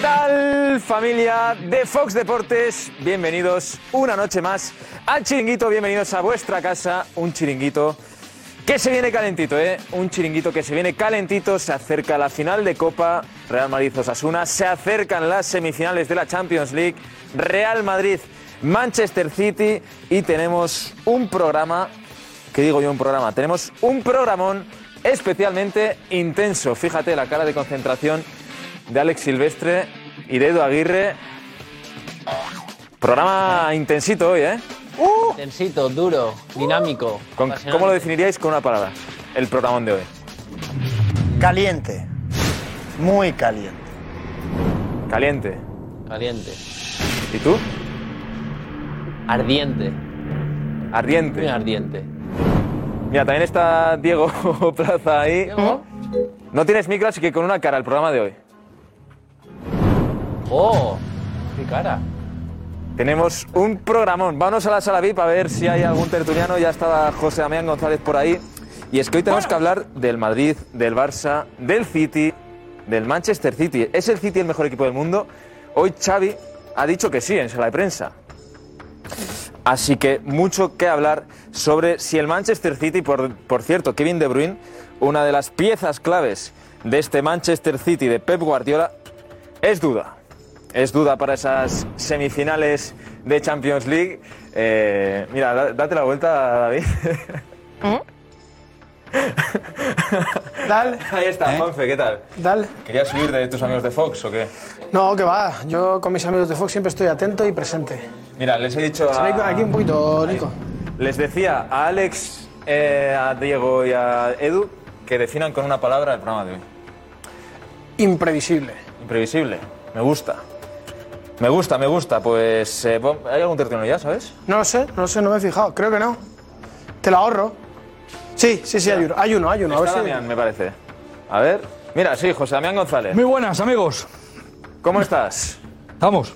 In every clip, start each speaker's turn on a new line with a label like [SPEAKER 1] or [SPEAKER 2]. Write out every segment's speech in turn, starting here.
[SPEAKER 1] tal, familia de Fox Deportes? Bienvenidos una noche más al chiringuito, bienvenidos a vuestra casa, un chiringuito que se viene calentito, ¿eh? Un chiringuito que se viene calentito, se acerca la final de Copa, Real Madrid-Osasuna, se acercan las semifinales de la Champions League, Real Madrid-Manchester City y tenemos un programa ¿Qué digo yo un programa? Tenemos un programón especialmente intenso. Fíjate la cara de concentración de Alex Silvestre y de Edu Aguirre. Programa intensito hoy, ¿eh?
[SPEAKER 2] Uh. Intensito, duro, dinámico.
[SPEAKER 1] Con- ¿Cómo lo definiríais con una palabra? El programón de hoy.
[SPEAKER 3] Caliente. Muy caliente.
[SPEAKER 1] Caliente.
[SPEAKER 2] Caliente.
[SPEAKER 1] ¿Y tú?
[SPEAKER 2] Ardiente. Muy
[SPEAKER 1] Ardiente.
[SPEAKER 2] ardiente.
[SPEAKER 1] Mira, también está Diego Plaza ahí. No tienes micro, así que con una cara el programa de hoy.
[SPEAKER 2] ¡Oh! ¡Qué cara!
[SPEAKER 1] Tenemos un programón. Vámonos a la sala VIP a ver si hay algún tertuliano. Ya estaba José Damián González por ahí. Y es que hoy tenemos que hablar del Madrid, del Barça, del City, del Manchester City. ¿Es el City el mejor equipo del mundo? Hoy Xavi ha dicho que sí en sala de prensa. Así que mucho que hablar sobre si el Manchester City, por, por cierto, Kevin De Bruyne, una de las piezas claves de este Manchester City de Pep Guardiola, es duda. Es duda para esas semifinales de Champions League. Eh, mira, da- date la vuelta, David.
[SPEAKER 4] Dale, ¿Eh?
[SPEAKER 1] Ahí está, Juanfe, ¿qué tal?
[SPEAKER 4] dale.
[SPEAKER 1] ¿Querías subir de tus amigos de Fox o qué?
[SPEAKER 4] No, que va. Yo con mis amigos de Fox siempre estoy atento y presente.
[SPEAKER 1] Mira, les he dicho
[SPEAKER 4] Se ve
[SPEAKER 1] a...
[SPEAKER 4] aquí un poquito, Nico.
[SPEAKER 1] Les decía a Alex, eh, a Diego y a Edu que definan con una palabra el programa de hoy.
[SPEAKER 4] Imprevisible.
[SPEAKER 1] Imprevisible. Me gusta. Me gusta, me gusta. Pues, eh, pon- ¿hay algún tertuliano ya, sabes?
[SPEAKER 4] No lo sé, no lo sé, no me he fijado. Creo que no. Te lo ahorro. Sí, sí, sí, hay uno, hay uno, hay uno. A ver
[SPEAKER 1] Está
[SPEAKER 4] si...
[SPEAKER 1] Damián, me parece. A ver. Mira, sí, José Damián González.
[SPEAKER 5] Muy buenas, amigos.
[SPEAKER 1] ¿Cómo estás?
[SPEAKER 5] Vamos.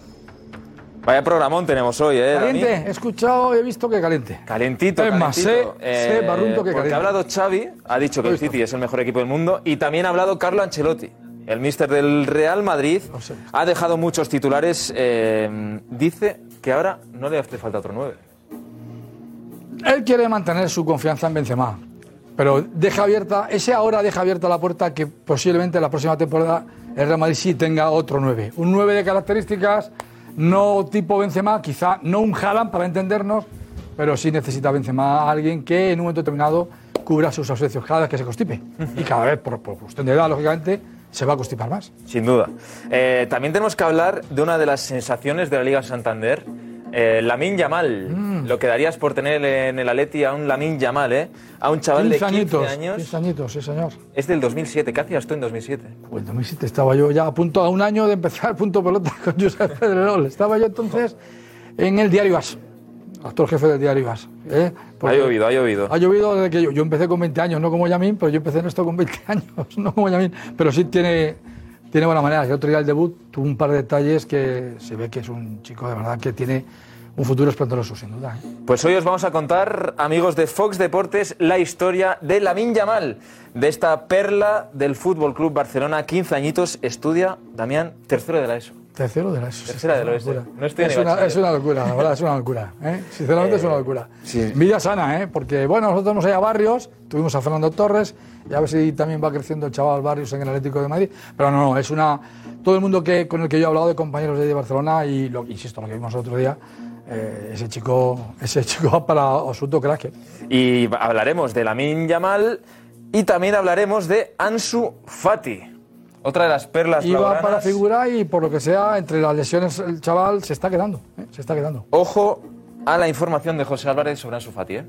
[SPEAKER 1] Vaya programón tenemos hoy, ¿eh? Dani?
[SPEAKER 5] Caliente, he escuchado y he visto que caliente.
[SPEAKER 1] Calentito,
[SPEAKER 5] Es más,
[SPEAKER 1] calentito. Eh,
[SPEAKER 5] sé- sé barrunto que
[SPEAKER 1] Porque
[SPEAKER 5] caliente.
[SPEAKER 1] ha hablado Xavi, ha dicho que el City es el mejor equipo del mundo y también ha hablado Carlo Ancelotti, el míster del Real Madrid. Ha dejado muchos titulares. eh, dice que ahora no le hace falta otro 9.
[SPEAKER 5] Él quiere mantener su confianza en Benzema, pero deja abierta, ese ahora deja abierta la puerta que posiblemente la próxima temporada el Real Madrid sí tenga otro 9. Un 9 de características, no tipo Benzema, quizá no un Haaland para entendernos, pero sí necesita Benzema a alguien que en un momento determinado cubra sus ausencias cada vez que se constipe. Y cada vez, por, por cuestión de edad, lógicamente, se va a constipar más.
[SPEAKER 1] Sin duda. Eh, también tenemos que hablar de una de las sensaciones de la Liga Santander, eh, Lamin Yamal.
[SPEAKER 5] Mm.
[SPEAKER 1] Lo que darías por tener en el Atleti a un Lamin Yamal, ¿eh? A un chaval de 15
[SPEAKER 5] añitos,
[SPEAKER 1] años.
[SPEAKER 5] 15 añitos, sí señor.
[SPEAKER 1] Es del 2007. ¿Qué hacías tú en 2007?
[SPEAKER 5] Pues en 2007 estaba yo ya a punto, a un año de empezar punto pelota con Josep Pedrerol. Estaba yo entonces en el Diario As, actor jefe del Diario As. ¿eh?
[SPEAKER 1] Ha
[SPEAKER 5] Porque
[SPEAKER 1] llovido, ha llovido.
[SPEAKER 5] Ha llovido desde que yo, yo empecé con 20 años, no como Yamín, pero yo empecé en esto con 20 años, no como Yamín. Pero sí tiene, tiene buena manera. El otro día el debut tuvo un par de detalles que se ve que es un chico de verdad que tiene un futuro esplendoroso, sin duda. ¿eh?
[SPEAKER 1] Pues hoy os vamos a contar, amigos de Fox Deportes, la historia de Lamin Yamal, de esta perla del Fútbol Club Barcelona, 15 añitos, estudia Damián, tercero de la ESO.
[SPEAKER 5] Tercero de la ESO.
[SPEAKER 1] Tercera
[SPEAKER 5] sí,
[SPEAKER 1] de la
[SPEAKER 5] es
[SPEAKER 1] ESO.
[SPEAKER 5] una locura.
[SPEAKER 1] No estoy en
[SPEAKER 5] es,
[SPEAKER 1] el ¿eh?
[SPEAKER 5] una,
[SPEAKER 1] bachiller.
[SPEAKER 5] es una locura, la verdad, es una locura. ¿eh? Sinceramente es una locura. Villa sana, ¿eh? porque bueno, nosotros tenemos ahí a Barrios, tuvimos a Fernando Torres, y a ver si también va creciendo el chaval Barrios en el Atlético de Madrid. Pero no, no, es una. Todo el mundo que, con el que yo he hablado de compañeros de Barcelona, y lo, insisto, lo que vimos el otro día, eh, ese chico ese chico va para Osunto Crack. ¿eh?
[SPEAKER 1] Y va- hablaremos de Lamin Yamal y también hablaremos de Ansu Fati, otra de las perlas
[SPEAKER 5] Iba
[SPEAKER 1] blaugranas.
[SPEAKER 5] para figura y por lo que sea, entre las lesiones, el chaval se está quedando. ¿eh? Se está quedando.
[SPEAKER 1] Ojo a la información de José Álvarez sobre Ansu Fati, ¿eh?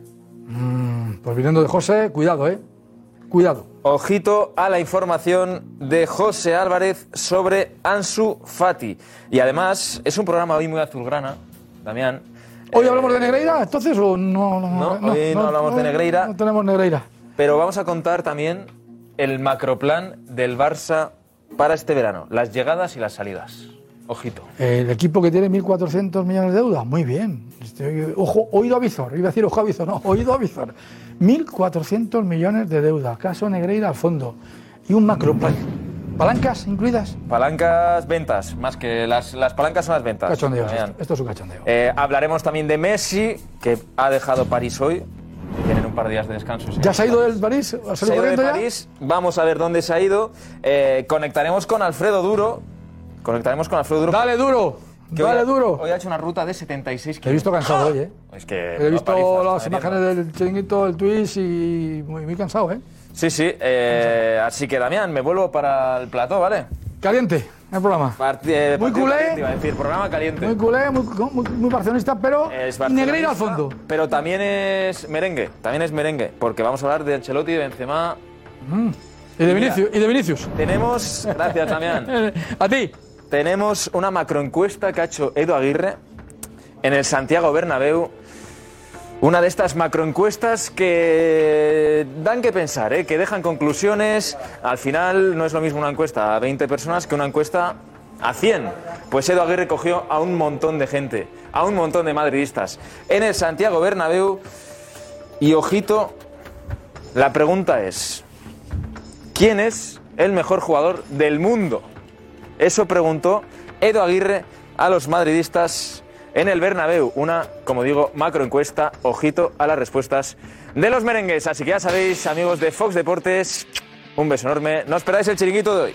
[SPEAKER 1] Mm.
[SPEAKER 5] Pues viniendo de José, cuidado, ¿eh? Cuidado.
[SPEAKER 1] Ojito a la información de José Álvarez sobre Ansu Fati. Y además, es un programa hoy muy azulgrana, Damián.
[SPEAKER 5] ¿Hoy
[SPEAKER 1] Eh,
[SPEAKER 5] hablamos de Negreira, entonces? ¿O no,
[SPEAKER 1] No, hoy no hablamos de Negreira.
[SPEAKER 5] No tenemos Negreira.
[SPEAKER 1] Pero vamos a contar también el macroplan del Barça para este verano, las llegadas y las salidas. Ojito.
[SPEAKER 5] El equipo que tiene 1.400 millones de deuda, muy bien. Este, ojo, oído a visor, iba a decir ojo a visor, no, oído a visor. 1.400 millones de deuda, caso Negreira al fondo. Y un macroplan. ¿Palancas incluidas?
[SPEAKER 1] Palancas, ventas, más que las, las palancas son las ventas.
[SPEAKER 5] Cachondeo.
[SPEAKER 1] Damián.
[SPEAKER 5] Esto, esto es un cachondeo.
[SPEAKER 1] Eh, hablaremos también de Messi, que ha dejado París hoy. Tienen un par de días de descanso. sí.
[SPEAKER 5] ¿Ya se ha ido del París? ¿Ha
[SPEAKER 1] Se ha
[SPEAKER 5] salido
[SPEAKER 1] ido de
[SPEAKER 5] corriendo ya?
[SPEAKER 1] París. Vamos a ver dónde se ha ido. Eh, conectaremos con Alfredo Duro. Conectaremos con Alfredo Duro.
[SPEAKER 5] Dale duro,
[SPEAKER 1] Que hoy
[SPEAKER 5] dale
[SPEAKER 1] ha-
[SPEAKER 5] duro.
[SPEAKER 1] Hoy ha hecho una ruta de 76
[SPEAKER 5] Te he
[SPEAKER 1] kilómetros.
[SPEAKER 5] visto cansado hoy, ¿eh?
[SPEAKER 1] Es que
[SPEAKER 5] He visto
[SPEAKER 1] apariza,
[SPEAKER 5] las
[SPEAKER 1] está
[SPEAKER 5] imágenes
[SPEAKER 1] bien.
[SPEAKER 5] del chiringuito, el twist y muy, muy cansado, ¿eh?
[SPEAKER 1] Sí, sí. eh, así que, Damián, me vuelvo para el plató, ¿vale?
[SPEAKER 5] Caliente, el programa.
[SPEAKER 1] Parti- eh,
[SPEAKER 5] Muy
[SPEAKER 1] partido
[SPEAKER 5] culé.
[SPEAKER 1] caliente, iba a decir, programa caliente.
[SPEAKER 5] Muy culé, muy, muy, muy barcelonista, pero
[SPEAKER 1] Es barcelonista,
[SPEAKER 5] negreira al fondo.
[SPEAKER 1] Pero también es merengue, también es merengue, porque vamos a hablar de Ancelotti, de Benzema.
[SPEAKER 5] Mm. Y de Vinicius. Y de Vinicius.
[SPEAKER 1] Tenemos, gracias Damián,
[SPEAKER 5] A ti.
[SPEAKER 1] tenemos una macroencuesta que ha hecho Edu Aguirre en el Santiago Bernabéu. Una de estas macroencuestas que dan que pensar, ¿eh? que dejan conclusiones. Al final no es lo mismo una encuesta a 20 personas que una encuesta a 100. Pues Edu Aguirre cogió a un montón de gente, a un montón de madridistas. En el Santiago Bernabéu Y ojito, la pregunta es, ¿quién es el mejor jugador del mundo? Eso preguntó Edo Aguirre a los madridistas en el Bernabéu. Una, como digo, macroencuesta. Ojito a las respuestas de los merengues. Así que ya sabéis, amigos de Fox Deportes, un beso enorme. No os perdáis el chiringuito de hoy.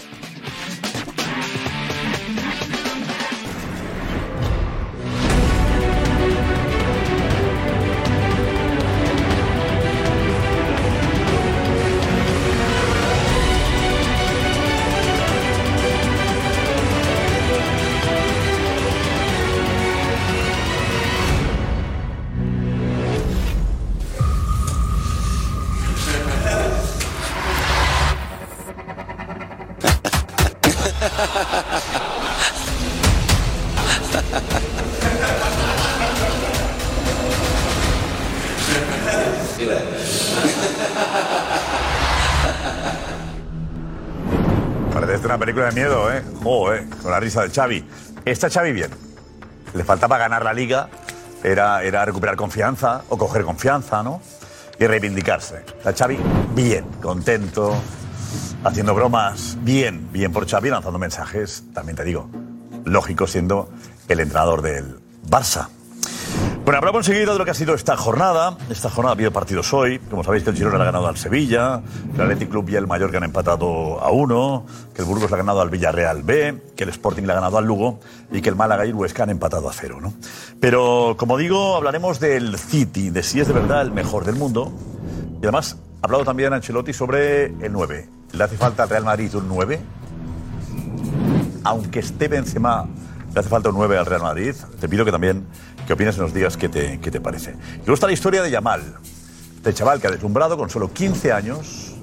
[SPEAKER 6] Parece una película de miedo, ¿eh? Joder, con la risa del Xavi. Está Xavi bien. Le faltaba ganar la liga, era, era recuperar confianza o coger confianza, ¿no? Y reivindicarse. Está Xavi bien, contento, haciendo bromas, bien, bien por Xavi, lanzando mensajes, también te digo, lógico siendo el entrenador del Barça. Bueno, hablamos enseguida de lo que ha sido esta jornada. Esta jornada ha habido partidos hoy. Como sabéis que el Girona le ha ganado al Sevilla, que el Athletic Club y el Mallorca han empatado a uno, que el Burgos le ha ganado al Villarreal B, que el Sporting le ha ganado al Lugo y que el Málaga y el Huesca han empatado a cero, ¿no? Pero, como digo, hablaremos del City, de si es de verdad el mejor del mundo. Y además, ha hablado también Ancelotti sobre el 9. ¿Le hace falta al Real Madrid un 9? aunque esté Benzema, le hace falta un 9 al Real Madrid. Te pido que también que opines y nos digas qué te, qué te parece. Y luego está la historia de Yamal, este chaval que ha deslumbrado con solo 15 años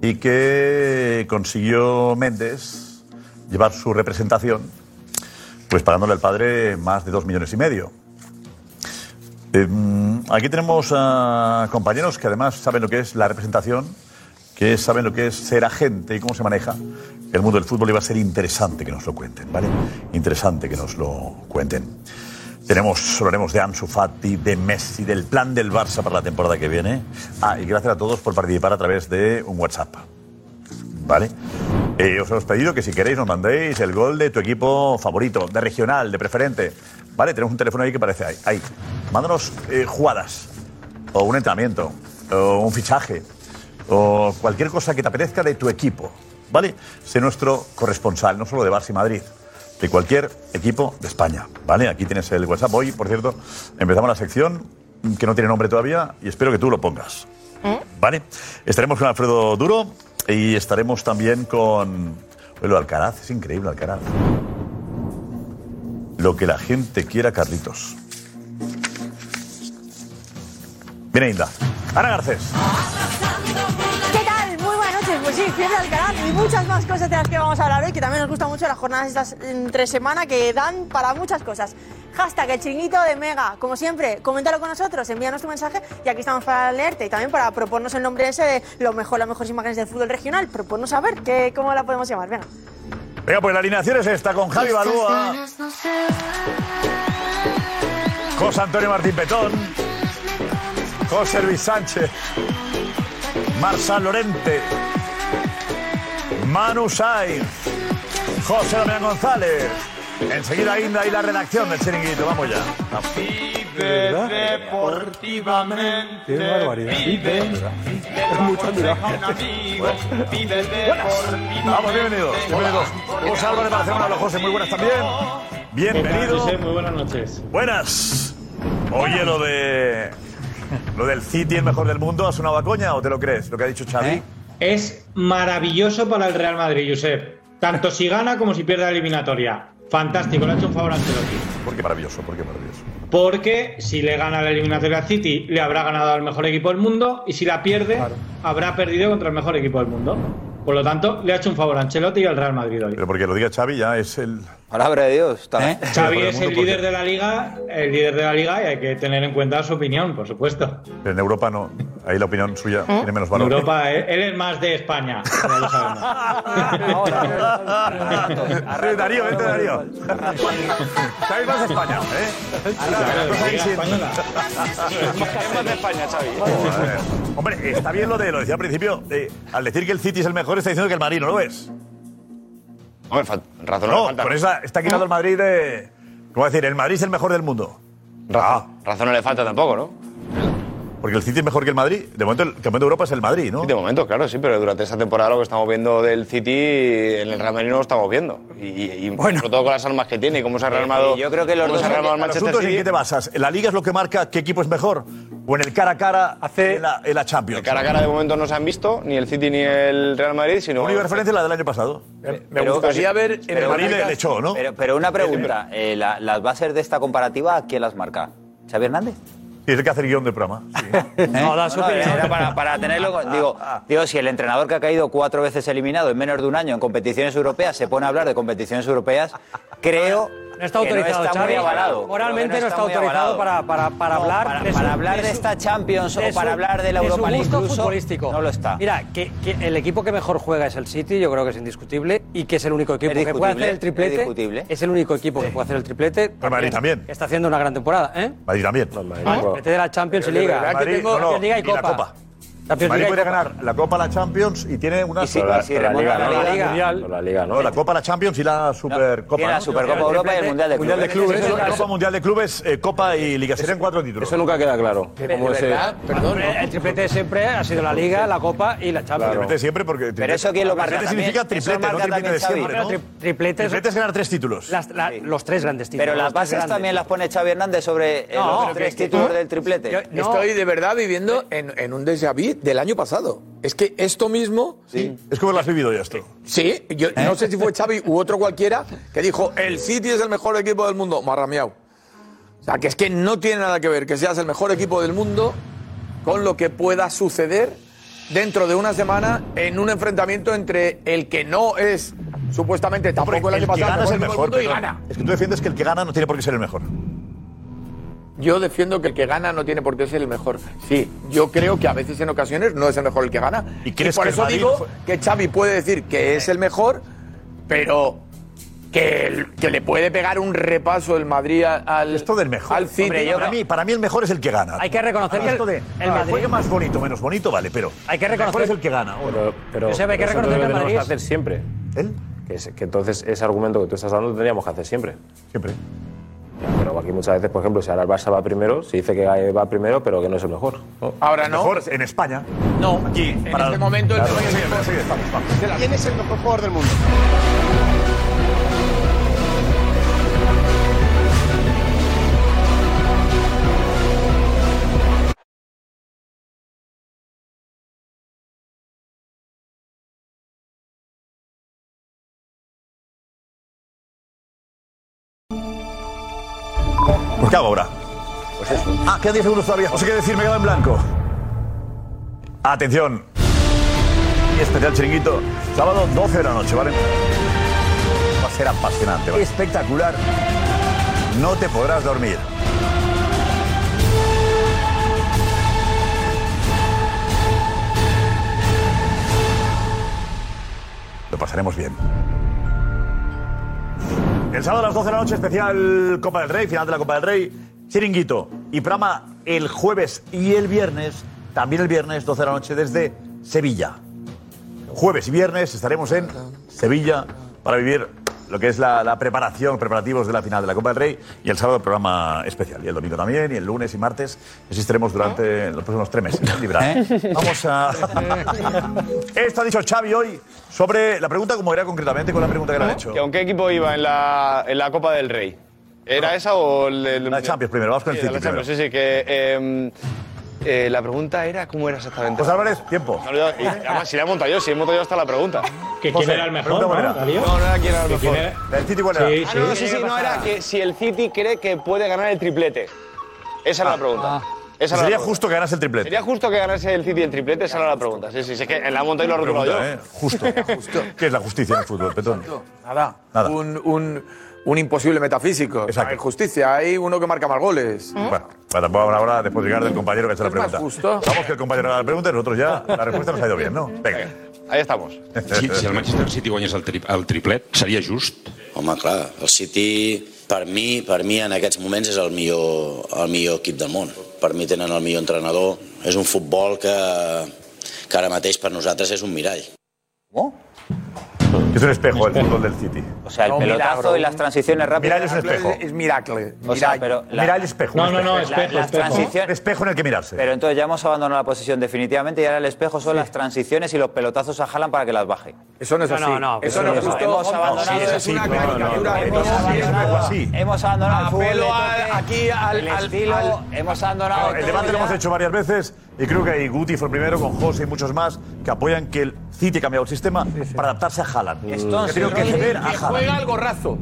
[SPEAKER 6] y que consiguió Méndez llevar su representación, pues pagándole al padre más de 2 millones y medio. Em, aquí tenemos a compañeros que además saben lo que es la representación, que saben lo que es ser agente y cómo se maneja el mundo del fútbol. Y va a ser interesante que nos lo cuenten, ¿vale? Interesante que nos lo cuenten. Tenemos, hablaremos de Ansu Fati, de Messi, del plan del Barça para la temporada que viene. Ah, y gracias a todos por participar a través de un WhatsApp. ¿Vale? Eh, os hemos pedido que si queréis nos mandéis el gol de tu equipo favorito, de regional, de preferente. ¿Vale? Tenemos un teléfono ahí que parece ahí. ahí. Mándanos eh, jugadas, o un entrenamiento, o un fichaje, o cualquier cosa que te apetezca de tu equipo. ¿Vale? Sé nuestro corresponsal, no solo de Barça y Madrid, de cualquier equipo de España. ¿Vale? Aquí tienes el WhatsApp. Hoy, por cierto, empezamos la sección que no tiene nombre todavía y espero que tú lo pongas. ¿Vale? Estaremos con Alfredo Duro y estaremos también con. Oye, lo de Alcaraz, es increíble, Alcaraz. Lo que la gente quiera, Carlitos. Viene Inda. Ana Garcés.
[SPEAKER 7] ¿Qué tal? Muy buenas noches. Pues sí, Fiebre de Alcaraz y muchas más cosas de las que vamos a hablar hoy, que también nos gustan mucho las jornadas estas entre semana que dan para muchas cosas. Hashtag el chinguito de Mega. Como siempre, coméntalo con nosotros, envíanos tu mensaje y aquí estamos para leerte y también para proponernos el nombre ese de lo mejor, las mejores imágenes del fútbol regional. Proponnos a ver qué, cómo la podemos llamar. Venga.
[SPEAKER 6] Venga, pues la alineación es esta con Javi Balúa, José Antonio Martín Petón, José Luis Sánchez, Marsa Lorente, Manu Sainz, José Damián González. Enseguida Inda y la redacción del chiringuito. Vamos ya. Vamos.
[SPEAKER 8] Deportivamente.
[SPEAKER 6] Qué barbaridad.
[SPEAKER 8] Muchas gracias.
[SPEAKER 6] Vamos, bienvenidos. Bienvenidos. José Álvarez Barcelona, los José, muy buenas también. Bienvenido.
[SPEAKER 9] Muy buenas noches.
[SPEAKER 6] Buenas. Oye, lo de. Lo del City, el mejor del mundo, ¿ha sonado a coña o te lo crees? Lo que ha dicho Xavi.
[SPEAKER 9] Es maravilloso para el Real Madrid, Josep. Tanto si gana como si pierde la eliminatoria. Fantástico, le ha hecho un favor a Ancelotti.
[SPEAKER 6] ¿Por qué maravilloso? ¿Por qué maravilloso?
[SPEAKER 9] Porque si le gana la eliminatoria al City, le habrá ganado al mejor equipo del mundo. Y si la pierde, habrá perdido contra el mejor equipo del mundo. Por lo tanto, le ha hecho un favor a Ancelotti y al Real Madrid hoy.
[SPEAKER 6] Pero porque lo diga Xavi ya es el.
[SPEAKER 1] Palabra de Dios.
[SPEAKER 9] ¿Eh? Xavi es el líder de la liga, el líder de la liga y hay que tener en cuenta su opinión, por supuesto.
[SPEAKER 6] Pero en Europa no. Ahí la opinión suya tiene menos
[SPEAKER 9] ¿Eh? En
[SPEAKER 6] valor.
[SPEAKER 9] Europa, él, él es más de España. como lo sabemos.
[SPEAKER 6] Sí, Darío, vente, Darío. Xavi más de España, ¿eh? Ahí sí. Joder. Hombre, está bien lo de, lo decía al principio, eh, al decir que el City es el mejor, está diciendo que el Madrid no lo es.
[SPEAKER 10] Hombre, fal- razón no le
[SPEAKER 6] No,
[SPEAKER 10] falta.
[SPEAKER 6] por esa está quitando el Madrid de. ¿Cómo decir? El Madrid es el mejor del mundo. Ah.
[SPEAKER 10] Razón no le falta tampoco, ¿no?
[SPEAKER 6] Porque el City es mejor que el Madrid. De momento, el campeón de Europa es el Madrid, ¿no?
[SPEAKER 10] Sí, de momento, claro, sí, pero durante esta temporada lo que estamos viendo del City en el Real Madrid no lo estamos viendo. Y, y- y sobre todo con las armas que tiene y cómo se ha rearmado. cómo se ha rearmado el
[SPEAKER 6] El
[SPEAKER 10] Manchester
[SPEAKER 6] asunto es en
[SPEAKER 10] City.
[SPEAKER 6] qué te basas. ¿En la Liga es lo que marca qué equipo es mejor? ¿O en el cara a cara hace en la, en la Champions?
[SPEAKER 10] Cara a cara de momento no se han visto, ni el City ni el Real Madrid, sino.
[SPEAKER 6] Única referencia es la del año pasado.
[SPEAKER 11] Pero- pero- Pero, pero una
[SPEAKER 6] Sí,
[SPEAKER 11] pregunta, eh, la- ¿las bases de esta comparativa quién las marca? ¿Xavi Hernández?
[SPEAKER 6] Tiene que hacer guión de programa. Ah,
[SPEAKER 11] No, da su Era para, para tenerlo. con- Digo, digo, si el entrenador que ha caído cuatro veces eliminado en menos de un año en competiciones europeas se pone a hablar de competiciones europeas, creo.
[SPEAKER 12] No está
[SPEAKER 11] que no
[SPEAKER 12] autorizado,
[SPEAKER 11] está muy
[SPEAKER 12] Xavi.
[SPEAKER 11] avalado.
[SPEAKER 12] Moralmente
[SPEAKER 11] Creo que
[SPEAKER 12] no está
[SPEAKER 11] muy
[SPEAKER 12] autorizado
[SPEAKER 11] avalado.
[SPEAKER 12] para, para, para
[SPEAKER 11] No,
[SPEAKER 12] hablar
[SPEAKER 11] para-
[SPEAKER 12] de su-
[SPEAKER 11] para hablar de
[SPEAKER 12] su-
[SPEAKER 11] esta Champions o
[SPEAKER 12] de su-
[SPEAKER 11] para hablar de la
[SPEAKER 12] su
[SPEAKER 11] Europa League
[SPEAKER 12] gusto
[SPEAKER 11] incluso,
[SPEAKER 12] futbolístico.
[SPEAKER 11] no lo está.
[SPEAKER 12] Mira, que, que el equipo que mejor juega es el City, yo creo que es indiscutible y que es el único
[SPEAKER 11] Es
[SPEAKER 12] equipo que puede
[SPEAKER 11] discutible,
[SPEAKER 12] hacer el
[SPEAKER 11] es
[SPEAKER 12] triplete.
[SPEAKER 11] discutible.
[SPEAKER 12] Es, el único equipo que puede hacer el triplete. Pero
[SPEAKER 6] Madrid también.
[SPEAKER 12] Está haciendo una gran temporada, ¿eh?
[SPEAKER 6] Madrid también.
[SPEAKER 12] Ah, triplete de la Champions y Liga.
[SPEAKER 6] Madrid-
[SPEAKER 12] Yo tengo
[SPEAKER 6] no, no,
[SPEAKER 12] Champions, Liga y
[SPEAKER 6] y la
[SPEAKER 12] Copa.
[SPEAKER 6] Copa.
[SPEAKER 12] Champions,
[SPEAKER 6] Madrid
[SPEAKER 12] Liga y
[SPEAKER 6] podría
[SPEAKER 12] Copa.
[SPEAKER 6] ganar la Copa, la Champions y tiene una.
[SPEAKER 11] Y si- Pero la- y si pero la remonta Liga, la ¿no? Liga. Mundial.
[SPEAKER 6] la Liga, ¿no? La Copa, la Champions y la Supercopa.
[SPEAKER 11] tiene la
[SPEAKER 6] ¿no?
[SPEAKER 11] Supercopa Europa y el Mundial de Clubes. Eso-
[SPEAKER 6] La
[SPEAKER 11] eso-
[SPEAKER 6] Copa Mundial de Clubes, eh, Copa y Liga. Serían cuatro títulos. Eso
[SPEAKER 13] nunca queda claro.
[SPEAKER 12] De verdad, perdón, El triplete siempre ha sido la Liga, la Copa y la Champions.
[SPEAKER 6] Triplete siempre porque. triplete- Triplete significa triplete, no triplete de siempre. ¿no?
[SPEAKER 12] Tri- Tripletes.
[SPEAKER 6] Triplete es ganar tres títulos.
[SPEAKER 12] Las- la- Los tres grandes títulos.
[SPEAKER 11] Pero las
[SPEAKER 12] los tres
[SPEAKER 11] bases
[SPEAKER 12] grandes.
[SPEAKER 11] también las pone Xavi Hernández sobre eh,
[SPEAKER 12] No,
[SPEAKER 11] los
[SPEAKER 12] pero
[SPEAKER 11] tres
[SPEAKER 12] que-
[SPEAKER 11] títulos
[SPEAKER 12] ¿Eh?
[SPEAKER 11] del triplete.
[SPEAKER 13] Yo estoy de verdad viviendo en, en un déjà vu del año pasado. Es que esto mismo.
[SPEAKER 6] Es como lo has vivido ya esto. ¿Eh?
[SPEAKER 13] Sí, yo no sé si fue Xavi u otro cualquiera que dijo: el City es el mejor equipo del mundo. Marrameado. O sea, que es que no tiene nada que ver que seas el mejor equipo del mundo con lo que pueda suceder dentro de una semana en un enfrentamiento entre el que no es supuestamente tampoco el año
[SPEAKER 6] que
[SPEAKER 13] pasado
[SPEAKER 6] gana es el
[SPEAKER 13] equipo
[SPEAKER 6] mejor.
[SPEAKER 13] del mundo y
[SPEAKER 6] perdón.
[SPEAKER 13] gana.
[SPEAKER 6] Es que tú defiendes que el que gana no tiene por qué ser el mejor.
[SPEAKER 13] Yo defiendo que el que gana no tiene por qué ser el mejor. Sí, yo creo que a veces en ocasiones no es el mejor el que gana. Y,
[SPEAKER 6] crees
[SPEAKER 13] por
[SPEAKER 6] que el
[SPEAKER 13] eso
[SPEAKER 6] Madrid
[SPEAKER 13] digo
[SPEAKER 6] no fue-
[SPEAKER 13] que Xavi puede decir que es el mejor, pero que, el- que le puede pegar un repaso el Madrid a- al Esto del mejor. Al City.
[SPEAKER 6] Hombre, yo- para, mí, para mí el mejor es el que gana.
[SPEAKER 13] Hay que reconocer
[SPEAKER 6] Para
[SPEAKER 13] que
[SPEAKER 6] esto
[SPEAKER 13] el-
[SPEAKER 6] de,
[SPEAKER 13] el
[SPEAKER 6] ah,
[SPEAKER 13] Madrid-
[SPEAKER 6] juegue más bonito, menos bonito, vale, pero
[SPEAKER 12] Hay que
[SPEAKER 6] el mejor
[SPEAKER 12] reconocer-
[SPEAKER 6] es el que gana. ¿o no?
[SPEAKER 12] Pero, Josep, hay que
[SPEAKER 14] eso es lo
[SPEAKER 12] reconocer que el
[SPEAKER 14] que tenemos
[SPEAKER 12] Madrid
[SPEAKER 14] que
[SPEAKER 12] es-
[SPEAKER 14] hacer siempre. Que, es- que entonces ese argumento que tú estás dando lo tendríamos que hacer siempre.
[SPEAKER 6] Siempre.
[SPEAKER 14] Pero aquí muchas veces, por ejemplo, si ahora el Barça va primero, se dice que va primero, pero que no es el mejor.
[SPEAKER 13] Ahora no.
[SPEAKER 6] Mejor en España.
[SPEAKER 13] No,
[SPEAKER 6] aquí.
[SPEAKER 13] En este momento el Madrid es el mejor.
[SPEAKER 15] ¿Quién es el mejor jugador del mundo?
[SPEAKER 6] Pues, ¿Qué hago ahora? Pues eso. Ah, quedan 10 segundos todavía. No sé qué decir, me he quedado en blanco. Atención. Especial chiringuito. Sábado, 12 de la noche, ¿vale? Va a ser apasionante, ¿vale? Espectacular. No te podrás dormir. Lo pasaremos bien. El sábado a las 12 de la noche, especial Copa del Rey, final de la Copa del Rey, chiringuito. Y programa el jueves y el viernes, también el viernes, 12 de la noche, desde Sevilla. Jueves y viernes estaremos en Sevilla para vivir lo que es la, la preparación, preparativos de la final de la Copa del Rey y el sábado el programa especial y el domingo también y el lunes y martes existiremos durante los próximos tres meses. ¿eh? Libra. Vamos a... Esto ha dicho Xavi hoy sobre la pregunta como era concretamente con la pregunta que le han hecho.
[SPEAKER 10] ¿Que ¿Con qué equipo iba en la, en la Copa del Rey? ¿Era esa o el, el-
[SPEAKER 6] La Champions primero, vamos con el
[SPEAKER 10] Sí, la
[SPEAKER 6] City
[SPEAKER 10] Champions,
[SPEAKER 6] primero.
[SPEAKER 10] sí, sí, que em, eh, la pregunta era cómo era exactamente.
[SPEAKER 6] José Álvarez, tiempo.
[SPEAKER 10] Me he olvidado. Y además, si la he montado yo, si he montado yo hasta la pregunta.
[SPEAKER 9] Que quién José, era el mejor, pregunta ¿no, buena. Darío?
[SPEAKER 10] No, no era quién era el
[SPEAKER 9] Que quién
[SPEAKER 10] mejor.
[SPEAKER 9] era- ¿El City cuál era? Sí,
[SPEAKER 10] ah, no,
[SPEAKER 9] sí.
[SPEAKER 10] sí, sí, no era que si el City cree que puede ganar el triplete. Esa era la pregunta. Esa era la
[SPEAKER 6] Ah. Sería
[SPEAKER 10] pregunta.
[SPEAKER 6] justo que ganas el triplete.
[SPEAKER 10] Sería justo que ganase el City el triplete, esa era la pregunta. Sí, sí, sí, es que en la he montado y lo he
[SPEAKER 6] Pregunta,
[SPEAKER 10] recordado
[SPEAKER 6] ¿eh?
[SPEAKER 10] yo.
[SPEAKER 6] Justo. ¿Qué es la justicia en el fútbol, Petón?
[SPEAKER 13] Nada.
[SPEAKER 6] Nada.
[SPEAKER 13] Un, un, un imposible metafísico. Hay justicia, hay uno que marca más goles.
[SPEAKER 6] Bueno, bueno, vamos ahora después de llegar del compañero que ha hecho la
[SPEAKER 13] Es más
[SPEAKER 6] pregunta.
[SPEAKER 13] justo.
[SPEAKER 6] Vamos que el compañero haga la pregunta y nosotros ya la respuesta nos ha ido bien, ¿no? Venga.
[SPEAKER 10] Ahí estamos.
[SPEAKER 16] Si, si el Manchester City guanyés el, tri el triplet, seria just?
[SPEAKER 17] Home, clar, el City, per mi, per mi en aquests moments és el millor, el millor equip del món. Per mi tenen el millor entrenador. És un futbol que, que ara mateix per nosaltres és un mirall.
[SPEAKER 6] Es un espejo el fútbol del City.
[SPEAKER 11] O sea, el pelotazo y las transiciones rápidas.
[SPEAKER 6] Mirall es un espejo.
[SPEAKER 11] Es miracle. O sea, pero la-
[SPEAKER 6] Mirall espejo. un
[SPEAKER 11] La- las transiciones-
[SPEAKER 6] Espejo en el que mirarse.
[SPEAKER 11] Pero entonces ya hemos abandonado la posición definitivamente y ahora el espejo son las transiciones y los pelotazos a Haaland para que las baje.
[SPEAKER 13] Eso no
[SPEAKER 11] No, no, no,
[SPEAKER 13] eso
[SPEAKER 11] pero
[SPEAKER 13] no es
[SPEAKER 11] eso-
[SPEAKER 13] justo.
[SPEAKER 11] hemos
[SPEAKER 13] Juanjo,
[SPEAKER 11] abandonado-
[SPEAKER 13] sí, es así,
[SPEAKER 11] es una
[SPEAKER 13] no, no, no,
[SPEAKER 11] caricatura,
[SPEAKER 13] no,
[SPEAKER 11] hemos
[SPEAKER 13] no, no,
[SPEAKER 11] abandonado-
[SPEAKER 13] no, no, así.
[SPEAKER 11] Hemos abandonado el fútbol
[SPEAKER 13] Apelo
[SPEAKER 11] de
[SPEAKER 13] a-
[SPEAKER 11] toque,
[SPEAKER 13] aquí al-
[SPEAKER 11] el
[SPEAKER 13] al-
[SPEAKER 11] estilo,
[SPEAKER 13] al-
[SPEAKER 11] hemos abandonado
[SPEAKER 6] El
[SPEAKER 11] todo
[SPEAKER 6] debate lo
[SPEAKER 11] ya.
[SPEAKER 6] hemos hecho varias veces y creo que ahí Guti fue el primero, con José y muchos más, que apoyan que el City ha cambiado el sistema para adaptarse a Haaland.
[SPEAKER 13] Entonces,
[SPEAKER 6] creo que
[SPEAKER 13] Rodri,
[SPEAKER 6] ceder a
[SPEAKER 13] que
[SPEAKER 6] Haaland.
[SPEAKER 13] juega al gorrazo.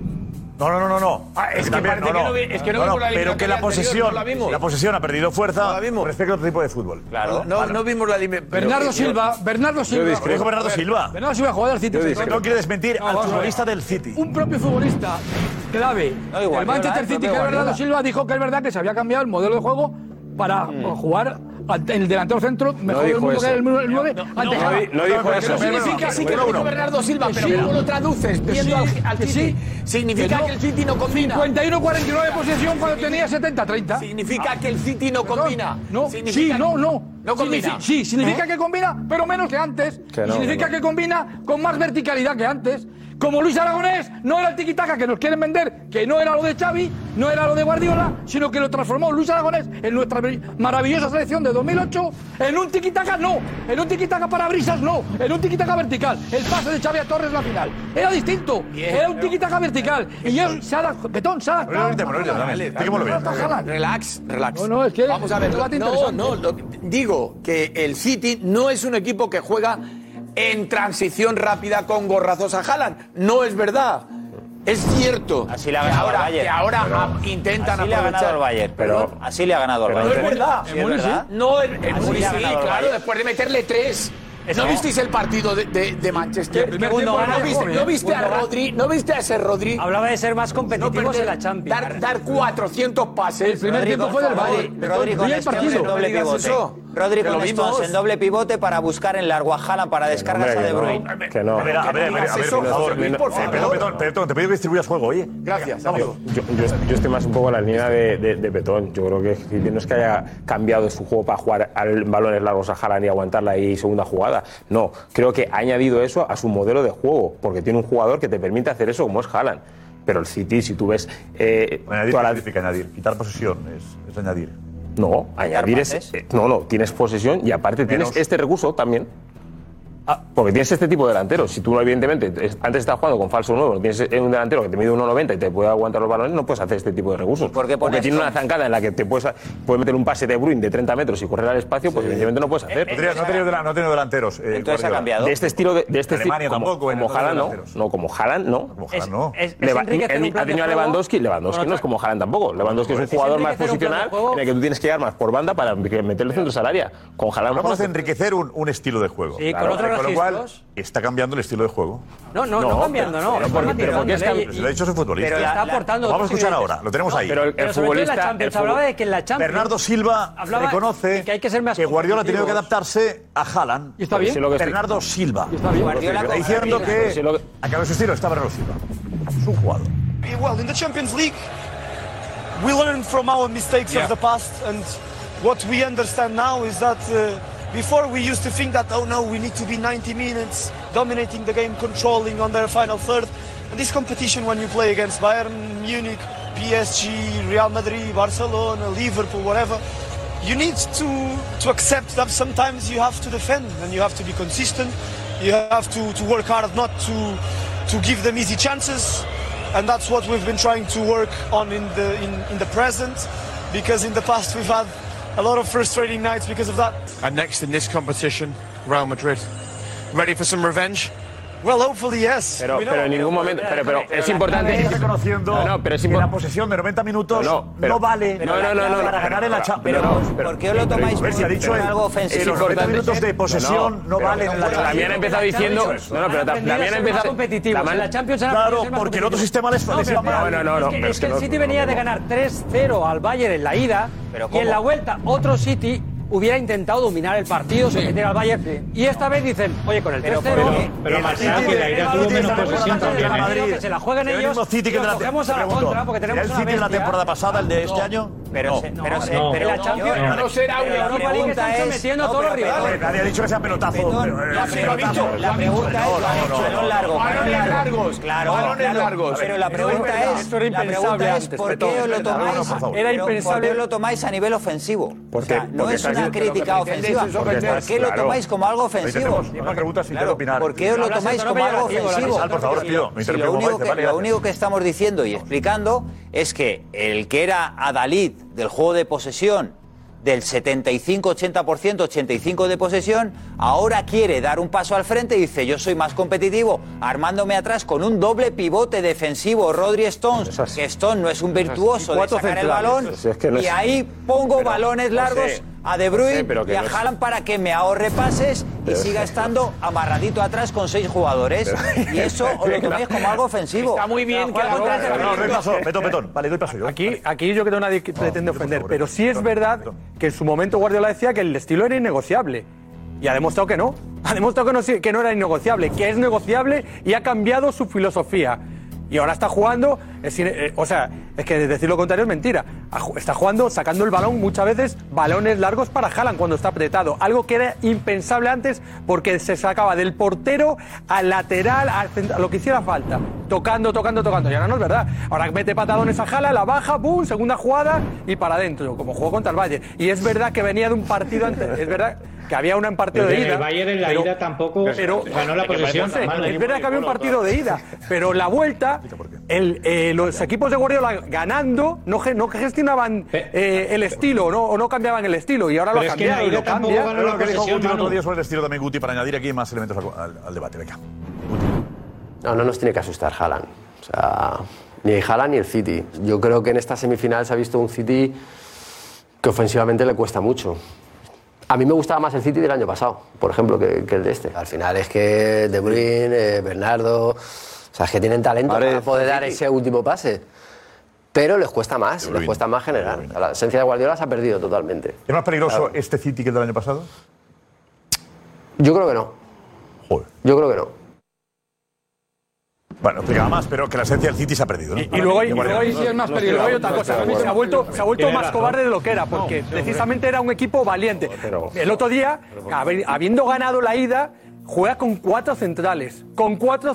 [SPEAKER 6] No, no, no, no, no.
[SPEAKER 13] Ah, es que
[SPEAKER 6] También,
[SPEAKER 13] parece que no vi- es que no vi con la
[SPEAKER 6] Pero que la
[SPEAKER 13] eliminatoria
[SPEAKER 6] posesión,
[SPEAKER 13] anterior, no la vimos.
[SPEAKER 6] posesión ha perdido fuerza respecto a otro tipo de fútbol.
[SPEAKER 13] No, no, no vimos la lime- pero-
[SPEAKER 5] Bernardo
[SPEAKER 13] pero-
[SPEAKER 5] Silva, Bernardo Silva.
[SPEAKER 6] discrepo. Lo dijo
[SPEAKER 5] A
[SPEAKER 6] Bernardo
[SPEAKER 5] ver,
[SPEAKER 6] Silva.
[SPEAKER 5] Bernardo Silva, jugador del City.
[SPEAKER 6] Yo
[SPEAKER 5] central.
[SPEAKER 6] discrepo. No quiere desmentir al
[SPEAKER 5] vamos a ver.
[SPEAKER 6] futbolista del City.
[SPEAKER 5] Un propio futbolista clave.
[SPEAKER 6] No,
[SPEAKER 5] el
[SPEAKER 6] Guardiola,
[SPEAKER 5] Manchester
[SPEAKER 6] el
[SPEAKER 5] City,
[SPEAKER 6] propio
[SPEAKER 5] que es Bernardo
[SPEAKER 6] Guardiola.
[SPEAKER 5] Silva, dijo que es verdad que se había cambiado el modelo de juego para jugar ante el delantero centro mejor del
[SPEAKER 13] dijo
[SPEAKER 5] mundo que
[SPEAKER 13] eso.
[SPEAKER 5] el 9 ante
[SPEAKER 13] Mm. no,
[SPEAKER 5] Java.
[SPEAKER 13] di- no dijo
[SPEAKER 5] Pero
[SPEAKER 13] eso.
[SPEAKER 5] significa-
[SPEAKER 13] sí que lo dijo Bernardo Silva,
[SPEAKER 5] Que
[SPEAKER 13] pero
[SPEAKER 5] sí.
[SPEAKER 13] ¿cómo lo traduces?
[SPEAKER 5] Que
[SPEAKER 13] Viendo
[SPEAKER 5] sí,
[SPEAKER 13] al- al
[SPEAKER 5] que
[SPEAKER 13] City,
[SPEAKER 5] sí.
[SPEAKER 13] significa que el City no combina.
[SPEAKER 5] 51-49 posesión cuando tenía 70-30.
[SPEAKER 13] Significa
[SPEAKER 5] Ah.
[SPEAKER 13] que el City no
[SPEAKER 5] Perdón,
[SPEAKER 13] combina.
[SPEAKER 5] No,
[SPEAKER 13] Significa
[SPEAKER 5] sí, no,
[SPEAKER 13] que-
[SPEAKER 5] no.
[SPEAKER 13] No combina. ¿Eh?
[SPEAKER 5] Signifi- sí, significa que combina, pero menos que antes.
[SPEAKER 13] Que no,
[SPEAKER 5] significa
[SPEAKER 13] que
[SPEAKER 5] que combina con más verticalidad que antes. Como Luis Aragonés no era el tiquitaca que nos quieren vender, que no era lo de Xavi, no era lo de Guardiola, sino que lo transformó Luis Aragonés en nuestra marav- maravillosa selección de 2008 en un tiquitaca no, en un tiquitaca para brisas no, en un tiquitaca vertical. El pase de Xavi a Torres en la final era distinto, era un tiquitaca vertical y ellos se ha Petón, se ha adaptado.
[SPEAKER 13] Relax, relax.
[SPEAKER 5] No, no, es que
[SPEAKER 13] Vamos a ver,
[SPEAKER 5] es un debate
[SPEAKER 13] no,
[SPEAKER 5] interesante.
[SPEAKER 13] no, lo- digo que el City no es un equipo que juega en transición rápida con gorrazos a Haaland. No es verdad. Es cierto. Así
[SPEAKER 11] le ha ganado el
[SPEAKER 13] ahora,
[SPEAKER 11] Bayern.
[SPEAKER 13] que ahora
[SPEAKER 11] Pero-
[SPEAKER 13] a- intentan
[SPEAKER 11] Así le ha ganado
[SPEAKER 13] aprovechar.
[SPEAKER 11] el Bayern. Pero, así le ha ganado el
[SPEAKER 13] No
[SPEAKER 11] Bayern.
[SPEAKER 13] es verdad.
[SPEAKER 11] Sí, es verdad.
[SPEAKER 13] No, el, el
[SPEAKER 11] Así
[SPEAKER 13] Muni
[SPEAKER 11] le ha
[SPEAKER 13] sí,
[SPEAKER 11] ganado el
[SPEAKER 13] claro,
[SPEAKER 11] Bayern.
[SPEAKER 13] después de meterle tres.
[SPEAKER 11] Es
[SPEAKER 13] ¿No
[SPEAKER 11] que-
[SPEAKER 13] visteis el partido de, de- de Manchester?
[SPEAKER 12] primer tiempo
[SPEAKER 13] ¿No
[SPEAKER 12] gana el
[SPEAKER 13] viste,
[SPEAKER 12] joven,
[SPEAKER 13] no viste a
[SPEAKER 12] cuando gana-
[SPEAKER 13] Rodri? ¿No viste a ese Rodri?
[SPEAKER 12] Hablaba de ser más competitivos
[SPEAKER 13] perder-
[SPEAKER 12] en la Champions.
[SPEAKER 13] Dar, dar 400 pases.
[SPEAKER 12] El primer Rodri, tiempo por fue del favor, Bayern.
[SPEAKER 11] Rodri con Stones en este doble pivote. Rodri con Stones en este doble pivote para buscar en largo a Haaland para descargas a
[SPEAKER 6] Hombre,
[SPEAKER 11] De Bruyne.
[SPEAKER 6] que no.
[SPEAKER 14] Que no.
[SPEAKER 6] A ver, a ver, a ver, a ver, por favor.
[SPEAKER 14] Luis, por
[SPEAKER 6] Eh,
[SPEAKER 14] favor.
[SPEAKER 6] Perdón, perdón, perdón, te pido que distribuyas juego, oye.
[SPEAKER 13] Gracias,
[SPEAKER 14] Yo, yo- yo estoy más un poco en la línea de, de, de Petón. Yo creo que City no es que haya cambiado su juego para jugar al balones largos a Haaland y aguantarla y segunda jugada. No, creo que ha añadido eso a su modelo de juego, porque tiene un jugador que te permite hacer eso como es Haaland. Pero el City, si tú ves... Eh, toda la-
[SPEAKER 6] añadir. Quitar posesión es, es añadir.
[SPEAKER 14] No, añadir es... eh, No, no, tienes posesión y aparte
[SPEAKER 6] Menos.
[SPEAKER 14] tienes este recurso también. Porque tienes este tipo de delanteros. Si tú, evidentemente, es- antes estás jugando con falso nuevo, tienes un delantero que te mide 1,90 y te puede aguantar los balones, no puedes hacer este tipo de recursos. Porque,
[SPEAKER 11] pones
[SPEAKER 14] tiene
[SPEAKER 11] con-
[SPEAKER 14] una zancada en la que te puedes, puedes meter un pase de Bruin de 30 metros y correr al espacio, pues evidentemente no puedes hacer.
[SPEAKER 6] Eh, No tenía- no ha
[SPEAKER 14] eh,
[SPEAKER 6] tenido dela- no ha tenido delanteros. eh,
[SPEAKER 14] Entonces ha
[SPEAKER 6] Guardiola.
[SPEAKER 14] cambiado. De este estilo de, de este
[SPEAKER 6] Alemania
[SPEAKER 14] estilo-
[SPEAKER 6] tampoco,
[SPEAKER 14] como,
[SPEAKER 6] en
[SPEAKER 14] como
[SPEAKER 6] otros
[SPEAKER 14] Haaland no,
[SPEAKER 6] delanteros.
[SPEAKER 14] no como Haaland no como
[SPEAKER 6] Haaland no.
[SPEAKER 14] es,
[SPEAKER 6] es enriquecer un plan
[SPEAKER 14] ha
[SPEAKER 6] de
[SPEAKER 14] tenido a
[SPEAKER 6] juego
[SPEAKER 14] Lewandowski
[SPEAKER 6] con
[SPEAKER 14] Lewandowski no
[SPEAKER 6] otra-
[SPEAKER 14] es como Haaland tampoco Lewandowski es un
[SPEAKER 6] Es
[SPEAKER 14] jugador más
[SPEAKER 6] enriquecer un plan de
[SPEAKER 14] posicional
[SPEAKER 6] juego.
[SPEAKER 14] en el que tú tienes que llegar más por banda para que meter los centros al área con Haaland
[SPEAKER 6] Vamos
[SPEAKER 14] no puedes
[SPEAKER 6] a
[SPEAKER 14] hacer-
[SPEAKER 6] enriquecer un, un estilo de juego.
[SPEAKER 14] Sí, con otros
[SPEAKER 6] lo cual,
[SPEAKER 14] registros.
[SPEAKER 6] está cambiando el estilo de juego.
[SPEAKER 12] No, no, no cambiando, no,
[SPEAKER 6] Pero,
[SPEAKER 12] está
[SPEAKER 6] porque, pero porque es cam-
[SPEAKER 12] cambiando, ¿eh?
[SPEAKER 6] pero si lo ha dicho su futbolista.
[SPEAKER 12] Pero la- Está la- aportando
[SPEAKER 6] Lo vamos a
[SPEAKER 12] otros
[SPEAKER 6] escuchar
[SPEAKER 12] niveles.
[SPEAKER 6] ahora, lo tenemos
[SPEAKER 12] No,
[SPEAKER 6] ahí.
[SPEAKER 12] pero el- Pero el sobre todo en la futbolista- Champions, el futbol- hablaba de que en la Champions-
[SPEAKER 6] Bernardo Silva
[SPEAKER 12] Hablaba
[SPEAKER 6] reconoce
[SPEAKER 12] de que hay que ser más
[SPEAKER 6] Guardiola ha tenido que
[SPEAKER 12] competitivos.
[SPEAKER 6] adaptarse a Haaland.
[SPEAKER 12] Y está bien. Sí, lo que estoy-
[SPEAKER 6] Bernardo Silva.
[SPEAKER 12] está bien. Guardiola con-
[SPEAKER 6] diciendo que
[SPEAKER 12] Sí,
[SPEAKER 6] a cambio de su estilo está Bernardo Silva. Es un jugador.
[SPEAKER 18] well in the Champions League. We learn from our mistakes
[SPEAKER 6] Yeah.
[SPEAKER 18] of the past, and what we understand now is that uh, Before we used to think that, oh no, we need to be 90 minutes dominating the game, controlling on their final third. And this competition, when you play against Bayern Munich, PSG, Real Madrid, Barcelona, Liverpool, whatever, you need to, to accept that sometimes you have to defend and you have to be consistent. You have to, to work hard not to, to give them easy chances. And that's what we've been trying to work on in the, in, in the present, because in the past we've had a lot of frustrating nights because of that.
[SPEAKER 19] And next in this competition, Real Madrid. Ready for some revenge?
[SPEAKER 18] Well, hopefully, yes.
[SPEAKER 19] Pero-
[SPEAKER 18] We know-
[SPEAKER 19] pero en ningún
[SPEAKER 14] momento- pero- pero es
[SPEAKER 6] la
[SPEAKER 14] importante-
[SPEAKER 6] Champions está reconociendo
[SPEAKER 14] No, no, pero es
[SPEAKER 6] que
[SPEAKER 14] impor-
[SPEAKER 6] la posesión de 90 minutos
[SPEAKER 14] No,
[SPEAKER 6] no,
[SPEAKER 14] no, pero-
[SPEAKER 6] vale
[SPEAKER 14] No, no, no, no,
[SPEAKER 6] para
[SPEAKER 14] no,
[SPEAKER 6] ganar
[SPEAKER 14] no,
[SPEAKER 6] en la
[SPEAKER 14] no,
[SPEAKER 6] Champions.
[SPEAKER 14] pero- pero-
[SPEAKER 6] Messi ha dicho
[SPEAKER 14] pero-
[SPEAKER 6] en-
[SPEAKER 14] algo ofensivo?
[SPEAKER 6] en los 90 minutos de
[SPEAKER 14] No,
[SPEAKER 6] posesión
[SPEAKER 14] no,
[SPEAKER 6] no,
[SPEAKER 14] pero-
[SPEAKER 6] valen en la
[SPEAKER 14] pero
[SPEAKER 6] Champions.
[SPEAKER 14] también ha empezado diciendo- no, no, pero ta-
[SPEAKER 6] Han aprendido
[SPEAKER 14] también
[SPEAKER 6] a
[SPEAKER 14] ha
[SPEAKER 6] ser
[SPEAKER 14] empezado-
[SPEAKER 6] más competitivos.
[SPEAKER 14] la man-
[SPEAKER 12] han
[SPEAKER 6] Claro,
[SPEAKER 12] aprendido a ser más
[SPEAKER 6] porque el otro
[SPEAKER 12] competitivos.
[SPEAKER 6] sistema les, les va
[SPEAKER 12] pero-
[SPEAKER 6] mal.
[SPEAKER 12] no, no, no, es que, es que el City venía de ganar 3-0 al Bayern en la ida
[SPEAKER 11] Pero
[SPEAKER 12] y en
[SPEAKER 11] ¿cómo?
[SPEAKER 12] la vuelta otro City hubiera intentado dominar el partido, someter al Bayern y esta vez dicen, oye, con el 3-0
[SPEAKER 9] pero Marcelo, que la ida tuvo menos posesión también, ¿eh?
[SPEAKER 12] que se la jueguen
[SPEAKER 6] El
[SPEAKER 12] ellos
[SPEAKER 6] mismo City que
[SPEAKER 12] y
[SPEAKER 6] de
[SPEAKER 12] os
[SPEAKER 6] la
[SPEAKER 12] cogemos a la
[SPEAKER 6] pregunto,
[SPEAKER 12] contra porque tenemos
[SPEAKER 6] ¿El
[SPEAKER 12] una
[SPEAKER 6] City de la
[SPEAKER 12] bestia.
[SPEAKER 6] temporada pasada, el de este año?
[SPEAKER 11] Pero se- pero se- pero la Champions-
[SPEAKER 6] no,
[SPEAKER 11] no será
[SPEAKER 6] Pero
[SPEAKER 11] una
[SPEAKER 6] la
[SPEAKER 11] Europa League que
[SPEAKER 6] pregunta
[SPEAKER 11] están
[SPEAKER 6] es-
[SPEAKER 11] sometiendo a
[SPEAKER 6] no,
[SPEAKER 11] todos los
[SPEAKER 6] pero-
[SPEAKER 11] rivales.
[SPEAKER 6] pero Nadie ha dicho que sea pelotazo. Pero, eh,
[SPEAKER 11] la
[SPEAKER 6] pelotazo,
[SPEAKER 11] pregunta- la
[SPEAKER 6] pelotazo. No,
[SPEAKER 11] pregunta es, lo han
[SPEAKER 6] no,
[SPEAKER 11] hecho,
[SPEAKER 6] no,
[SPEAKER 11] balón
[SPEAKER 6] no.
[SPEAKER 11] largo,
[SPEAKER 6] Balones
[SPEAKER 11] balón largo.
[SPEAKER 6] largos,
[SPEAKER 11] Claro,
[SPEAKER 6] balones
[SPEAKER 11] claro.
[SPEAKER 6] largos.
[SPEAKER 11] Pero la
[SPEAKER 6] Esto
[SPEAKER 11] pregunta
[SPEAKER 6] es-
[SPEAKER 11] es,
[SPEAKER 6] esto era
[SPEAKER 11] la
[SPEAKER 6] impensable
[SPEAKER 11] pregunta es
[SPEAKER 6] antes,
[SPEAKER 11] por
[SPEAKER 6] perdón,
[SPEAKER 11] qué os lo
[SPEAKER 6] perdón,
[SPEAKER 11] tomáis,
[SPEAKER 6] no, por favor.
[SPEAKER 11] pero
[SPEAKER 6] Era
[SPEAKER 11] ¿por qué
[SPEAKER 6] impensable.
[SPEAKER 11] os lo tomáis a nivel ofensivo.
[SPEAKER 6] Porque-
[SPEAKER 11] O sea, no
[SPEAKER 6] porque
[SPEAKER 11] es una
[SPEAKER 6] casi-
[SPEAKER 11] crítica
[SPEAKER 6] lo que pretendéis
[SPEAKER 11] ofensiva.
[SPEAKER 6] es
[SPEAKER 11] ¿Por
[SPEAKER 6] ofender.
[SPEAKER 11] qué lo
[SPEAKER 6] Claro.
[SPEAKER 11] tomáis como algo
[SPEAKER 6] Ahí
[SPEAKER 11] ofensivo?
[SPEAKER 6] tenemos Una pregunta sin
[SPEAKER 11] Claro,
[SPEAKER 6] querer opinar.
[SPEAKER 11] ¿Por qué os lo tomáis como algo ofensivo?
[SPEAKER 6] Sal, por favor, pido. Me
[SPEAKER 11] Si
[SPEAKER 6] interrumpió
[SPEAKER 11] lo
[SPEAKER 6] como
[SPEAKER 11] único,
[SPEAKER 6] dice,
[SPEAKER 11] que,
[SPEAKER 6] vale,
[SPEAKER 11] lo
[SPEAKER 6] gracias.
[SPEAKER 11] único que estamos diciendo y explicando es que el que era Adalid del juego de posesión del 75-80%, 85% de posesión, ahora quiere dar un paso al frente y dice yo soy más competitivo armándome atrás con un doble pivote defensivo, Rodri Stones, que Stones no es un virtuoso de
[SPEAKER 14] Cuatro
[SPEAKER 11] sacar el
[SPEAKER 14] centrales.
[SPEAKER 11] balón,
[SPEAKER 14] Si es que no
[SPEAKER 11] y
[SPEAKER 14] es-
[SPEAKER 11] ahí pongo
[SPEAKER 14] Pero,
[SPEAKER 11] balones
[SPEAKER 14] José,
[SPEAKER 11] largos a De Bruyne
[SPEAKER 14] José, pero que
[SPEAKER 11] y a
[SPEAKER 14] no es-
[SPEAKER 11] Haaland para que me ahorre pases y
[SPEAKER 14] Pero-
[SPEAKER 11] siga estando amarradito atrás con seis jugadores.
[SPEAKER 6] Pero-
[SPEAKER 11] Y eso os lo tomáis como algo ofensivo. Está muy bien que
[SPEAKER 6] No, doy paso, Petón, Petón. Vale, doy paso yo.
[SPEAKER 20] Aquí, aquí yo creo que nadie que pretende ofender,
[SPEAKER 6] eh.
[SPEAKER 20] pero sí es verdad que en su momento Guardiola decía que el estilo era innegociable. Y ha demostrado que no. Ha demostrado que no, sí- que no era innegociable, que es negociable y ha cambiado su filosofía. Y ahora está jugando, es in- eh, o sea, es que decir lo contrario es mentira. Ha ju- Está jugando, sacando el balón muchas veces, balones largos para Haaland cuando está apretado. Algo que era impensable antes porque se sacaba del portero al lateral, al cent- a lo que hiciera falta. Tocando, tocando, tocando. Y ahora no es verdad. Ahora mete patadones a Jala, la baja, boom, segunda jugada y para adentro, como jugó contra el Valle. Y es verdad que venía de un partido antes. Es verdad que había un partido de
[SPEAKER 9] Porque
[SPEAKER 20] ida.
[SPEAKER 9] el Bayern en la
[SPEAKER 20] pero-
[SPEAKER 9] ida tampoco
[SPEAKER 20] pero-
[SPEAKER 9] ganó la posesión.
[SPEAKER 20] José,
[SPEAKER 9] Manu.
[SPEAKER 20] es verdad que había un partido de ida, pero la vuelta, el, eh, los equipos de Guardiola ganando no, ge- no gestionaban eh, el estilo no, o no cambiaban el estilo y ahora lo ha cambiado. y lo cambia.
[SPEAKER 6] Pero lo que dijo Guti el otro día sobre el estilo también, Guti, para añadir aquí más elementos al, al- al debate. Venga.
[SPEAKER 21] No, no nos tiene que asustar Haaland. O sea, ni Haaland ni el City. Yo creo que en esta semifinal se ha visto un City que ofensivamente le cuesta mucho. A mí me gustaba más el City del año pasado, por ejemplo, que, que el de este. Al final es que De Bruyne, eh, Bernardo, o sea, es que tienen talento para poder dar ese último pase. Pero les cuesta más, les cuesta más generar. La esencia de Guardiola se ha perdido totalmente.
[SPEAKER 6] ¿Es más peligroso
[SPEAKER 21] Claro.
[SPEAKER 6] este City que el del año pasado?
[SPEAKER 21] Yo creo que no. Yo creo que no.
[SPEAKER 6] Bueno, explicaba más, pero que la esencia del City se ha perdido. ¿no?
[SPEAKER 20] Y luego, y
[SPEAKER 6] Guardiola.
[SPEAKER 20] luego ahí sí es más peligroso. Hay otra cosa. Se ha vuelto, se ha vuelto
[SPEAKER 6] Tiene
[SPEAKER 20] más
[SPEAKER 6] razón.
[SPEAKER 20] cobarde de lo que era, porque precisamente era un equipo valiente. El otro día, habi- habiendo ganado la ida, juega con cuatro centrales. Con cuatro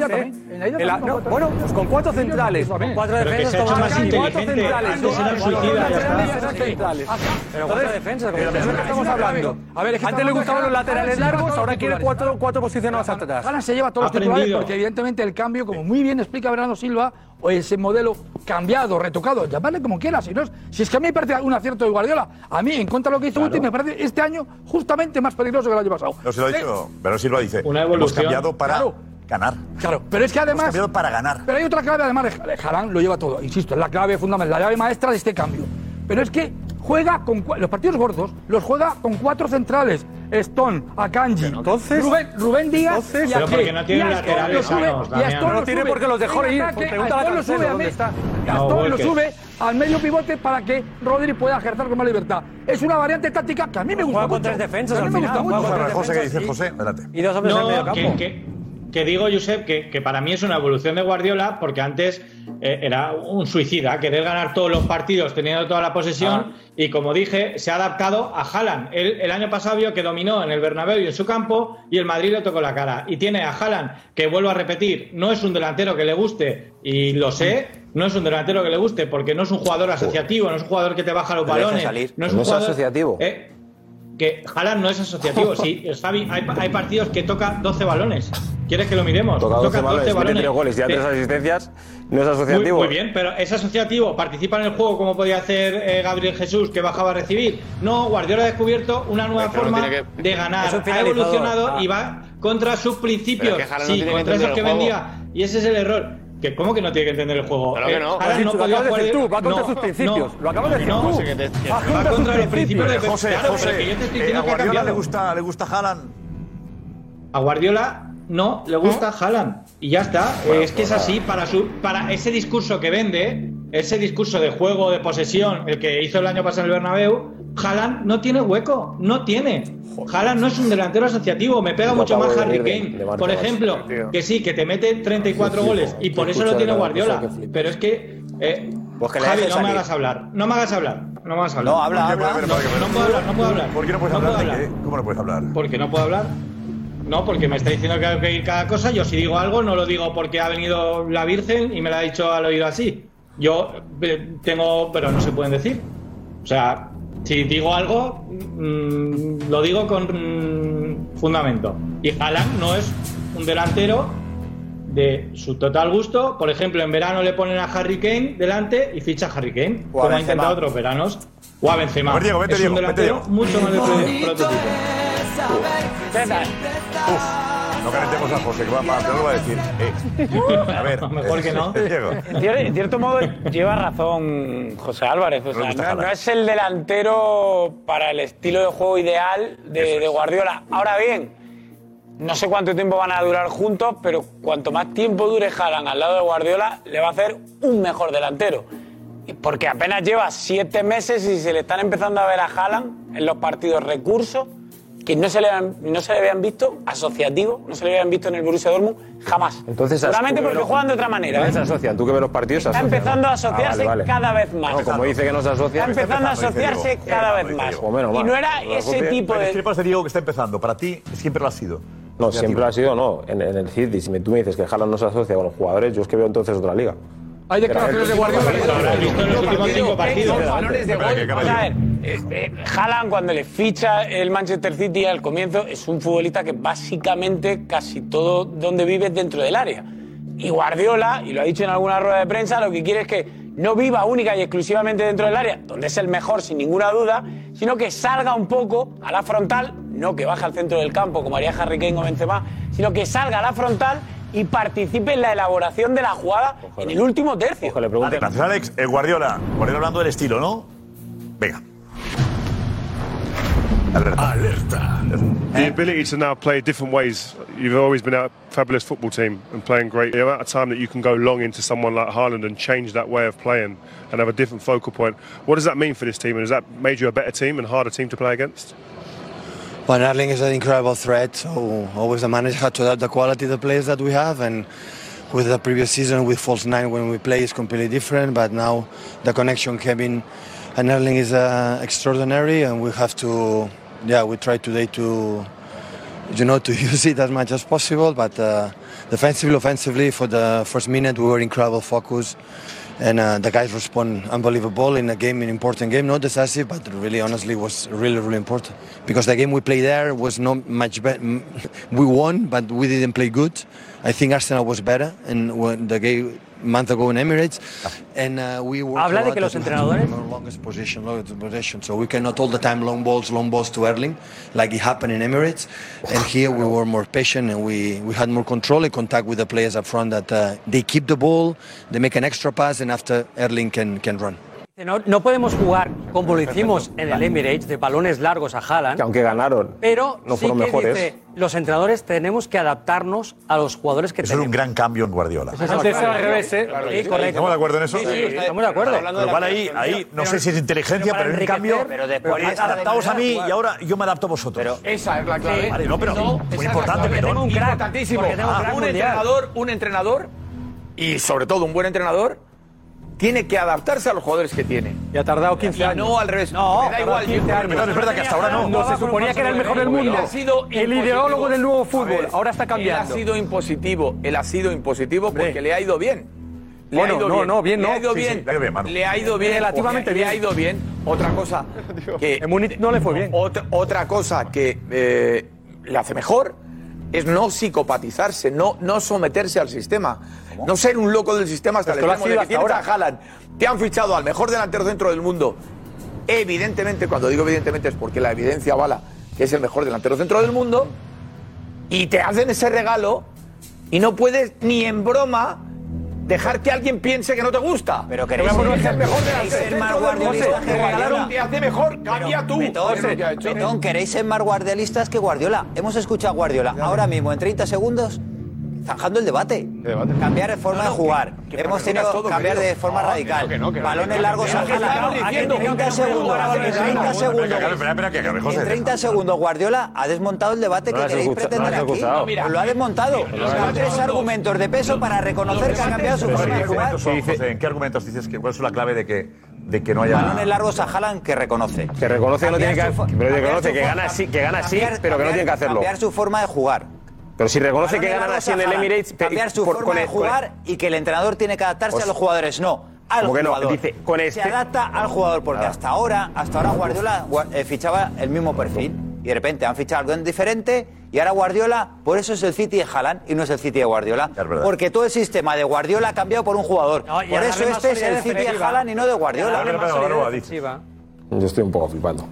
[SPEAKER 5] En la ida
[SPEAKER 20] ¿eh?
[SPEAKER 5] también, en la ida
[SPEAKER 20] En la-
[SPEAKER 5] también
[SPEAKER 20] no, Bueno, pues con cuatro centrales. Con cuatro
[SPEAKER 5] Pero que
[SPEAKER 20] defensas,
[SPEAKER 5] se ha hecho
[SPEAKER 20] como
[SPEAKER 5] más
[SPEAKER 20] Marcano,
[SPEAKER 5] inteligente. Antes
[SPEAKER 20] Cuatro
[SPEAKER 5] eran suicidas, ya está.
[SPEAKER 20] centrales. centrales.
[SPEAKER 12] Pero
[SPEAKER 20] Entonces,
[SPEAKER 12] cuatro defensas,
[SPEAKER 20] pero de eso que estamos hablando.
[SPEAKER 5] A ver, es que
[SPEAKER 20] Antes le
[SPEAKER 5] estamos
[SPEAKER 20] gustaban
[SPEAKER 5] hablando
[SPEAKER 20] los
[SPEAKER 5] de Haaland,
[SPEAKER 20] laterales
[SPEAKER 5] Haaland se lleva
[SPEAKER 20] largos,
[SPEAKER 5] todos
[SPEAKER 20] ahora
[SPEAKER 5] los
[SPEAKER 20] quiere
[SPEAKER 5] titulares.
[SPEAKER 20] cuatro, cuatro posicionados atrás.
[SPEAKER 5] Haaland se lleva todos los
[SPEAKER 20] Aprendido.
[SPEAKER 5] titulares porque evidentemente el cambio, como muy bien explica Bernardo Silva, o ese modelo cambiado, retocado, llamadle como quieras, si, no es- si es que a mí me parece un acierto de Guardiola, a mí en contra de lo que hizo Guti, me parece este año justamente más peligroso que el año pasado.
[SPEAKER 6] No se lo ha
[SPEAKER 5] Sí.
[SPEAKER 6] dicho. Pero Silva dice:
[SPEAKER 5] Una evolución.
[SPEAKER 6] Hemos cambiado para
[SPEAKER 5] Claro.
[SPEAKER 6] ganar.
[SPEAKER 5] Claro, pero es que además.
[SPEAKER 6] Hemos cambiado para ganar.
[SPEAKER 5] Pero hay otra clave, además, de Jarán lo lleva todo, insisto, es la clave fundamental, la llave maestra de este cambio. Pero es que juega con. cua- Los partidos gordos los juega con cuatro centrales: Stone, Akanji, entonces, Rubén, Rubén Díaz.
[SPEAKER 20] entonces-
[SPEAKER 5] y
[SPEAKER 20] Pero
[SPEAKER 5] Ake.
[SPEAKER 20] porque no tiene
[SPEAKER 5] Y a Stone
[SPEAKER 20] laterales
[SPEAKER 5] lo sube,
[SPEAKER 20] sanos,
[SPEAKER 5] y a
[SPEAKER 20] Damián.
[SPEAKER 5] Stone
[SPEAKER 20] No
[SPEAKER 5] lo
[SPEAKER 20] tiene
[SPEAKER 5] sube
[SPEAKER 20] por qué los dejó
[SPEAKER 5] en
[SPEAKER 20] ir,
[SPEAKER 5] ataque,
[SPEAKER 20] pregúntale a
[SPEAKER 5] a Stone lo
[SPEAKER 20] Cancelo
[SPEAKER 5] sube a
[SPEAKER 20] dónde
[SPEAKER 5] me-
[SPEAKER 20] está.
[SPEAKER 5] y a
[SPEAKER 20] No,
[SPEAKER 5] Stone lo
[SPEAKER 20] Walker.
[SPEAKER 5] sube al medio pivote para que Rodri pueda ejercer con más libertad. Es una variante táctica que a mí me gusta.
[SPEAKER 12] con
[SPEAKER 5] mucho,
[SPEAKER 12] tres
[SPEAKER 5] que
[SPEAKER 12] defensas
[SPEAKER 5] a mí
[SPEAKER 12] al
[SPEAKER 5] me gusta
[SPEAKER 12] final, juega
[SPEAKER 5] mucho.
[SPEAKER 12] con tres
[SPEAKER 6] José, ¿qué
[SPEAKER 12] defensas
[SPEAKER 6] dices, José? Adelante.
[SPEAKER 12] Y dos hombres
[SPEAKER 9] No,
[SPEAKER 12] en medio campo.
[SPEAKER 9] que- que- que digo, Josep, que, que para mí es una evolución de Guardiola, porque antes eh, era un suicida, querer ganar todos los partidos teniendo toda la
[SPEAKER 12] Ah.
[SPEAKER 9] posesión, y como dije, se ha adaptado a Haaland. El, el año pasado vio que dominó en el Bernabéu y en su campo, y el Madrid le tocó la cara. Y tiene a Haaland, que vuelvo a repetir, no es un delantero que le guste, y lo sé, no es un delantero que le guste, porque no es un jugador asociativo, no es un jugador que te baja los
[SPEAKER 10] Te deja
[SPEAKER 9] balones,
[SPEAKER 10] salir.
[SPEAKER 9] no es
[SPEAKER 10] No
[SPEAKER 9] un
[SPEAKER 10] es
[SPEAKER 9] jugador-
[SPEAKER 10] asociativo.
[SPEAKER 9] Eh, que Haaland no es asociativo. Sí, Xavi, hay, hay partidos que toca 12 balones. ¿Quieres que lo miremos?
[SPEAKER 14] Toca 12 balones, mete tres goles y da
[SPEAKER 9] Te-
[SPEAKER 14] tres asistencias. No es
[SPEAKER 9] muy,
[SPEAKER 14] asociativo.
[SPEAKER 9] muy bien, pero es asociativo, participa en el juego como podía hacer eh, Gabriel Jesús, que bajaba a recibir. No, Guardiola ha descubierto una nueva
[SPEAKER 10] no
[SPEAKER 9] forma
[SPEAKER 10] tiene que-
[SPEAKER 9] de
[SPEAKER 10] Es un
[SPEAKER 9] ganar. Ha
[SPEAKER 10] finalizador.
[SPEAKER 9] evolucionado
[SPEAKER 10] Ah.
[SPEAKER 9] y va contra sus principios.
[SPEAKER 10] Pero es que Haaland
[SPEAKER 9] sí,
[SPEAKER 10] no tiene que
[SPEAKER 9] contra esos
[SPEAKER 10] entender
[SPEAKER 9] que
[SPEAKER 10] el juego.
[SPEAKER 9] vendía. Y ese es el error. Que, ¿Cómo que no tiene que entender el juego?
[SPEAKER 10] Claro que
[SPEAKER 9] Eh,
[SPEAKER 10] no.
[SPEAKER 9] Haaland
[SPEAKER 10] Lo has dicho, lo acabas de
[SPEAKER 9] podía
[SPEAKER 10] decir
[SPEAKER 9] jugar
[SPEAKER 10] tú, va contra sus principios. Lo acabas de decir
[SPEAKER 9] no,
[SPEAKER 10] tú.
[SPEAKER 9] que te- que
[SPEAKER 10] Va
[SPEAKER 9] Va
[SPEAKER 10] contra
[SPEAKER 9] contra,
[SPEAKER 10] sus
[SPEAKER 9] los principios de
[SPEAKER 6] José,
[SPEAKER 9] Claro, pero
[SPEAKER 6] José,
[SPEAKER 9] que yo te estoy
[SPEAKER 6] eh,
[SPEAKER 9] diciendo
[SPEAKER 6] a
[SPEAKER 9] que ha
[SPEAKER 6] Guardiola le
[SPEAKER 9] cambiado.
[SPEAKER 6] gusta, le gusta Haaland.
[SPEAKER 9] A Guardiola no le gusta Haaland. Y ya está.
[SPEAKER 6] Bueno,
[SPEAKER 9] es que es
[SPEAKER 6] pues
[SPEAKER 9] así. Para, su, para ese discurso que vende, ese discurso de juego, de posesión, el que hizo el año pasado en el Bernabéu, Haaland no tiene hueco. No tiene. Haaland no es un delantero asociativo. Me pega
[SPEAKER 14] Me
[SPEAKER 9] mucho
[SPEAKER 14] acabo
[SPEAKER 9] más
[SPEAKER 14] de
[SPEAKER 9] Harry
[SPEAKER 14] venir de-
[SPEAKER 9] Kane.
[SPEAKER 14] de Barça,
[SPEAKER 9] por
[SPEAKER 14] macho,
[SPEAKER 9] ejemplo,
[SPEAKER 14] tío.
[SPEAKER 9] que sí, que te mete 34
[SPEAKER 14] Yo flipo,
[SPEAKER 9] goles. Y
[SPEAKER 14] te
[SPEAKER 9] por eso lo
[SPEAKER 14] escucho
[SPEAKER 9] tiene
[SPEAKER 14] de cada cosa
[SPEAKER 9] Guardiola.
[SPEAKER 14] que flipo.
[SPEAKER 9] Pero es que. eh,
[SPEAKER 14] Pues que le
[SPEAKER 9] Javi,
[SPEAKER 14] dejes
[SPEAKER 9] no me
[SPEAKER 14] salir.
[SPEAKER 9] hagas hablar. No me hagas hablar. No me hagas hablar.
[SPEAKER 6] No, habla, habla.
[SPEAKER 9] No, no puedo hablar, no puedo hablar.
[SPEAKER 6] ¿Por qué no puedes
[SPEAKER 9] No
[SPEAKER 6] hablar?
[SPEAKER 9] puedo
[SPEAKER 6] de qué? ¿Cómo no puedes hablar?
[SPEAKER 9] ¿Por qué no puedo hablar? No, porque me está diciendo que hay que ir cada cosa. Yo si digo algo, no lo digo porque ha venido la Virgen y me lo ha dicho al oído así. Yo eh, tengo, pero no se pueden decir. O sea, si digo algo, mm, lo digo con mm, fundamento. Y Haaland no es un delantero de su total gusto. Por ejemplo, en verano le ponen a Harry Kane delante y ficha a Harry Kane,
[SPEAKER 6] O a
[SPEAKER 9] como ha
[SPEAKER 6] Benzema.
[SPEAKER 9] intentado otros veranos. O a Benzema.
[SPEAKER 6] A ver, Diego, vete,
[SPEAKER 9] es
[SPEAKER 6] Diego,
[SPEAKER 9] un
[SPEAKER 6] vete,
[SPEAKER 9] delantero
[SPEAKER 6] Diego.
[SPEAKER 9] mucho más de pro- prototipo.
[SPEAKER 6] No calentemos a José, que va va- pero lo va a decir. Eh, a ver.
[SPEAKER 3] Mejor que no.
[SPEAKER 6] Diego.
[SPEAKER 3] Cier- En cierto modo lleva razón José Álvarez. O
[SPEAKER 6] No le
[SPEAKER 3] sea,
[SPEAKER 6] gusta
[SPEAKER 3] no,
[SPEAKER 6] Haaland.
[SPEAKER 3] no es el delantero para el estilo de juego ideal de, de Guardiola. Ahora bien, no sé cuánto tiempo van a durar juntos, pero cuanto más tiempo dure Haaland al lado de Guardiola, le va a hacer un mejor delantero. Y Porque apenas lleva siete meses y se le están empezando a ver a Haaland en los partidos recursos que no se le, han- no se le habían visto asociativo, no se le habían visto en el Borussia Dortmund jamás.
[SPEAKER 14] Entonces,
[SPEAKER 3] Seguramente
[SPEAKER 14] tú que
[SPEAKER 3] porque
[SPEAKER 14] ves los-
[SPEAKER 3] juegan de otra manera.
[SPEAKER 14] Entonces
[SPEAKER 3] ¿eh?
[SPEAKER 14] se asocian. Tú que ves los partidos, se
[SPEAKER 3] Está
[SPEAKER 14] asocian,
[SPEAKER 3] empezando
[SPEAKER 14] ¿no?
[SPEAKER 3] a asociarse
[SPEAKER 14] Ah, vale, vale.
[SPEAKER 3] cada vez más.
[SPEAKER 14] No, como dice que no se asocia.
[SPEAKER 3] Está empezando a asociarse cada vez más.
[SPEAKER 14] O menos
[SPEAKER 3] Y
[SPEAKER 14] mal.
[SPEAKER 3] no
[SPEAKER 9] Ah,
[SPEAKER 3] era
[SPEAKER 14] Lo
[SPEAKER 3] ese
[SPEAKER 14] asocia-
[SPEAKER 3] tipo
[SPEAKER 6] El
[SPEAKER 3] de.
[SPEAKER 6] estripas de Diego que está empezando, para ti siempre lo ha sido.
[SPEAKER 14] No, siempre ha sido, no. En, en el City, si me- tú me dices que Haaland no se asocia con los jugadores, yo es que veo entonces otra liga.
[SPEAKER 5] Hay declaraciones de Guardiola.
[SPEAKER 3] Vamos a ver, este, Haaland cuando le ficha el Manchester City al comienzo es un futbolista que básicamente casi todo donde vive es dentro del área. Y Guardiola, y lo ha dicho en alguna rueda de prensa, lo que quiere es que no viva única y exclusivamente dentro del área, donde es el mejor sin ninguna duda, sino que salga un poco a la frontal, no que baje al centro del campo como haría Harry Kane o Benzema, sino que salga a la frontal y participe en la elaboración de la jugada en el último tercio.
[SPEAKER 6] La declaración, Alex, eh, Guardiola. Guardiola hablando del estilo, ¿no? Venga.
[SPEAKER 22] The ability to now play different ways. You've always been a fabulous football team and playing great. The amount of time that you can go long into someone like Haaland and change that way of playing and have a different focal point. What does that mean for this team? And has that made you a better team and harder team to play against?
[SPEAKER 23] Van Erling is an incredible threat, so always the manager had to adapt the quality of the players that we have. And with the previous season, with false nine, when we play, is completely different. But now the connection Kevin and Erling is uh, extraordinary, and we have to, yeah, we try today to, you know, to use it as much as possible. But uh, defensively, offensively, for the first minute, we were incredible focus. And uh, the guys respond unbelievable in a game, an important game, not decisive, but really, honestly, was really, really important because the game we played there was not much better. We won, but we didn't play good. I think Arsenal was better, and when the game month ago in Emirates, and uh, we were.
[SPEAKER 24] Ah. Habla de que los entrenadores-
[SPEAKER 23] longest position, longest position. So we cannot all the time long balls, long balls to Erling, like it happened in Emirates. And here we were more patient and we, we had more control and contact with the players up front. That uh, they keep the ball, they make an extra pass, and after Erling can can run.
[SPEAKER 12] No, no podemos jugar como lo hicimos en el Emirates de balones largos a
[SPEAKER 14] Que
[SPEAKER 12] Haaland,
[SPEAKER 14] aunque ganaron,
[SPEAKER 12] pero
[SPEAKER 14] no
[SPEAKER 12] sí que
[SPEAKER 14] fueron mejores.
[SPEAKER 12] dice, los entrenadores tenemos que adaptarnos a los jugadores que
[SPEAKER 6] Eso es
[SPEAKER 12] tenemos.
[SPEAKER 6] un gran cambio en Guardiola.
[SPEAKER 12] Eso es Antes al claro. revés, ¿eh?
[SPEAKER 6] Claro,
[SPEAKER 12] Sí,
[SPEAKER 6] sí, sí.
[SPEAKER 12] correcto.
[SPEAKER 6] ¿Estamos de acuerdo en eso?
[SPEAKER 12] Sí, sí, estamos de acuerdo.
[SPEAKER 6] Pero vale, ahí, ahí, no sé si es inteligencia, pero, en cambio, adaptaos a mí y ahora yo me adapto a vosotros.
[SPEAKER 13] Esa es la clave.
[SPEAKER 6] Vale, no, pero muy
[SPEAKER 13] Porque
[SPEAKER 6] importante, perdón.
[SPEAKER 13] tengo un crack, porque tengo un, crack un
[SPEAKER 12] mundial.
[SPEAKER 13] Ah, entrenador, un entrenador y sobre todo un buen entrenador tiene que adaptarse a los jugadores que tiene. Y ha tardado 15 años. No, al revés. No, me da igual.
[SPEAKER 20] Perdón,
[SPEAKER 13] Perdón,
[SPEAKER 20] No, se suponía que era el mejor del mundo.
[SPEAKER 13] Él Ha sido
[SPEAKER 20] el
[SPEAKER 13] impositivo.
[SPEAKER 20] ideólogo del nuevo
[SPEAKER 13] A
[SPEAKER 20] fútbol.
[SPEAKER 13] ver,
[SPEAKER 20] Ahora está cambiando.
[SPEAKER 13] Él ha sido impositivo. Él ha sido impositivo porque le ha ido bien. Le
[SPEAKER 20] Bueno,
[SPEAKER 13] ha ido
[SPEAKER 20] no,
[SPEAKER 13] bien.
[SPEAKER 20] no, bien
[SPEAKER 13] Le
[SPEAKER 20] no.
[SPEAKER 13] ha ido
[SPEAKER 20] Sí, sí,
[SPEAKER 13] bien.
[SPEAKER 20] le ha ido bien, Manu.
[SPEAKER 13] Le ha ido bien.
[SPEAKER 20] Relativamente
[SPEAKER 13] porque
[SPEAKER 20] bien.
[SPEAKER 13] Le ha ido bien. Otra cosa. Que en
[SPEAKER 20] Múnich no le fue bien.
[SPEAKER 13] Otra, otra cosa que eh, le hace mejor es no psicopatizarse, no, no someterse al sistema. No ser un loco del sistema hasta
[SPEAKER 20] Esto lo ha
[SPEAKER 13] el extremo de
[SPEAKER 20] sido
[SPEAKER 13] que
[SPEAKER 20] hasta
[SPEAKER 13] tienes a
[SPEAKER 20] ahora.
[SPEAKER 13] Haaland, te han fichado al mejor delantero centro del mundo. Evidentemente, cuando digo evidentemente es porque la evidencia avala que es el mejor delantero centro del mundo. Y te hacen ese regalo y no puedes ni en broma dejar que alguien piense que no te gusta. Pero que
[SPEAKER 11] queréis
[SPEAKER 13] es
[SPEAKER 11] ser-
[SPEAKER 13] el mejor
[SPEAKER 11] queréis ser
[SPEAKER 13] delantero centro
[SPEAKER 11] más
[SPEAKER 13] del mundo.
[SPEAKER 11] guardiolistas que
[SPEAKER 13] Te regalaron,
[SPEAKER 11] Guardiola.
[SPEAKER 13] te hace mejor, cambia tú.
[SPEAKER 11] Betón,
[SPEAKER 13] Es lo que ha hecho.
[SPEAKER 11] Betón, queréis ser más guardialistas que Guardiola. Hemos escuchado a Guardiola ahora mismo, en 30 segundos, zanjando el debate.
[SPEAKER 6] Eh,
[SPEAKER 11] Cambiar de forma de jugar. Hemos tenido que cambiar de forma radical. Balones largos a Haaland.
[SPEAKER 13] Estamos
[SPEAKER 11] Aquí en
[SPEAKER 13] diciendo que
[SPEAKER 11] 30
[SPEAKER 13] no queremos
[SPEAKER 11] segundos,
[SPEAKER 13] jugar a
[SPEAKER 11] en
[SPEAKER 13] balones
[SPEAKER 11] 30
[SPEAKER 13] largos.
[SPEAKER 11] segundos.
[SPEAKER 6] Espera, espera, espera, que acabe, José.
[SPEAKER 11] En 30 segundos, Guardiola ha desmontado el debate
[SPEAKER 6] No
[SPEAKER 11] que
[SPEAKER 6] lo has
[SPEAKER 11] queréis
[SPEAKER 6] escuchado, no
[SPEAKER 11] pretender
[SPEAKER 6] lo has
[SPEAKER 11] aquí.
[SPEAKER 6] escuchado.
[SPEAKER 11] Os Lo ha desmontado.
[SPEAKER 6] No lo has
[SPEAKER 11] Os da tres
[SPEAKER 6] escuchado.
[SPEAKER 11] argumentos de peso para reconocer que ha cambiado su
[SPEAKER 6] Pero
[SPEAKER 11] forma
[SPEAKER 6] ¿en
[SPEAKER 11] de
[SPEAKER 6] qué
[SPEAKER 11] jugar.
[SPEAKER 6] argumentos son, José? ¿En qué argumentos dices que cuál es la clave de que, de que no haya.
[SPEAKER 11] Balones largos a Haaland que reconoce.
[SPEAKER 14] Que reconoce que no tiene que,
[SPEAKER 11] Cambiar su fo-
[SPEAKER 14] que reconoce
[SPEAKER 11] cambiar su
[SPEAKER 14] que gana
[SPEAKER 11] forma-
[SPEAKER 14] sí, que gana sí,
[SPEAKER 11] cambiar-
[SPEAKER 14] pero que no tiene que hacerlo.
[SPEAKER 11] Cambiar su forma de jugar.
[SPEAKER 14] Pero si reconoce que
[SPEAKER 11] Balones
[SPEAKER 14] ganan
[SPEAKER 11] largos
[SPEAKER 14] así
[SPEAKER 11] a
[SPEAKER 14] en el
[SPEAKER 11] Haaland.
[SPEAKER 14] Emirates, pe-
[SPEAKER 11] cambiar su
[SPEAKER 14] por-
[SPEAKER 11] forma
[SPEAKER 14] con
[SPEAKER 11] de
[SPEAKER 14] el- con el-
[SPEAKER 11] jugar y que el entrenador tiene que adaptarse
[SPEAKER 14] Os-
[SPEAKER 11] a los jugadores, no. Al
[SPEAKER 14] ¿Cómo que no?
[SPEAKER 11] jugador.
[SPEAKER 14] Dice, con
[SPEAKER 11] Se
[SPEAKER 14] este- Ah.
[SPEAKER 11] adapta al jugador porque hasta ahora, hasta ahora Guardiola gua- eh, fichaba el mismo perfil y de repente han fichado algo diferente y ahora Guardiola, por eso es el City de Haaland y no es el City de Guardiola, porque todo el sistema de Guardiola ha cambiado por un jugador.
[SPEAKER 12] No, y
[SPEAKER 11] por
[SPEAKER 12] darle
[SPEAKER 11] eso
[SPEAKER 12] más
[SPEAKER 11] este es el
[SPEAKER 12] solidez
[SPEAKER 11] City de
[SPEAKER 12] defensiva.
[SPEAKER 11] Haaland y no de Guardiola.
[SPEAKER 12] Darle más solidez defensiva.
[SPEAKER 14] Yo estoy un poco flipando.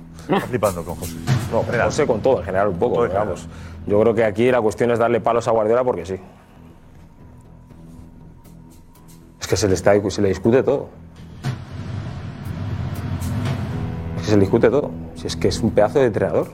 [SPEAKER 6] flipando con José.
[SPEAKER 14] No, José con todo, en general un poco, pero vamos. Yo creo que aquí la cuestión es darle palos a Guardiola porque sí. Es que se le, está, se le discute todo. Es que se le discute todo. Si es que es un pedazo de entrenador.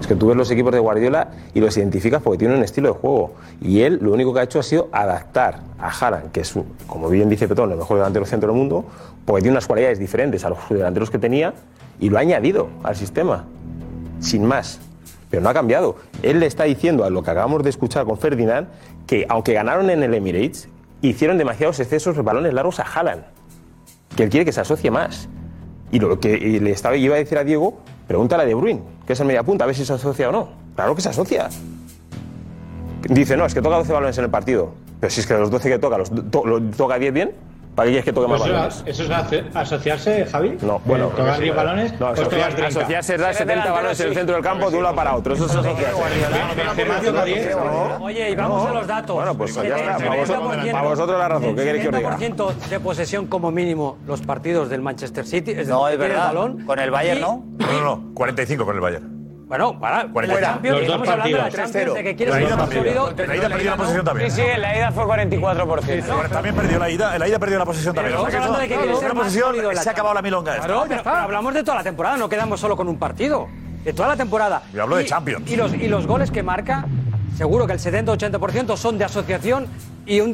[SPEAKER 14] Es que tú ves los equipos de Guardiola y los identificas porque tienen un estilo de juego. Y él lo único que ha hecho ha sido adaptar a Haaland, que es, un- como bien dice Petón, el mejor delantero centro del mundo, porque tiene unas cualidades diferentes a los delanteros que tenía y lo ha añadido al sistema. Sin más. Pero no ha cambiado. Él le está diciendo a lo que acabamos de escuchar con Ferdinand que, aunque ganaron en el Emirates, hicieron demasiados excesos de balones largos a Haaland. Que él quiere que se asocie más. Y lo que y le estaba iba a decir a Diego, pregúntale a De Bruyne, que es el media punta, a ver si se asocia o no. Claro que se asocia. Dice, no, es que toca 12 balones en el partido. Pero si es que de los 12 que toca, los, to- lo- toca 10 bien, ¿para qué quieres que toque más
[SPEAKER 9] Pues eso,
[SPEAKER 14] balones?
[SPEAKER 9] es- eso es ace- asociarse, Javi.
[SPEAKER 14] No, bueno.
[SPEAKER 9] Eh, tocar 10 balones,
[SPEAKER 14] No,
[SPEAKER 9] pues
[SPEAKER 14] asociar-
[SPEAKER 9] tocar 30.
[SPEAKER 14] asociarse es dar 70 balones en el centro del campo de un lado para otro. Eso es asociarse.
[SPEAKER 12] Oye, y vamos a los datos.
[SPEAKER 14] Bueno, pues ya está. Para vosotros, para vosotros la razón. ¿Qué queréis que os diga?
[SPEAKER 12] 70% de posesión como mínimo los partidos del Manchester City. Es decir,
[SPEAKER 11] No, es
[SPEAKER 12] tiene
[SPEAKER 11] verdad.
[SPEAKER 12] el balón.
[SPEAKER 11] Con el Bayern,
[SPEAKER 12] Y-
[SPEAKER 11] ¿no?
[SPEAKER 6] No, no, no, 45 con el Bayern.
[SPEAKER 12] Bueno, para.
[SPEAKER 6] Fuera.
[SPEAKER 12] la Champions,
[SPEAKER 6] Los dos
[SPEAKER 12] estamos hablando de la
[SPEAKER 6] partidos.
[SPEAKER 12] Champions, de que
[SPEAKER 6] 3-0.
[SPEAKER 12] quieres
[SPEAKER 6] La
[SPEAKER 12] un
[SPEAKER 6] ida
[SPEAKER 12] más
[SPEAKER 6] también.
[SPEAKER 12] sólido.
[SPEAKER 6] La ida perdió la posesión también.
[SPEAKER 3] Sí, sí, en la ida fue 44%.
[SPEAKER 6] También perdió la ida, la ida perdió la posesión también.
[SPEAKER 12] Estamos
[SPEAKER 6] O sea que
[SPEAKER 12] hablando de que
[SPEAKER 6] no,
[SPEAKER 12] quieres
[SPEAKER 6] una
[SPEAKER 12] ser más
[SPEAKER 6] posesión,
[SPEAKER 12] sólido en la
[SPEAKER 6] se ha acabado la milonga. esta.
[SPEAKER 12] Claro, pero, pero hablamos de toda la temporada, no quedamos solo con un partido. De toda la temporada.
[SPEAKER 6] Yo hablo de
[SPEAKER 12] Y-
[SPEAKER 6] Champions.
[SPEAKER 12] Y los, y los goles que marca, seguro que el 70-80% son de asociación y un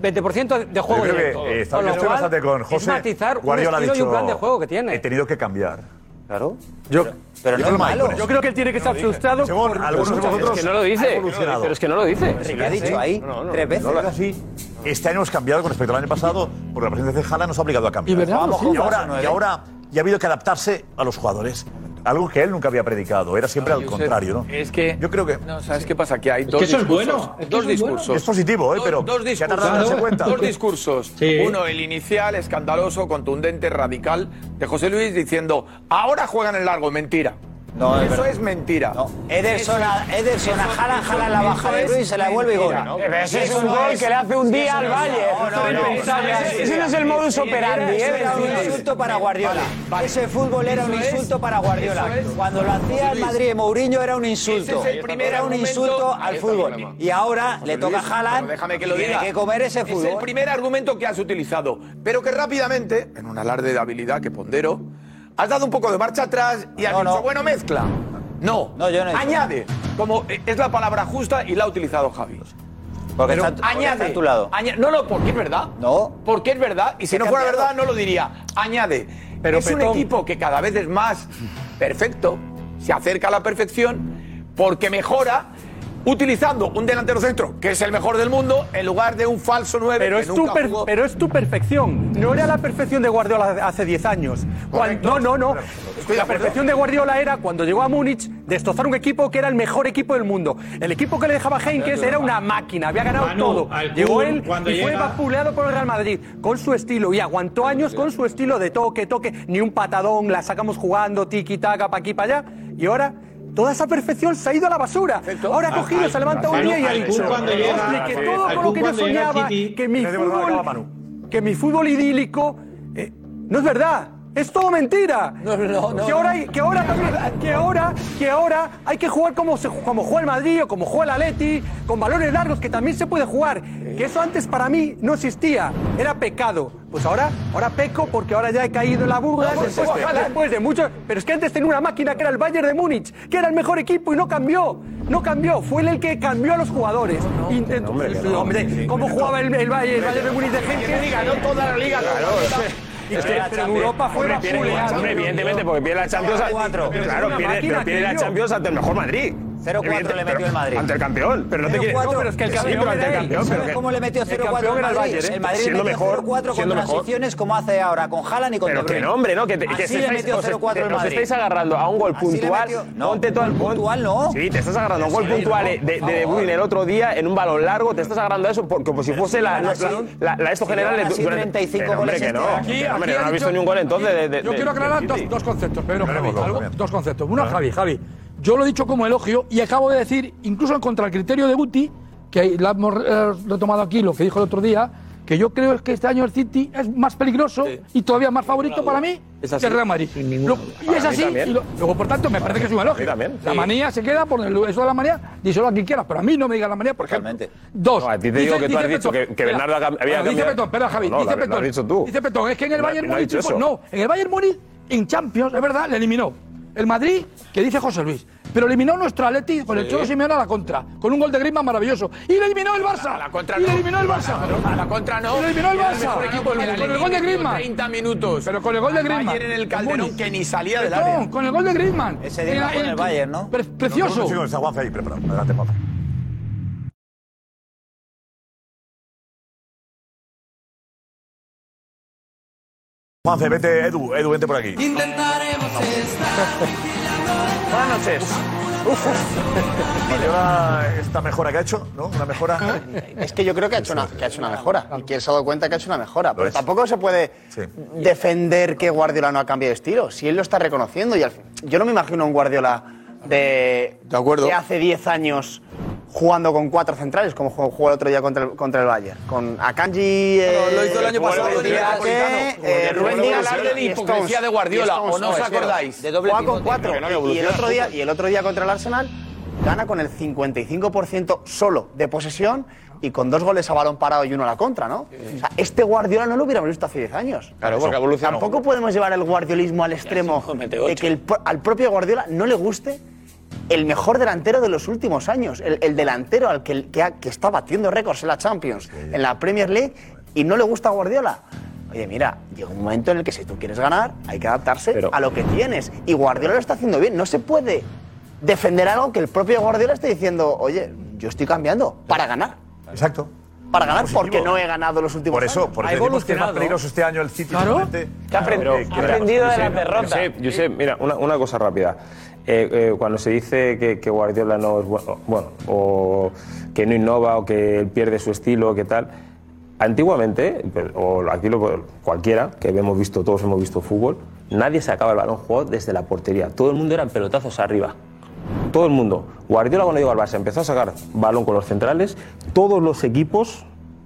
[SPEAKER 12] 10-20% de
[SPEAKER 6] Yo
[SPEAKER 12] juego
[SPEAKER 6] creo
[SPEAKER 12] directo.
[SPEAKER 6] que eh, está-
[SPEAKER 12] Con
[SPEAKER 6] yo
[SPEAKER 12] lo
[SPEAKER 6] estoy
[SPEAKER 12] cual,
[SPEAKER 6] bastante con
[SPEAKER 12] es
[SPEAKER 6] José.
[SPEAKER 12] matizar un
[SPEAKER 6] Guardiola ha
[SPEAKER 12] estilo y un
[SPEAKER 6] dicho,
[SPEAKER 12] plan de juego que tiene.
[SPEAKER 6] He tenido que cambiar. Claro.
[SPEAKER 14] Yo,
[SPEAKER 6] pero no es malo.
[SPEAKER 20] Yo creo que él tiene que estar frustrado.
[SPEAKER 6] Según
[SPEAKER 20] por-
[SPEAKER 6] algunos de
[SPEAKER 20] Escucha,
[SPEAKER 6] vosotros.
[SPEAKER 20] es que no lo dice.
[SPEAKER 6] ha evolucionado.
[SPEAKER 20] Pero es que no lo dice.
[SPEAKER 6] Pero
[SPEAKER 20] Sí,
[SPEAKER 6] si
[SPEAKER 20] lo ha dicho ahí, tres veces.
[SPEAKER 6] No lo hace así. Este año hemos cambiado con respecto al año pasado porque la presencia de Jala nos ha obligado a cambiar.
[SPEAKER 5] Y verdad,
[SPEAKER 6] Vamos,
[SPEAKER 5] sí.
[SPEAKER 6] y ahora, y ahora ya ha habido que adaptarse a los jugadores. Algo que él nunca había predicado, era
[SPEAKER 20] Ah,
[SPEAKER 6] siempre al
[SPEAKER 13] Josep,
[SPEAKER 6] contrario, ¿no?
[SPEAKER 13] Es que.
[SPEAKER 6] Yo creo que.
[SPEAKER 13] No, ¿sabes qué pasa? Que hay
[SPEAKER 6] que
[SPEAKER 13] dos
[SPEAKER 6] eso es
[SPEAKER 13] discursos.
[SPEAKER 6] bueno, es que
[SPEAKER 13] dos
[SPEAKER 6] eso es
[SPEAKER 13] discursos.
[SPEAKER 6] bueno. Es positivo, ¿eh?
[SPEAKER 13] Dos-
[SPEAKER 6] Pero
[SPEAKER 13] Dos
[SPEAKER 6] se ha
[SPEAKER 13] discursos.
[SPEAKER 6] tardado en darse cuenta.
[SPEAKER 13] Dos discursos.
[SPEAKER 6] Sí.
[SPEAKER 13] Uno, el inicial, escandaloso, contundente, radical, de José Luis diciendo: Ahora juegan el largo. Mentira.
[SPEAKER 11] No, es
[SPEAKER 13] Eso
[SPEAKER 11] verdad.
[SPEAKER 13] es mentira.
[SPEAKER 11] Ederson a, Ederson a Haaland, Haaland la baja de Ruiz se la vuelve y gol.
[SPEAKER 3] Mira, pero ese es un gol que le hace un día al Bayern. Ese no es el modus operandi,
[SPEAKER 11] Eso
[SPEAKER 3] ¿eh?
[SPEAKER 11] era un insulto para Guardiola. Ese fútbol era un insulto para Guardiola. Cuando lo hacía el
[SPEAKER 3] Luis,
[SPEAKER 11] Madrid Mourinho era un insulto.
[SPEAKER 3] ese es el primer
[SPEAKER 11] Era un
[SPEAKER 3] argumento-
[SPEAKER 11] insulto al fútbol. Y ahora le toca a Haaland.
[SPEAKER 13] déjame que
[SPEAKER 11] y
[SPEAKER 13] lo
[SPEAKER 11] tiene
[SPEAKER 13] diga.
[SPEAKER 11] que comer ese fútbol.
[SPEAKER 13] Es el primer argumento que has utilizado, pero que rápidamente, en un alarde de habilidad que pondero, has dado un poco de marcha atrás y has dicho, bueno, mezcla. No,
[SPEAKER 11] no, yo no he dicho.
[SPEAKER 13] añade, como eh, es la palabra justa y la ha utilizado Javi.
[SPEAKER 11] Porque
[SPEAKER 13] Pero
[SPEAKER 11] está- porque
[SPEAKER 13] añade,
[SPEAKER 11] está a tu lado.
[SPEAKER 13] aña- no, no, porque es verdad.
[SPEAKER 11] No.
[SPEAKER 13] Porque es verdad. Y si
[SPEAKER 11] He
[SPEAKER 13] no fuera
[SPEAKER 11] cambiado.
[SPEAKER 13] verdad, no lo diría. Añade.
[SPEAKER 20] Pero,
[SPEAKER 13] es un
[SPEAKER 20] Petón.
[SPEAKER 13] equipo que cada vez es más perfecto, se acerca a la perfección, porque mejora utilizando un delantero centro, que es el mejor del mundo, en lugar de un falso 9
[SPEAKER 20] Pero
[SPEAKER 13] que
[SPEAKER 20] es, tu
[SPEAKER 13] nunca
[SPEAKER 20] per-
[SPEAKER 13] jugó.
[SPEAKER 20] pero es tu perfección. No era la perfección de Guardiola hace- hace 10 años. Cuan- no, no, no. la perfección de Guardiola era cuando llegó a Múnich destrozar un equipo que era el mejor equipo del mundo. El equipo que le dejaba Heinkes era una máquina, había ganado
[SPEAKER 9] Manu,
[SPEAKER 20] todo.
[SPEAKER 9] al
[SPEAKER 20] Llegó
[SPEAKER 9] Kun,
[SPEAKER 20] él
[SPEAKER 9] cuando
[SPEAKER 20] y fue
[SPEAKER 9] llega-
[SPEAKER 20] vapuleado por el Real Madrid con su estilo y aguantó años con su estilo de toque, toque, ni un patadón, la sacamos jugando, tiki taka, pa' aquí, pa' allá. Y ahora. Toda esa perfección se ha ido a la basura. Ahora ha
[SPEAKER 9] Al-
[SPEAKER 20] cogido,
[SPEAKER 9] al-
[SPEAKER 20] se ha levantado un
[SPEAKER 9] al-
[SPEAKER 20] día y ha
[SPEAKER 9] al Kun
[SPEAKER 20] dicho:
[SPEAKER 9] cuando llega-
[SPEAKER 20] "Hostia, que
[SPEAKER 9] al-
[SPEAKER 20] todo
[SPEAKER 9] al
[SPEAKER 20] con lo
[SPEAKER 9] Kun
[SPEAKER 20] que yo
[SPEAKER 9] cuando llega al
[SPEAKER 20] soñaba,
[SPEAKER 9] City-
[SPEAKER 20] que mi
[SPEAKER 9] Espérate, porque
[SPEAKER 20] fútbol eh,
[SPEAKER 9] acaba Manu.
[SPEAKER 20] que mi fútbol idílico eh, no es verdad. Es todo mentira.
[SPEAKER 13] no, no.
[SPEAKER 20] que ahora, hay- que ahora, también- que ahora, que ahora hay que jugar como se, como juega el Madrid o como juega el Atleti, con valores largos que también se puede jugar. Que eso antes para mí no existía, era pecado. Pues ahora, ahora peco porque ahora ya he caído en la burla
[SPEAKER 13] No,
[SPEAKER 20] después,
[SPEAKER 13] porque-
[SPEAKER 20] después de mucho. Pero es que antes tenía una máquina que era el Bayern de Múnich, que era el mejor equipo y no cambió, no cambió. Fue él el que cambió a los jugadores. Intentó- Hombre, ¿cómo jugaba el, el Bayern, el Bayern de Múnich de gente?
[SPEAKER 13] ganó toda la liga.
[SPEAKER 20] Y
[SPEAKER 11] este
[SPEAKER 20] que- pero en Europa fue
[SPEAKER 14] Hombre, pierde-
[SPEAKER 20] vapuleado.
[SPEAKER 14] hombre, evidentemente, porque pierde la Champions. ante-
[SPEAKER 20] 4.
[SPEAKER 14] Claro,
[SPEAKER 20] Una
[SPEAKER 14] pierde,
[SPEAKER 20] máquina
[SPEAKER 14] pero pierde
[SPEAKER 20] que
[SPEAKER 14] la
[SPEAKER 20] dio.
[SPEAKER 14] Champions ante el mejor Madrid.
[SPEAKER 11] 0-4
[SPEAKER 14] Evidente-
[SPEAKER 11] le metió
[SPEAKER 14] pero-
[SPEAKER 11] el Madrid.
[SPEAKER 14] Ante el campeón. Pero no te quiere.
[SPEAKER 11] 0-4, pero es que el
[SPEAKER 14] Sí,
[SPEAKER 11] campeón
[SPEAKER 14] pero ante el
[SPEAKER 11] era él.
[SPEAKER 14] campeón.
[SPEAKER 11] ¿Sabes
[SPEAKER 14] pero que-
[SPEAKER 11] cómo le metió
[SPEAKER 14] el
[SPEAKER 11] 0-4
[SPEAKER 14] campeón
[SPEAKER 11] al
[SPEAKER 14] era el
[SPEAKER 11] Madrid?
[SPEAKER 14] Bayern, ¿eh?
[SPEAKER 11] El Madrid
[SPEAKER 14] Siendo
[SPEAKER 11] le metió
[SPEAKER 14] mejor,
[SPEAKER 11] 0-4 con
[SPEAKER 14] siendo mejor.
[SPEAKER 11] transiciones como hace ahora, con Haaland y con
[SPEAKER 14] Pero
[SPEAKER 11] De
[SPEAKER 14] que
[SPEAKER 11] Bruyne.
[SPEAKER 14] no, hombre, no, que, te- que
[SPEAKER 11] Así
[SPEAKER 14] se
[SPEAKER 11] le
[SPEAKER 14] estáis,
[SPEAKER 11] metió
[SPEAKER 14] os,
[SPEAKER 11] 0-4 el
[SPEAKER 14] os
[SPEAKER 11] Madrid.
[SPEAKER 14] estáis agarrando a un gol
[SPEAKER 11] Así le
[SPEAKER 14] puntual.
[SPEAKER 11] metió- no,
[SPEAKER 14] ponte todo el
[SPEAKER 11] puntual no.
[SPEAKER 14] Sí, te estás agarrando a un gol
[SPEAKER 11] Sí,
[SPEAKER 14] puntual
[SPEAKER 11] no,
[SPEAKER 14] eh, de,
[SPEAKER 11] por
[SPEAKER 14] de De
[SPEAKER 11] favor.
[SPEAKER 14] Bruyne el otro día en un balón largo. Te estás agarrando a eso por- como si fuese la,
[SPEAKER 11] llevan
[SPEAKER 14] la,
[SPEAKER 11] así-
[SPEAKER 14] la- la- esto
[SPEAKER 11] si
[SPEAKER 14] general
[SPEAKER 11] llevan
[SPEAKER 14] de-
[SPEAKER 11] así
[SPEAKER 14] durante- que
[SPEAKER 11] 35
[SPEAKER 14] no, hombre,
[SPEAKER 11] goles
[SPEAKER 14] que no.
[SPEAKER 11] este
[SPEAKER 14] que
[SPEAKER 5] Aquí,
[SPEAKER 14] no, hombre,
[SPEAKER 5] aquí
[SPEAKER 14] no
[SPEAKER 5] ha
[SPEAKER 14] has visto
[SPEAKER 5] dicho-
[SPEAKER 14] ni un gol entonces. de- de-
[SPEAKER 5] Yo
[SPEAKER 14] de-
[SPEAKER 5] quiero aclarar
[SPEAKER 14] de-
[SPEAKER 5] dos, dos conceptos, Pedro
[SPEAKER 14] Claro, Ah.
[SPEAKER 5] Javi.
[SPEAKER 14] dos,
[SPEAKER 5] algo-
[SPEAKER 14] también.
[SPEAKER 5] dos conceptos. Uno, Javi, Javi. Yo lo he dicho como elogio y acabo de decir, incluso en contra el criterio de Guti, que ahí lo hemos eh, retomado aquí, lo que dijo el otro día, que yo creo es que este año el City es más peligroso y todavía más favorito para mí
[SPEAKER 14] Es
[SPEAKER 5] que
[SPEAKER 14] así.
[SPEAKER 5] el Real Madrid. Lo- y
[SPEAKER 14] Para
[SPEAKER 5] es
[SPEAKER 14] mí
[SPEAKER 5] así.
[SPEAKER 14] también.
[SPEAKER 5] y lo- luego, por tanto, me parece que es un elogio.
[SPEAKER 14] también.
[SPEAKER 5] La
[SPEAKER 14] Sí.
[SPEAKER 5] manía se queda por el- eso de la manía, díselo a quien quieras, pero a mí no me diga la manía, por ejemplo. Dos.
[SPEAKER 14] No, a ti te digo que tú has dicho
[SPEAKER 5] Petón-
[SPEAKER 14] que- que Bernardo ha cam- había
[SPEAKER 5] Bueno, Dice
[SPEAKER 14] cambiado-
[SPEAKER 5] Petón, espera, Javi.
[SPEAKER 14] No,
[SPEAKER 5] dice
[SPEAKER 14] lo- lo has
[SPEAKER 5] Petón.
[SPEAKER 14] dicho tú.
[SPEAKER 5] Dice Petón, es que en el
[SPEAKER 14] No,
[SPEAKER 5] Bayern
[SPEAKER 14] no ha
[SPEAKER 5] Múnich,
[SPEAKER 14] dicho
[SPEAKER 5] chicos,
[SPEAKER 14] eso.
[SPEAKER 5] no. En el Bayern Múnich, en Champions, es verdad, le eliminó. El Madrid, que dice José Luis. Pero eliminó nuestro Atleti con el Cholo Simeone a la contra. Con un gol de Griezmann maravilloso. Y le eliminó el Barça. A la contra y le eliminó el Barça.
[SPEAKER 13] A la contra no.
[SPEAKER 5] Y le eliminó el
[SPEAKER 13] Era
[SPEAKER 5] Barça.
[SPEAKER 13] mejor equipo del
[SPEAKER 5] Con el
[SPEAKER 13] mundo.
[SPEAKER 5] gol de
[SPEAKER 13] Metió
[SPEAKER 5] Griezmann.
[SPEAKER 13] 30 minutos.
[SPEAKER 5] Pero con el gol de
[SPEAKER 13] Al
[SPEAKER 5] Griezmann.
[SPEAKER 13] Bayern en el Calderón que ni salía del
[SPEAKER 5] Petón,
[SPEAKER 13] área.
[SPEAKER 5] con el gol de Griezmann.
[SPEAKER 11] Ese día
[SPEAKER 5] Era-
[SPEAKER 11] con el Bayern, ¿no?
[SPEAKER 5] pre-
[SPEAKER 6] No,
[SPEAKER 5] precioso.
[SPEAKER 6] no, no, está Juanfe ahí, preparado. Adelante, Juanfe. Juanfe, vete, Edu, Edu, vente por aquí.
[SPEAKER 8] Intentaremos
[SPEAKER 6] Buenas noches. Guardiola, esta mejora que ha hecho, ¿no? Una mejora.
[SPEAKER 15] Es que yo creo que ha hecho una, que ha hecho una mejora. Y que se ha dado cuenta que ha hecho una mejora. Pero
[SPEAKER 6] es.
[SPEAKER 15] tampoco se puede defender que Guardiola no ha cambiado de estilo. Si él lo está reconociendo. Y al fin- yo no me imagino a un Guardiola de, de hace 10 años jugando con cuatro centrales, como jugó, jugó el otro día contra el, contra el Bayern. Con Akanji. eh,
[SPEAKER 13] lo hizo el año
[SPEAKER 15] Rubén
[SPEAKER 13] pasado en el
[SPEAKER 15] Díaz,
[SPEAKER 13] Metropolitano.
[SPEAKER 15] eh,
[SPEAKER 13] Rubén
[SPEAKER 15] Rubén
[SPEAKER 13] Díaz,
[SPEAKER 15] Díaz
[SPEAKER 13] hablar de la
[SPEAKER 15] y
[SPEAKER 13] hipocresía
[SPEAKER 15] Stones.
[SPEAKER 13] de Guardiola,
[SPEAKER 15] Y Stones,
[SPEAKER 13] ¿o no os
[SPEAKER 15] me refiero.
[SPEAKER 13] acordáis? De doble
[SPEAKER 15] Juega con
[SPEAKER 13] pivote. Pero
[SPEAKER 15] cuatro.
[SPEAKER 13] que no
[SPEAKER 15] Y el
[SPEAKER 13] evoluciona.
[SPEAKER 15] otro día y el otro día contra el Arsenal gana con el 55% solo de posesión y con dos goles a balón parado y uno a la contra, ¿no? O sea, este Guardiola no lo hubiéramos visto hace 10 años.
[SPEAKER 10] Claro, porque ha evolucionado.
[SPEAKER 15] Tampoco podemos llevar el guardiolismo al extremo de que el pro- al propio Guardiola no le guste el mejor delantero de los últimos años, el, el delantero al que, que, ha- que está batiendo récords en la Champions, en la Premier League, y no le gusta a Guardiola. Oye, mira, llega un momento en el que si tú quieres ganar, hay que adaptarse a lo que tienes. Y Guardiola lo está haciendo bien. No se puede defender algo que el propio Guardiola esté diciendo, oye, yo estoy cambiando para ganar.
[SPEAKER 6] Exacto.
[SPEAKER 15] Para ganar
[SPEAKER 6] Positivo.
[SPEAKER 15] porque no he ganado los últimos
[SPEAKER 6] Por eso,
[SPEAKER 15] años.
[SPEAKER 6] porque decimos que es más peligroso este año el City.
[SPEAKER 15] Claro.
[SPEAKER 6] Que
[SPEAKER 15] Que ha aprendido-
[SPEAKER 14] Pero,
[SPEAKER 15] ha aprendido de las derrotas.
[SPEAKER 14] Josep, Josep, mira, una, una cosa rápida. Eh, eh, cuando se dice que, que Guardiola no es bueno, bueno, o que no innova o que pierde su estilo, que tal, Antiguamente, o aquí lo- cualquiera, que hemos visto, todos hemos visto fútbol, nadie sacaba el balón jugado desde la portería. Todo el mundo eran pelotazos arriba. Todo el mundo. Guardiola cuando llegó al Barça empezó a sacar balón con los centrales. Todos los equipos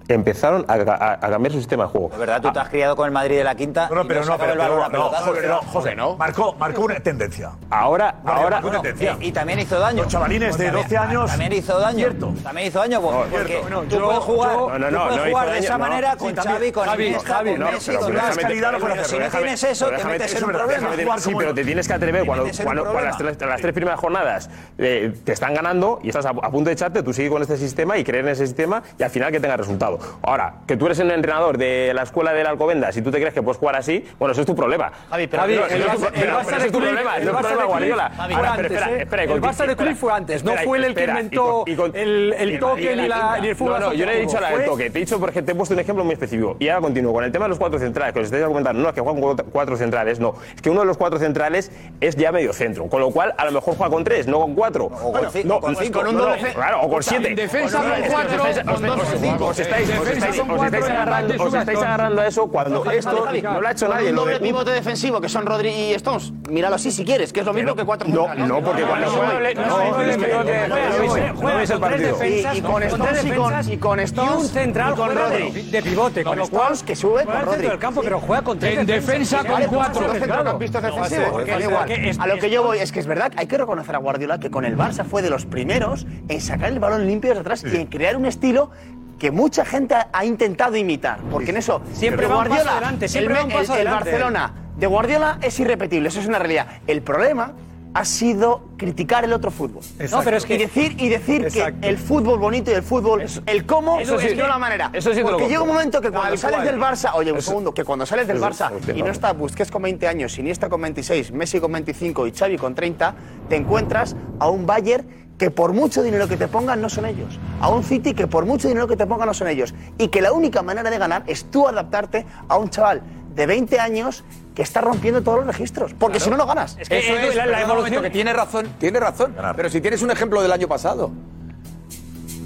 [SPEAKER 14] empezaron a, a- a cambiar su sistema de juego.
[SPEAKER 11] De verdad, tú te has criado con el Madrid de la quinta.
[SPEAKER 14] No, no,
[SPEAKER 11] y
[SPEAKER 14] pero no,
[SPEAKER 11] sacaba
[SPEAKER 14] pero-
[SPEAKER 11] el balón
[SPEAKER 14] pero
[SPEAKER 11] a
[SPEAKER 14] no,
[SPEAKER 11] pelotazos.
[SPEAKER 14] José, no, José, no.
[SPEAKER 6] Marcó, marcó una tendencia.
[SPEAKER 14] Ahora,
[SPEAKER 6] Vale,
[SPEAKER 14] ahora.
[SPEAKER 6] marcó una tendencia.
[SPEAKER 11] Y también hizo daño.
[SPEAKER 6] Los chavalines de
[SPEAKER 11] También-
[SPEAKER 6] 12 años.
[SPEAKER 11] También hizo daño.
[SPEAKER 6] Cierto.
[SPEAKER 11] También hizo daño. Porque,
[SPEAKER 6] No, cierto.
[SPEAKER 11] porque
[SPEAKER 6] No,
[SPEAKER 11] tú
[SPEAKER 6] yo-
[SPEAKER 11] puedes jugar,
[SPEAKER 6] yo-
[SPEAKER 11] tú
[SPEAKER 6] No, no, no, no
[SPEAKER 11] puedes
[SPEAKER 6] hizo
[SPEAKER 11] jugar de
[SPEAKER 6] daño,
[SPEAKER 11] esa
[SPEAKER 6] no.
[SPEAKER 11] manera
[SPEAKER 6] Sí,
[SPEAKER 11] con
[SPEAKER 6] también-
[SPEAKER 11] Xavi, con
[SPEAKER 6] Javi,
[SPEAKER 11] Iniesta,
[SPEAKER 6] Javi,
[SPEAKER 11] con
[SPEAKER 6] no,
[SPEAKER 11] Messi,
[SPEAKER 6] pero
[SPEAKER 11] con
[SPEAKER 6] déjame-
[SPEAKER 11] Blas.
[SPEAKER 6] calidad no puede
[SPEAKER 11] Pero
[SPEAKER 6] hacer,
[SPEAKER 11] si no
[SPEAKER 6] déjame-
[SPEAKER 11] tienes eso,
[SPEAKER 6] pero
[SPEAKER 11] te
[SPEAKER 6] déjame-
[SPEAKER 11] metes
[SPEAKER 6] eso
[SPEAKER 11] en
[SPEAKER 6] es
[SPEAKER 11] un
[SPEAKER 6] verdad,
[SPEAKER 11] problema.
[SPEAKER 6] déjame
[SPEAKER 14] Sí, pero te tienes que atrever. Cuando,
[SPEAKER 11] metes en un
[SPEAKER 14] cuando- cuando las,
[SPEAKER 11] problema.
[SPEAKER 14] tres, las tres primeras jornadas eh, te están ganando y estás a, a punto de echarte, tú sigues con este sistema y creer en ese sistema y al final que tenga resultado. Ahora, que tú eres un entrenador de la escuela del Alcobendas si tú te crees que puedes jugar así, bueno, eso es tu problema.
[SPEAKER 15] Javi,
[SPEAKER 20] pero- Javi,
[SPEAKER 14] No,
[SPEAKER 20] el
[SPEAKER 14] eso es tu-
[SPEAKER 20] Barça-
[SPEAKER 14] pero-
[SPEAKER 20] el Barça
[SPEAKER 14] pero eso
[SPEAKER 20] de
[SPEAKER 14] es tu
[SPEAKER 20] Cruyff-
[SPEAKER 14] problema,
[SPEAKER 20] el
[SPEAKER 14] eso es
[SPEAKER 20] Barça
[SPEAKER 14] tu problema,
[SPEAKER 20] de Cruyff
[SPEAKER 14] Guardiola.
[SPEAKER 20] fue
[SPEAKER 14] Ahora,
[SPEAKER 20] antes,
[SPEAKER 14] pero espera,
[SPEAKER 20] ¿eh?
[SPEAKER 14] espera, y
[SPEAKER 20] El
[SPEAKER 14] con-
[SPEAKER 20] Barça de
[SPEAKER 14] espera,
[SPEAKER 20] Cruyff fue antes, no
[SPEAKER 14] espera,
[SPEAKER 20] fue él el que
[SPEAKER 14] espera, y
[SPEAKER 20] inventó
[SPEAKER 14] con- y con-
[SPEAKER 20] el- el
[SPEAKER 14] y el
[SPEAKER 20] toque
[SPEAKER 14] Madrid
[SPEAKER 20] ni la-
[SPEAKER 14] quinta.
[SPEAKER 20] ni el fútbol
[SPEAKER 14] No, no, yo no he
[SPEAKER 20] asociativo.
[SPEAKER 14] dicho la
[SPEAKER 20] Fue-
[SPEAKER 14] del toque, te he dicho porque te he puesto un ejemplo muy específico. Y ahora continúo con el tema de los cuatro centrales, que os estáis comentando, no, es que juegan cuatro- cuatro centrales, no. Es que uno de los cuatro centrales es ya medio centro, con lo cual a lo mejor juega con tres, no con cuatro. O
[SPEAKER 11] con cinco, o con cinco.
[SPEAKER 14] no, no, Claro, o con siete.
[SPEAKER 11] En defensa
[SPEAKER 14] O no,
[SPEAKER 11] con
[SPEAKER 14] es que
[SPEAKER 11] cuatro,
[SPEAKER 14] os estáis-
[SPEAKER 11] con
[SPEAKER 14] os estáis- os
[SPEAKER 11] dos, con
[SPEAKER 14] estáis-
[SPEAKER 11] cinco.
[SPEAKER 14] Os estáis os
[SPEAKER 11] Defensa
[SPEAKER 14] estáis-
[SPEAKER 11] son
[SPEAKER 14] os estáis
[SPEAKER 11] cuatro,
[SPEAKER 14] agarrando
[SPEAKER 11] es
[SPEAKER 14] os
[SPEAKER 11] una
[SPEAKER 14] estáis
[SPEAKER 11] acción.
[SPEAKER 14] agarrando a eso cuando
[SPEAKER 11] Javi,
[SPEAKER 14] esto
[SPEAKER 11] Javi,
[SPEAKER 14] no lo ha hecho
[SPEAKER 15] Con
[SPEAKER 14] nadie.
[SPEAKER 15] Un
[SPEAKER 14] lo de
[SPEAKER 15] doble
[SPEAKER 14] Cubo.
[SPEAKER 15] pivote defensivo que son Rodri y Stones. Míralo así si quieres, que es lo mismo que cuatro No,
[SPEAKER 14] no, porque cuando juega- no, es que- no veis- no veis el partido.
[SPEAKER 15] Y, y con Stones y con, y con Stones
[SPEAKER 12] un central
[SPEAKER 15] y con
[SPEAKER 12] juega de-
[SPEAKER 15] Rodri.
[SPEAKER 12] de pivote, con
[SPEAKER 15] con
[SPEAKER 12] lo
[SPEAKER 15] Stones que sube
[SPEAKER 12] juega
[SPEAKER 15] con
[SPEAKER 12] al
[SPEAKER 15] Rodri.
[SPEAKER 12] centro del campo, pero juega con tres
[SPEAKER 15] En
[SPEAKER 12] defensas.
[SPEAKER 15] defensa
[SPEAKER 12] Sí,
[SPEAKER 15] con
[SPEAKER 12] vale, pues,
[SPEAKER 15] cuatro.
[SPEAKER 12] cuatro
[SPEAKER 15] centrocampistas
[SPEAKER 12] claro.
[SPEAKER 15] defensivos,
[SPEAKER 12] No,
[SPEAKER 15] que
[SPEAKER 12] es
[SPEAKER 15] da
[SPEAKER 12] verdad
[SPEAKER 15] igual.
[SPEAKER 12] que es-
[SPEAKER 15] A lo que yo voy es que es verdad, hay que reconocer a Guardiola que con el Barça fue de los primeros en sacar el balón limpio desde atrás y en crear un estilo que mucha gente ha- ha intentado imitar, porque en eso
[SPEAKER 12] Siempre
[SPEAKER 15] pero
[SPEAKER 12] va un paso
[SPEAKER 15] Guardiola,
[SPEAKER 12] adelante, siempre
[SPEAKER 15] el,
[SPEAKER 12] va un paso
[SPEAKER 15] el- el
[SPEAKER 12] adelante.
[SPEAKER 15] Barcelona de Guardiola es irrepetible, eso es una realidad. El problema ha sido criticar el otro fútbol.
[SPEAKER 12] No, pero es que-
[SPEAKER 15] y decir y decir que el fútbol bonito y el fútbol el cómo
[SPEAKER 12] eso sí.
[SPEAKER 15] es no la manera.
[SPEAKER 12] Eso sí te lo
[SPEAKER 15] porque
[SPEAKER 12] compro.
[SPEAKER 15] llega un momento que cuando
[SPEAKER 12] Tal
[SPEAKER 15] sales
[SPEAKER 12] cual.
[SPEAKER 15] del Barça, oye, un
[SPEAKER 12] Eso-
[SPEAKER 15] segundo, que cuando sales del
[SPEAKER 12] Eso-
[SPEAKER 15] Barça
[SPEAKER 12] eso te
[SPEAKER 15] y no
[SPEAKER 12] compro.
[SPEAKER 15] está Busquets con 20 años, Iniesta con 26, Messi con 25 y Xavi con 30, te encuentras a un Bayern que por mucho dinero que te pongan no son ellos, a un City que por mucho dinero que te pongan no son ellos y que la única manera de ganar es tú adaptarte a un chaval de 20 años que está rompiendo todos los registros, porque si no no ganas.
[SPEAKER 13] Es que eso es, la, evolución que tiene razón, tiene razón. Pero si tienes un ejemplo del año pasado,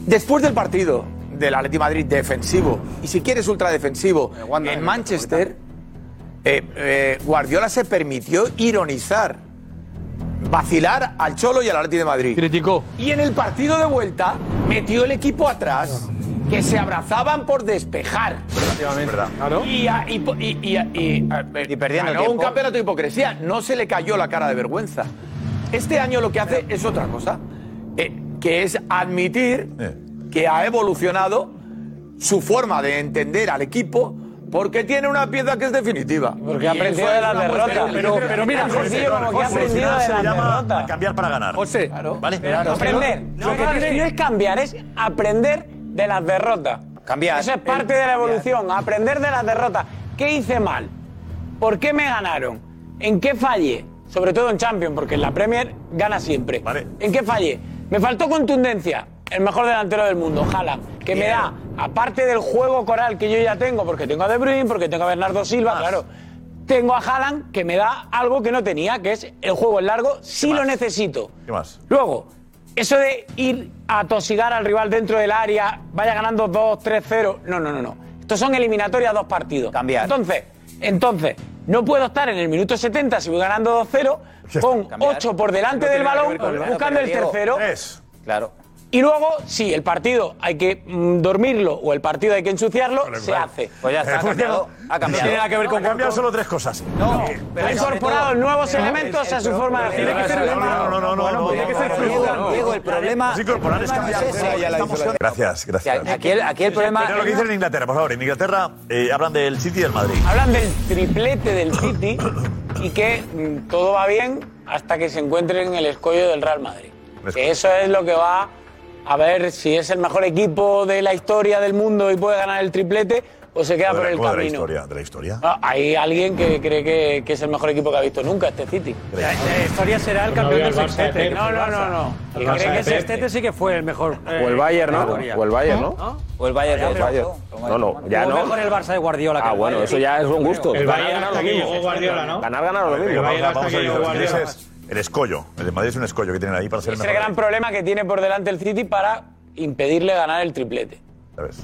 [SPEAKER 13] después del partido del Atleti Madrid defensivo y si quieres ultradefensivo en Manchester, eh, eh, Guardiola se permitió ironizar, vacilar al Cholo y al Atleti de Madrid. Criticó. Y en el partido de vuelta metió el equipo atrás. Que se abrazaban por despejar. Y, a- y po- y- y a- y a-
[SPEAKER 10] perdiendo
[SPEAKER 13] ganó un
[SPEAKER 10] tiempo.
[SPEAKER 13] campeonato de hipocresía. No se le cayó la cara de vergüenza. Este año lo que hace es otra cosa, eh, que es admitir
[SPEAKER 10] Eh.
[SPEAKER 13] que ha evolucionado su forma de entender al equipo porque tiene una pieza que es definitiva.
[SPEAKER 3] Porque ha aprendido de las derrotas.
[SPEAKER 13] Pero, pero mira,
[SPEAKER 3] Tan sencillo
[SPEAKER 13] José,
[SPEAKER 3] como que ha
[SPEAKER 13] José,
[SPEAKER 3] aprendido
[SPEAKER 13] nada
[SPEAKER 3] de
[SPEAKER 13] se
[SPEAKER 3] las
[SPEAKER 13] le llama
[SPEAKER 3] derrotas.
[SPEAKER 13] a cambiar
[SPEAKER 6] para ganar.
[SPEAKER 3] José,
[SPEAKER 13] Vale.
[SPEAKER 3] Pero aprender. Lo que tienes que no es cambiar, es aprender de las derrotas. Cambiar. Eso es parte de la evolución, aprender de las derrotas. ¿Qué hice mal? ¿Por qué me ganaron? ¿En qué fallé? Sobre todo en Champions, porque en la Premier gana siempre. ¿En qué fallé? Me faltó contundencia. El mejor delantero del mundo, Haaland, que me da, aparte del juego coral que yo ya tengo, porque tengo a De Bruyne, porque tengo a Bernardo Silva, claro, tengo a Haaland que me da algo que no tenía, que es el juego en largo, si lo necesito.
[SPEAKER 6] ¿Qué más?
[SPEAKER 3] Luego, eso de ir a tosigar al rival dentro del área, vaya ganando 2, 3, 0. No, no, no, no. Estos son eliminatorias a dos partidos. Cambiar. Entonces, entonces, no puedo estar en el minuto 70 si voy ganando 2-0 con 8 por delante
[SPEAKER 11] No
[SPEAKER 3] del
[SPEAKER 11] tiene nada que
[SPEAKER 3] balón
[SPEAKER 11] ver con el balón.
[SPEAKER 3] buscando el
[SPEAKER 11] Pero, Diego,
[SPEAKER 3] tercero.
[SPEAKER 11] Claro.
[SPEAKER 3] Y luego, sí, el partido hay que mm, dormirlo o el partido hay que ensuciarlo, se hace.
[SPEAKER 11] Pues ya está, ha cambiado. Ha cambiado.
[SPEAKER 6] con cambiar solo tres cosas.
[SPEAKER 3] No,
[SPEAKER 6] pero
[SPEAKER 3] ha
[SPEAKER 6] sobre
[SPEAKER 3] incorporado
[SPEAKER 6] todo-
[SPEAKER 3] nuevos
[SPEAKER 6] no,
[SPEAKER 3] elementos a su forma de hacer.
[SPEAKER 6] No, no, no, no, no.
[SPEAKER 11] Diego, el problema.
[SPEAKER 6] Es incorporar, es cambiar. Gracias, gracias.
[SPEAKER 11] Aquí el- aquí el problema-
[SPEAKER 6] Pero lo que dicen en Inglaterra, por favor. En Inglaterra eh, hablan del City y del Madrid.
[SPEAKER 3] Hablan del triplete del City y que mm, todo va bien hasta que se encuentren en el escollo del Real Madrid. Que eso es lo que va a ver si es el mejor equipo de la historia del mundo y puede ganar el triplete o se queda
[SPEAKER 6] ¿Cómo
[SPEAKER 3] por
[SPEAKER 6] de la-
[SPEAKER 3] el
[SPEAKER 6] cómo de la
[SPEAKER 3] camino.
[SPEAKER 6] historia? ¿De la historia?
[SPEAKER 3] Ah, Hay alguien que cree que, que es el mejor equipo que ha visto nunca este City.
[SPEAKER 12] La, pues, la historia será el campeón del sextete.
[SPEAKER 3] No, no, no, no.
[SPEAKER 12] Que cree que el sextete sí que fue el mejor. eh,
[SPEAKER 14] O el Bayern, ¿no?
[SPEAKER 12] categoría.
[SPEAKER 14] O el Bayern, ¿no?
[SPEAKER 11] O el Bayern,
[SPEAKER 14] el Bayern. No, no, ya
[SPEAKER 12] Jugó
[SPEAKER 14] no.
[SPEAKER 12] mejor el Barça de Guardiola. que
[SPEAKER 14] Ah,
[SPEAKER 12] el
[SPEAKER 14] bueno,
[SPEAKER 12] Bayern.
[SPEAKER 14] eso ya es un gusto.
[SPEAKER 12] El Bayern
[SPEAKER 14] Ganar,
[SPEAKER 12] hasta
[SPEAKER 14] ganar lo
[SPEAKER 12] que
[SPEAKER 14] mismo.
[SPEAKER 12] llegó Guardiola, ¿no?
[SPEAKER 14] Ganar, ganar lo mismo.
[SPEAKER 6] Vamos a-
[SPEAKER 14] Vamos
[SPEAKER 6] vamos a
[SPEAKER 14] a-
[SPEAKER 6] ver, lo que
[SPEAKER 14] vamos a-
[SPEAKER 6] dicen es el escollo. El de Madrid es un escollo que tienen ahí para ser el
[SPEAKER 3] Es
[SPEAKER 6] mejor.
[SPEAKER 3] el gran problema que tiene por delante el City para impedirle ganar el triplete.
[SPEAKER 6] Ya ves.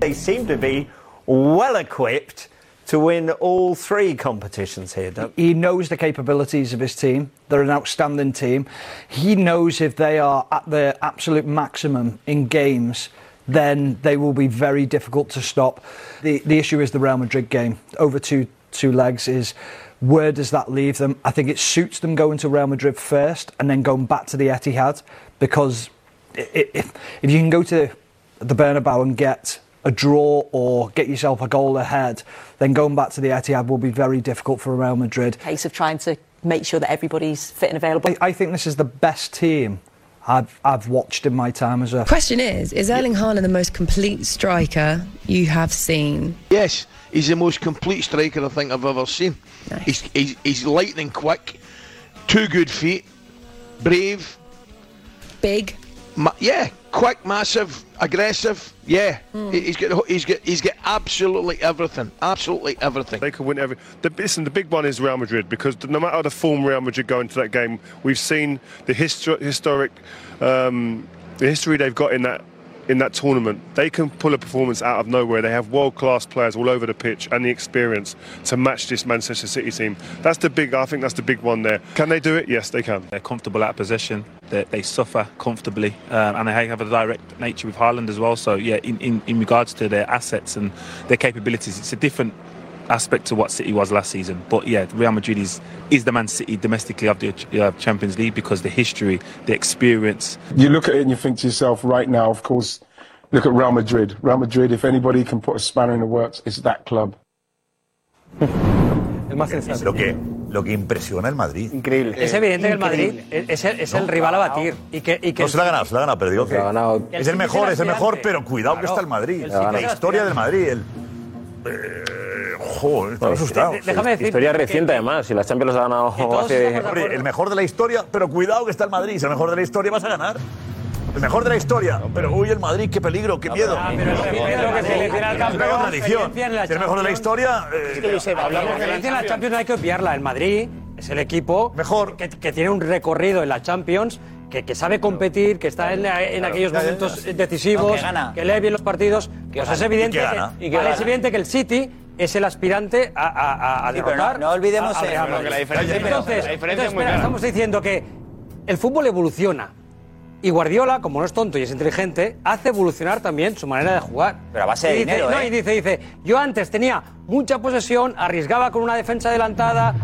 [SPEAKER 2] they seem to be well equipped to win all three competitions here. Don't
[SPEAKER 4] He knows the capabilities of his team. They're an outstanding team. He knows if they are at their absolute maximum in games, then they will be very difficult to stop. The the issue is the Real Madrid game over two two legs is where does that leave them? I think it suits them going to Real Madrid first and then going back to the Etihad because i- i- if, if you can go to the Bernabeu and get a draw or get yourself a goal ahead, then going back to the Etihad will be very difficult for Real Madrid.
[SPEAKER 7] case of trying to make sure that everybody's fit and available.
[SPEAKER 4] I think this is the best team I've, I've watched in my time as a.
[SPEAKER 24] Question is, is Erling Haaland the most complete striker you have seen?
[SPEAKER 25] Yes, he's the most complete striker I think I've ever seen. He's, he's, he's lightning quick, two good feet, brave,
[SPEAKER 24] big.
[SPEAKER 25] Ma- yeah, quick, massive, aggressive. Yeah, He- he's got the wh- he's got he's got absolutely everything, absolutely everything.
[SPEAKER 22] They could win every. The, listen, the big one is Real Madrid because no matter the form Real Madrid go into that game, we've seen the histo- historic, um, the history they've got in that in that tournament. They can pull a performance out of nowhere. They have world class players all over the pitch and the experience to match this Manchester City team. That's the big. I think that's the big one there. Can they do it? Yes, they can.
[SPEAKER 26] They're comfortable out of possession. They, they suffer comfortably, um, and they have a direct nature with Haaland as well. So yeah, in, in, in regards to their assets and their capabilities, it's a different aspect to what City was last season. But yeah, Real Madrid is is the Man City domestically of the uh, Champions League because the history, the experience,
[SPEAKER 27] you look at it and you think to yourself, right now, of course, look at Real Madrid. Real Madrid, if anybody can put a spanner in the works, it's that club.
[SPEAKER 6] Es lo que, lo que impresiona el Madrid. Increíble.
[SPEAKER 12] Es evidente que el Madrid es, es el, es el rival a batir. Y que, y que
[SPEAKER 6] No, se la ha ganado, se la ha ganado, pero digo que.
[SPEAKER 12] el
[SPEAKER 6] Es el
[SPEAKER 12] City es
[SPEAKER 6] mejor,
[SPEAKER 12] el
[SPEAKER 6] es el mejor,
[SPEAKER 12] aspirante.
[SPEAKER 6] pero cuidado que
[SPEAKER 12] Claro.
[SPEAKER 6] está el Madrid.
[SPEAKER 12] El City
[SPEAKER 6] la
[SPEAKER 12] es el
[SPEAKER 6] historia del Madrid. El, Eh, joder, estoy asustado.
[SPEAKER 12] déjame decir
[SPEAKER 6] Historia
[SPEAKER 26] historia reciente además. Y las Champions las ha ganado hace.
[SPEAKER 6] Hombre, el mejor de la historia, pero cuidado que está el Madrid. Si el mejor de la historia vas a ganar. El mejor de la historia, pero uy, el Madrid, qué peligro, qué miedo.
[SPEAKER 12] Ah, peligro que se le tiene al
[SPEAKER 6] Es
[SPEAKER 12] campeón,
[SPEAKER 6] una contradicción.
[SPEAKER 12] felicidad en la
[SPEAKER 6] Si el mejor de la
[SPEAKER 12] Champions.
[SPEAKER 6] historia. eh,
[SPEAKER 12] Es que lo sé, hablamos de la Champions. no hay que obviarla. El Madrid es el equipo mejor que, que tiene un recorrido en la Champions, que, que sabe competir, que está en, en aquellos
[SPEAKER 11] Ya, ya, ya.
[SPEAKER 12] momentos decisivos,
[SPEAKER 11] No, que gana.
[SPEAKER 12] que lee bien los partidos.
[SPEAKER 11] Que
[SPEAKER 12] Pues
[SPEAKER 11] gana.
[SPEAKER 12] es evidente
[SPEAKER 11] Y que
[SPEAKER 12] que,
[SPEAKER 11] gana. Y que
[SPEAKER 12] vale, es
[SPEAKER 11] gana.
[SPEAKER 12] evidente que el City es el aspirante a, a, a- a
[SPEAKER 11] Sí, pero
[SPEAKER 12] derrotar.
[SPEAKER 11] no- no olvidemos
[SPEAKER 12] a- a
[SPEAKER 11] eso,
[SPEAKER 12] Real
[SPEAKER 11] pero que la
[SPEAKER 12] Madrid.
[SPEAKER 11] diferencia-
[SPEAKER 12] Entonces,
[SPEAKER 11] pero la diferencia
[SPEAKER 12] entonces,
[SPEAKER 11] es muy
[SPEAKER 12] espera,
[SPEAKER 11] clara.
[SPEAKER 12] estamos diciendo que el fútbol evoluciona. Y Guardiola, como no es tonto y es inteligente, hace evolucionar también su manera de jugar. Pero a
[SPEAKER 11] base de dinero,
[SPEAKER 12] no,
[SPEAKER 11] ¿eh?
[SPEAKER 12] y dice, dice, yo antes tenía mucha posesión, arriesgaba con una defensa adelantada,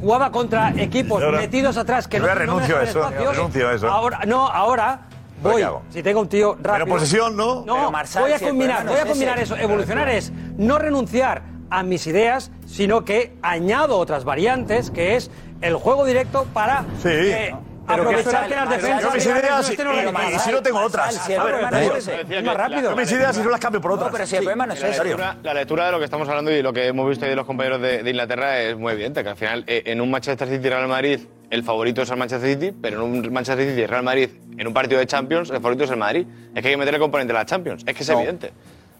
[SPEAKER 12] jugaba contra equipos
[SPEAKER 6] ahora-
[SPEAKER 12] metidos atrás que
[SPEAKER 6] Yo ya
[SPEAKER 12] no, no me
[SPEAKER 6] renuncio a
[SPEAKER 12] dejaban
[SPEAKER 6] eso,
[SPEAKER 12] espacios.
[SPEAKER 6] renuncio a eso.
[SPEAKER 12] Ahora, no, ahora
[SPEAKER 6] ¿Pero
[SPEAKER 12] voy,
[SPEAKER 6] qué hago?
[SPEAKER 12] si tengo un tío rápido.
[SPEAKER 6] posesión, ¿no?
[SPEAKER 12] No,
[SPEAKER 6] Pero Marsal,
[SPEAKER 12] voy a
[SPEAKER 6] sí, el
[SPEAKER 12] combinar,
[SPEAKER 6] problema no
[SPEAKER 12] voy a
[SPEAKER 6] es
[SPEAKER 12] combinar
[SPEAKER 6] ese.
[SPEAKER 12] eso. Evolucionar es no renunciar a mis ideas, sino que añado otras variantes, que es el juego directo para
[SPEAKER 6] Sí.
[SPEAKER 12] eh,
[SPEAKER 6] Pero que
[SPEAKER 12] aprovechar
[SPEAKER 6] eso-
[SPEAKER 12] que las
[SPEAKER 6] Marsal,
[SPEAKER 12] defensas
[SPEAKER 6] yo mis
[SPEAKER 12] rivales
[SPEAKER 6] ideas
[SPEAKER 12] no estén
[SPEAKER 6] y- y-
[SPEAKER 12] organizadas.
[SPEAKER 6] y si no tengo
[SPEAKER 12] Marsal,
[SPEAKER 6] otras.
[SPEAKER 12] si el
[SPEAKER 6] A ver,
[SPEAKER 12] problema
[SPEAKER 6] pero-
[SPEAKER 12] no es ese,
[SPEAKER 6] decía
[SPEAKER 12] es
[SPEAKER 6] que
[SPEAKER 12] más
[SPEAKER 6] la-
[SPEAKER 12] rápido.
[SPEAKER 6] yo mis ideas y no las cambio por otras. Sí.
[SPEAKER 10] la lectura, la lectura de lo que estamos hablando y lo que hemos visto ahí de los compañeros de, de Inglaterra es muy evidente, que al final eh, en un Manchester City Real Madrid el favorito es el Manchester City, pero en un Manchester City Real Madrid en un partido de Champions el favorito es el Madrid. Es que hay que meter el componente de la Champions, es que es evidente.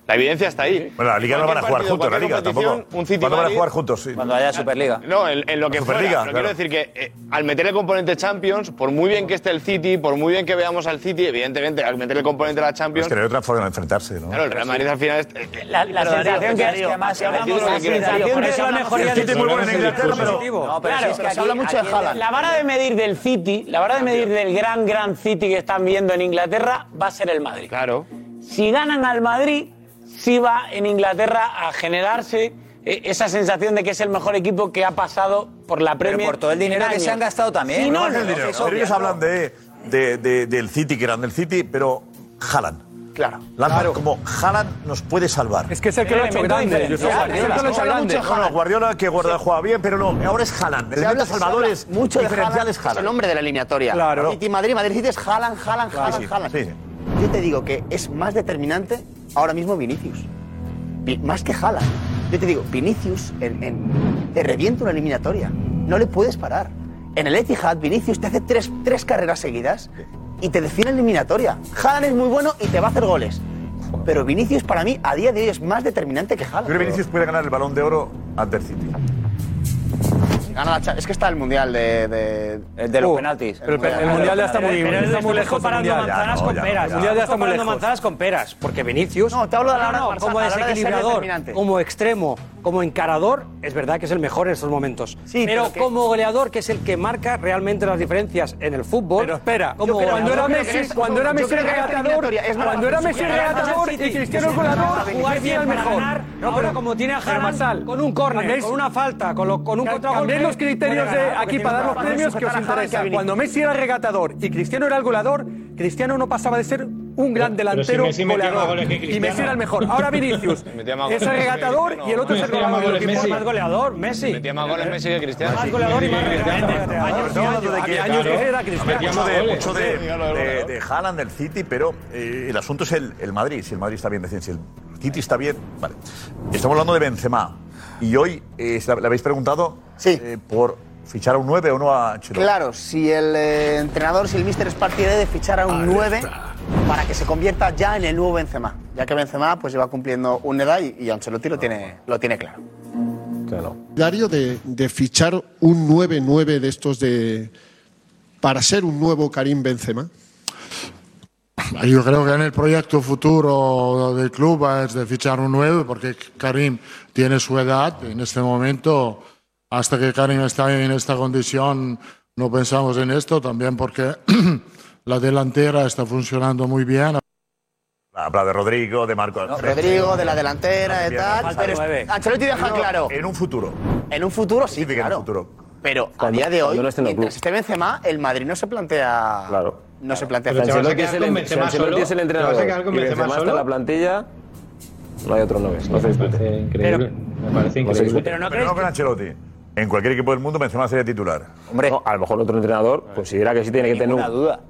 [SPEAKER 10] La evidencia está ahí.
[SPEAKER 6] Bueno, la Liga no van a
[SPEAKER 10] Cualquier
[SPEAKER 6] jugar
[SPEAKER 10] partido,
[SPEAKER 6] juntos, la
[SPEAKER 10] cualquier
[SPEAKER 6] Liga
[SPEAKER 10] competición,
[SPEAKER 6] tampoco.
[SPEAKER 10] Un City
[SPEAKER 6] ¿Cuándo van a
[SPEAKER 10] Madrid-
[SPEAKER 6] jugar juntos? Sí. Cuando haya Superliga.
[SPEAKER 10] No, en, en lo que
[SPEAKER 6] La
[SPEAKER 10] fuera.
[SPEAKER 6] Superliga,
[SPEAKER 10] pero
[SPEAKER 6] claro.
[SPEAKER 10] quiero decir que eh, al meter el componente Champions, por muy bien que esté el City, por muy bien que veamos al City, evidentemente al meter el componente de la
[SPEAKER 6] Es
[SPEAKER 10] Champions,
[SPEAKER 6] Pues que no hay otra forma de enfrentarse, ¿no?
[SPEAKER 10] Claro, el Real Madrid al final es.
[SPEAKER 11] La, la
[SPEAKER 10] Pero, Darío,
[SPEAKER 11] sensación que
[SPEAKER 10] Darío,
[SPEAKER 11] que además-
[SPEAKER 10] aquí hablamos-
[SPEAKER 11] la
[SPEAKER 10] aquí hablamos-
[SPEAKER 11] sensación
[SPEAKER 10] por eso
[SPEAKER 11] de-
[SPEAKER 10] la mejoría
[SPEAKER 11] El City
[SPEAKER 10] del
[SPEAKER 11] muy bueno en
[SPEAKER 10] Manchester
[SPEAKER 11] Inglaterra,
[SPEAKER 10] City.
[SPEAKER 11] pero-
[SPEAKER 10] Positivo.
[SPEAKER 11] No, pero
[SPEAKER 10] Claro,
[SPEAKER 11] si es que
[SPEAKER 10] se
[SPEAKER 11] aquí-
[SPEAKER 10] habla mucho de
[SPEAKER 11] aquí-
[SPEAKER 10] Haaland.
[SPEAKER 3] La vara de medir del City, la vara de medir del gran, gran City que están viendo en Inglaterra va a ser el Madrid.
[SPEAKER 10] Claro.
[SPEAKER 3] Si ganan al Madrid, sí va en Inglaterra a generarse eh, esa sensación de que es el mejor equipo que ha pasado por la Premier.
[SPEAKER 11] por todo el dinero
[SPEAKER 3] en
[SPEAKER 11] que se
[SPEAKER 3] años.
[SPEAKER 11] han gastado también,
[SPEAKER 3] Sí, no,
[SPEAKER 6] No, es el
[SPEAKER 3] no,
[SPEAKER 6] dinero.
[SPEAKER 3] es
[SPEAKER 6] Pero
[SPEAKER 3] obvio.
[SPEAKER 6] ellos hablan de, de- de- del City, que eran del City, pero Haaland.
[SPEAKER 10] Claro.
[SPEAKER 6] como Haaland nos puede salvar.
[SPEAKER 20] Es que es el que lo ha hecho grande. Yo soy Guardiola. Es el que lo ha hecho grande.
[SPEAKER 6] No, no, Guardiola que Guardiola juega bien, pero no, ahora es Haaland. El habla Salvador es
[SPEAKER 15] mucho de
[SPEAKER 6] diferencial
[SPEAKER 15] Haaland,
[SPEAKER 6] es Haaland.
[SPEAKER 15] Es el hombre de la eliminatoria.
[SPEAKER 6] Claro.
[SPEAKER 15] City Madrid, Madrid City es Haaland, Haaland, Haaland,
[SPEAKER 6] sí,
[SPEAKER 15] Haaland.
[SPEAKER 6] sí, sí.
[SPEAKER 15] Yo te digo que es más determinante ahora mismo Vinicius. Vi- Más que Haaland. Yo te digo, Vinicius en, en- te revienta una eliminatoria. No le puedes parar. En el Etihad, Vinicius te hace tres, tres carreras seguidas y te define eliminatoria. Haaland es muy bueno y te va a hacer goles. Pero Vinicius para mí a día de hoy es más determinante que
[SPEAKER 6] Yo
[SPEAKER 15] Haaland.
[SPEAKER 6] creo que Vinicius puede ganar el balón de oro ante el City.
[SPEAKER 15] Si gana la Cha- Es que está el mundial de. de... Uh,
[SPEAKER 11] El de los penaltis.
[SPEAKER 15] El Pero el Mundial ya está muy-
[SPEAKER 12] Pero
[SPEAKER 15] está
[SPEAKER 12] estoy
[SPEAKER 15] muy lejos el
[SPEAKER 12] comparando
[SPEAKER 15] Mundial.
[SPEAKER 12] manzanas
[SPEAKER 15] Ya, no,
[SPEAKER 12] con
[SPEAKER 15] ya,
[SPEAKER 12] peras.
[SPEAKER 15] ya. El Mundial ya está muy
[SPEAKER 12] comparando
[SPEAKER 15] lejos.
[SPEAKER 12] manzanas con peras, porque Vinicius.
[SPEAKER 15] No, te hablo de la hora-
[SPEAKER 12] no,
[SPEAKER 15] Barça-
[SPEAKER 12] como
[SPEAKER 15] a la hora de ser
[SPEAKER 12] desequilibrador,
[SPEAKER 15] determinante.
[SPEAKER 12] como extremo, como encarador, es verdad que es el mejor en estos momentos. pero,
[SPEAKER 15] pero que-
[SPEAKER 12] como goleador, que es el que marca realmente las diferencias en el fútbol. Pero espera,
[SPEAKER 20] Yo creo- cuando era Messi- cuando era Messi regatador, cuando era Messi regatador y Cristiano goleador,
[SPEAKER 12] jugar
[SPEAKER 20] Messi
[SPEAKER 12] bien
[SPEAKER 20] era el
[SPEAKER 12] mejor.
[SPEAKER 20] mejor.
[SPEAKER 12] No, pero como tiene a Haaland, con un córner,
[SPEAKER 20] Messi-
[SPEAKER 12] con una falta, con, lo- con un contragolpe.
[SPEAKER 20] Cambiéis los criterios
[SPEAKER 12] puede
[SPEAKER 20] de
[SPEAKER 12] ganar,
[SPEAKER 20] aquí
[SPEAKER 12] porque
[SPEAKER 20] para
[SPEAKER 12] tiene
[SPEAKER 20] dar los
[SPEAKER 12] una-
[SPEAKER 20] premios que os interesan. Cuando Messi era regatador y Cristiano era el goleador, Cristiano no pasaba de ser un gran
[SPEAKER 9] Pero si
[SPEAKER 20] delantero
[SPEAKER 9] Messi metía más
[SPEAKER 20] goleador.
[SPEAKER 9] goles que
[SPEAKER 20] Y
[SPEAKER 9] Cristiano.
[SPEAKER 20] Messi era el mejor. Ahora Vinicius
[SPEAKER 10] Metía más
[SPEAKER 20] es el
[SPEAKER 10] goles que
[SPEAKER 20] regatador
[SPEAKER 10] Cristiano,
[SPEAKER 20] y el otro es
[SPEAKER 10] ¿no?
[SPEAKER 20] el
[SPEAKER 10] Metía más
[SPEAKER 20] goleador. Lo que
[SPEAKER 10] goles
[SPEAKER 20] importa-
[SPEAKER 10] Messi.
[SPEAKER 12] goleador, Messi.
[SPEAKER 10] Metía más goles Messi que Cristiano.
[SPEAKER 12] Más goleador y más
[SPEAKER 6] Años que era
[SPEAKER 10] Cristiano.
[SPEAKER 6] Mucho de,
[SPEAKER 10] Goles.
[SPEAKER 6] mucho de, de, de Haaland, del City, pero eh, el asunto es el, el Madrid. Si el Madrid está bien, decían, si el City está bien, vale. Estamos hablando de Benzema. Y hoy eh, se la- le habéis preguntado eh, por fichar a un 9 o no a Ancelotti.
[SPEAKER 15] Claro, si el eh, entrenador, si el míster es partidario de fichar a un 9 para que se convierta ya en el nuevo Benzema, ya que Benzema pues lleva cumpliendo una edad y, y Ancelotti lo tiene, lo tiene claro.
[SPEAKER 1] partidario de, de fichar un 9-9 de estos de para ser un nuevo Karim Benzema?
[SPEAKER 16] Ah, Yo creo que en el proyecto futuro del club es de fichar un 9 porque Karim tiene su edad en este momento. Hasta que Karim está en esta condición no pensamos en esto, también porque la delantera está funcionando muy bien.
[SPEAKER 6] Habla de Rodrigo, de Marco.
[SPEAKER 15] Rodrigo, de la delantera, de tal.
[SPEAKER 6] Falta
[SPEAKER 15] Pero
[SPEAKER 6] nueve.
[SPEAKER 15] es- Ancelotti deja
[SPEAKER 6] Pero
[SPEAKER 15] claro.
[SPEAKER 6] En un futuro.
[SPEAKER 15] En un futuro, sí, claro. Pero a
[SPEAKER 6] Cuando-
[SPEAKER 15] día de hoy,
[SPEAKER 6] cuando no esté en el
[SPEAKER 15] mientras
[SPEAKER 6] club.
[SPEAKER 15] esté Benzema, el Madrid no se plantea. Claro. No se plantea.
[SPEAKER 14] Pero
[SPEAKER 15] fichar.
[SPEAKER 14] Ancelotti es el, si Ancelotti es el entrenador y Benzema está en la plantilla, no hay otro 9. No se discute.
[SPEAKER 6] Increíble.
[SPEAKER 14] Me parece
[SPEAKER 6] Pero no, con Ancelotti. En cualquier equipo del mundo Benzema sería titular.
[SPEAKER 14] Hombre. a lo mejor otro entrenador considera que sí tiene que tener un. duda.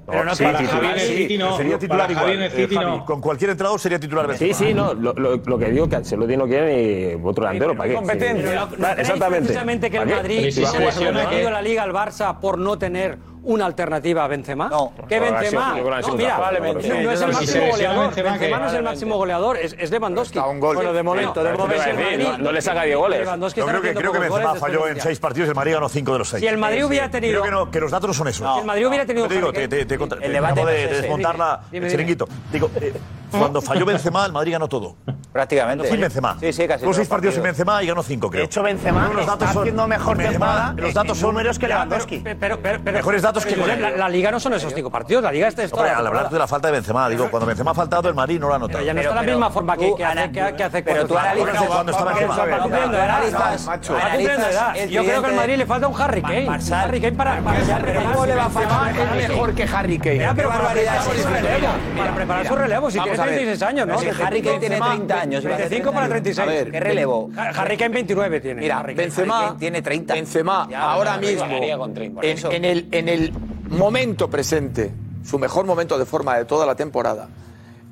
[SPEAKER 6] Sería titular igual. Eh, Javi, Con cualquier entrenador sería titular
[SPEAKER 14] Sí,
[SPEAKER 6] Benzema.
[SPEAKER 14] sí, no. Lo, lo- lo que digo que Ancelotti no quiere ni otro delantero. ¿Para qué?
[SPEAKER 12] competencia.
[SPEAKER 14] Sí.
[SPEAKER 12] Pero ¿no
[SPEAKER 14] Vale,
[SPEAKER 12] creéis
[SPEAKER 14] exactamente.
[SPEAKER 12] precisamente que el
[SPEAKER 14] ¿Para qué?
[SPEAKER 12] Madrid
[SPEAKER 14] Sí, sí,
[SPEAKER 12] se ¿eh?
[SPEAKER 14] sí, sí,
[SPEAKER 12] ha
[SPEAKER 14] sí.
[SPEAKER 12] perdido la Liga al Barça por no tener una alternativa a Benzema? No. ¿Qué
[SPEAKER 14] Yo creo que ha sido-
[SPEAKER 12] Benzema?
[SPEAKER 14] yo creo que ha sido
[SPEAKER 12] No,
[SPEAKER 14] un
[SPEAKER 12] mira,
[SPEAKER 14] trabajo,
[SPEAKER 12] probablemente.
[SPEAKER 14] yo creo que sí.
[SPEAKER 12] no es
[SPEAKER 14] Sí, sí, sí,
[SPEAKER 12] el máximo
[SPEAKER 14] sí, sí,
[SPEAKER 12] goleador.
[SPEAKER 14] sí,
[SPEAKER 12] Benzema no es el
[SPEAKER 14] sí,
[SPEAKER 12] máximo goleador, es es Lewandowski. Bueno, de momento, de
[SPEAKER 14] Pero
[SPEAKER 12] momento.
[SPEAKER 14] te iba a decir, no- no le saca 10 goles.
[SPEAKER 12] Lewandowski
[SPEAKER 6] Yo
[SPEAKER 12] está
[SPEAKER 6] creo que, creo
[SPEAKER 12] metiendo
[SPEAKER 6] que
[SPEAKER 12] pocos goles
[SPEAKER 6] Benzema
[SPEAKER 12] después
[SPEAKER 6] falló
[SPEAKER 12] del
[SPEAKER 6] en
[SPEAKER 12] Mundial.
[SPEAKER 6] seis partidos y el Madrid ganó cinco de los seis.
[SPEAKER 12] Si el Madrid hubiera tenido-
[SPEAKER 6] Creo que, no- que los datos no son esos.
[SPEAKER 12] Si el Madrid hubiera tenido-
[SPEAKER 6] Te digo, te,
[SPEAKER 12] porque-
[SPEAKER 6] te, te contra-
[SPEAKER 12] El
[SPEAKER 6] te
[SPEAKER 12] debate
[SPEAKER 6] acabo
[SPEAKER 12] no
[SPEAKER 6] de,
[SPEAKER 12] es
[SPEAKER 6] de
[SPEAKER 12] ese.
[SPEAKER 6] desmontar la,
[SPEAKER 12] Dime,
[SPEAKER 6] el
[SPEAKER 12] dime.
[SPEAKER 6] chiringuito. Digo, eh, cuando falló Benzema, el Madrid ganó todo. Prácticamente. Sin Benzema.
[SPEAKER 11] Sí, sí, casi
[SPEAKER 6] Los seis
[SPEAKER 11] todos los
[SPEAKER 6] partidos sin
[SPEAKER 11] partidos.
[SPEAKER 6] Benzema y ganó cinco, creo.
[SPEAKER 15] De hecho, Benzema
[SPEAKER 6] Los
[SPEAKER 15] está
[SPEAKER 6] datos son-
[SPEAKER 15] haciendo mejor
[SPEAKER 6] Benzema-
[SPEAKER 15] temporada.
[SPEAKER 6] Los datos son
[SPEAKER 15] números que Lewandowski.
[SPEAKER 12] Pero, pero, pero-
[SPEAKER 6] Mejores datos que
[SPEAKER 12] pero
[SPEAKER 6] goleador.
[SPEAKER 12] la, la Liga no son esos cinco partidos, la Liga está
[SPEAKER 6] Hombre, al hablar de la falta de Benzema, digo, cuando Benzema ha faltado, el Madrid no lo ha notado.
[SPEAKER 12] Pero ya no está de la misma forma que, que hace, que, que hace
[SPEAKER 6] pero tú
[SPEAKER 12] cuatro
[SPEAKER 6] analizas-
[SPEAKER 12] años.
[SPEAKER 6] cuando estaba
[SPEAKER 12] Va- va-
[SPEAKER 6] Benzema.
[SPEAKER 12] va cumpliendo edad,
[SPEAKER 6] Analizas-
[SPEAKER 12] va- va
[SPEAKER 6] macho.
[SPEAKER 12] cumpliendo
[SPEAKER 6] analizas
[SPEAKER 12] edad.
[SPEAKER 6] el
[SPEAKER 12] Yo creo que al
[SPEAKER 6] cliente-
[SPEAKER 12] Madrid le falta un Harry Kane. Un Harry Kane para, para, le va a faltar? Es mejor que Harry Kane. pero para preparar su relevo. Para preparar su relevo, si tiene
[SPEAKER 11] Vamos a ver.
[SPEAKER 12] 36 años, ¿no?
[SPEAKER 11] Pero si Harry Kane tiene 30 años, y va a hacer
[SPEAKER 12] 35 para
[SPEAKER 11] 36.
[SPEAKER 12] 36.
[SPEAKER 11] A ver, ¿qué relevo?
[SPEAKER 12] Harry Kane 29 tiene.
[SPEAKER 11] Mira,
[SPEAKER 12] Harry Kane. Harry
[SPEAKER 11] Benzema
[SPEAKER 12] Kane
[SPEAKER 11] tiene 30.
[SPEAKER 13] Benzema
[SPEAKER 11] Ya,
[SPEAKER 13] ahora
[SPEAKER 11] ya,
[SPEAKER 13] mismo,
[SPEAKER 11] llegaría con 30, por
[SPEAKER 13] en,
[SPEAKER 11] eso.
[SPEAKER 13] en el, en el momento presente, su mejor momento de forma de toda la temporada,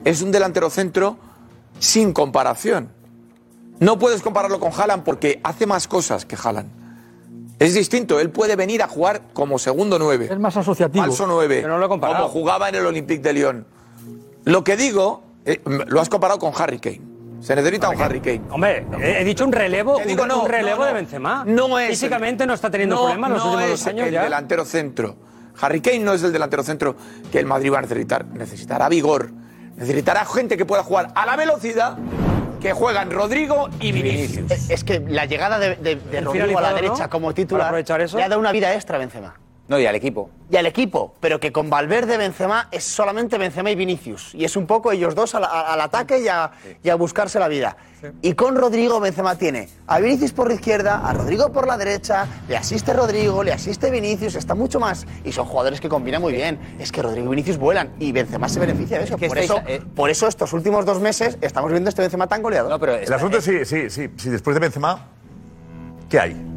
[SPEAKER 13] es un delantero centro sin comparación. No puedes compararlo con Haaland porque hace más cosas que Haaland. Es distinto, él puede venir a jugar como segundo nueve.
[SPEAKER 5] Es más asociativo.
[SPEAKER 13] Falso 9.
[SPEAKER 5] Pero no lo he comparado.
[SPEAKER 13] Como jugaba en el Olympique de Lyon. Lo que digo, eh, m- lo has comparado con Harry Kane. Se necesita un Harry Kane.
[SPEAKER 12] Hombre, he he dicho un relevo,
[SPEAKER 13] Te digo,
[SPEAKER 12] un,
[SPEAKER 13] no,
[SPEAKER 12] un relevo
[SPEAKER 13] no, no.
[SPEAKER 12] de Benzema.
[SPEAKER 13] No es.
[SPEAKER 12] Físicamente no está teniendo
[SPEAKER 13] no,
[SPEAKER 12] problemas los
[SPEAKER 13] no
[SPEAKER 12] últimos
[SPEAKER 13] es
[SPEAKER 12] dos años
[SPEAKER 13] el
[SPEAKER 12] ya.
[SPEAKER 13] delantero centro. Harry Kane no es el delantero centro que el Madrid va a necesitar. Necesitará vigor. Necesitará gente que pueda jugar a la velocidad que juegan Rodrigo y Vinicius.
[SPEAKER 15] Es que la llegada de, de- de Rodrigo a la
[SPEAKER 13] finalizado,
[SPEAKER 15] derecha
[SPEAKER 13] ¿no?
[SPEAKER 15] como
[SPEAKER 13] ¿Para
[SPEAKER 15] titular
[SPEAKER 13] aprovechar eso?
[SPEAKER 15] le ha dado una vida extra a Benzema.
[SPEAKER 11] No, y al equipo.
[SPEAKER 15] Y al equipo, pero que con Valverde, Benzema, es solamente Benzema y Vinicius. Y es un poco ellos dos al, a- al ataque y a, y a buscarse la vida. Y con Rodrigo, Benzema tiene a Vinicius por la izquierda, a Rodrigo por la derecha, le asiste Rodrigo, le asiste Vinicius, está mucho más. Y son jugadores que combinan muy bien. Es que Rodrigo y Vinicius vuelan y Benzema se beneficia de eso.
[SPEAKER 11] que
[SPEAKER 15] Por
[SPEAKER 11] estáis-
[SPEAKER 15] eso,
[SPEAKER 13] eh
[SPEAKER 15] por eso estos últimos dos meses estamos viendo este Benzema tan goleador.
[SPEAKER 6] El asunto es si, si, si, si después de Benzema, ¿qué hay?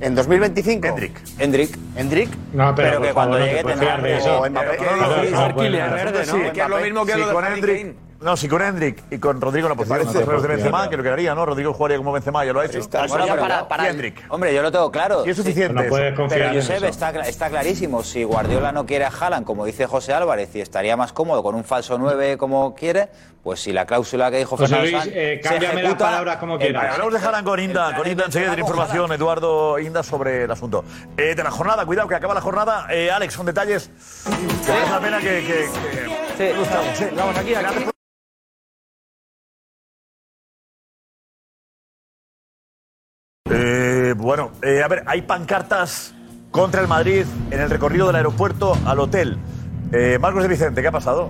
[SPEAKER 15] En 2025.
[SPEAKER 6] Hendrik.
[SPEAKER 11] Hendrik.
[SPEAKER 15] Hendrik.
[SPEAKER 6] No,
[SPEAKER 11] pero Pero que por favor, cuando no te llegue puedes tendrá- fiar de eso.
[SPEAKER 6] Mbappé.
[SPEAKER 11] Pero que no, no, no, no, no, no,
[SPEAKER 6] Sí,
[SPEAKER 11] no,
[SPEAKER 6] que es lo mismo que
[SPEAKER 11] sí,
[SPEAKER 6] lo de
[SPEAKER 11] con
[SPEAKER 6] Harry
[SPEAKER 11] Hendrik.
[SPEAKER 6] Kane. No, si con Hendrik y con Rodrigo pues la posición
[SPEAKER 10] parece
[SPEAKER 6] de los de
[SPEAKER 10] posible,
[SPEAKER 6] Benzema,
[SPEAKER 10] claro.
[SPEAKER 6] que lo que haría, ¿no? Rodrigo jugaría como Benzema, ya lo ha hecho.
[SPEAKER 10] Está-
[SPEAKER 6] Ahora,
[SPEAKER 10] Bueno,
[SPEAKER 6] pero-
[SPEAKER 10] para- para-
[SPEAKER 6] y Hendrik.
[SPEAKER 11] Hombre, yo lo tengo claro.
[SPEAKER 6] Y es suficiente
[SPEAKER 11] Sí.
[SPEAKER 6] No puedes eso. confiar
[SPEAKER 11] Pero
[SPEAKER 6] en
[SPEAKER 11] Josep,
[SPEAKER 6] eso.
[SPEAKER 11] Está, cla- está clarísimo. Si Guardiola no quiere a Haaland, como dice José Álvarez, y estaría más cómodo con un falso 9 como quiere, pues si la cláusula que dijo
[SPEAKER 9] José
[SPEAKER 6] pues,
[SPEAKER 11] Fernando
[SPEAKER 9] Luis,
[SPEAKER 11] Sanz
[SPEAKER 9] eh,
[SPEAKER 11] se
[SPEAKER 9] cámbiame las
[SPEAKER 11] ejecuta,
[SPEAKER 9] palabras como
[SPEAKER 11] eh,
[SPEAKER 9] quieras.
[SPEAKER 11] vale,
[SPEAKER 6] Hablamos de Haaland con Inda, con Inda enseguida tiene información, Eduardo Inda, sobre el asunto. Eh, de la jornada, cuidado que acaba la jornada. Eh, Alex, son detalles. que Es la pena que. que, que-
[SPEAKER 20] Vamos, aquí, aquí.
[SPEAKER 6] Eh, bueno, eh, a ver, hay pancartas contra el Madrid en el recorrido del aeropuerto al hotel. Eh, Marcos de Vicente, ¿qué ha pasado?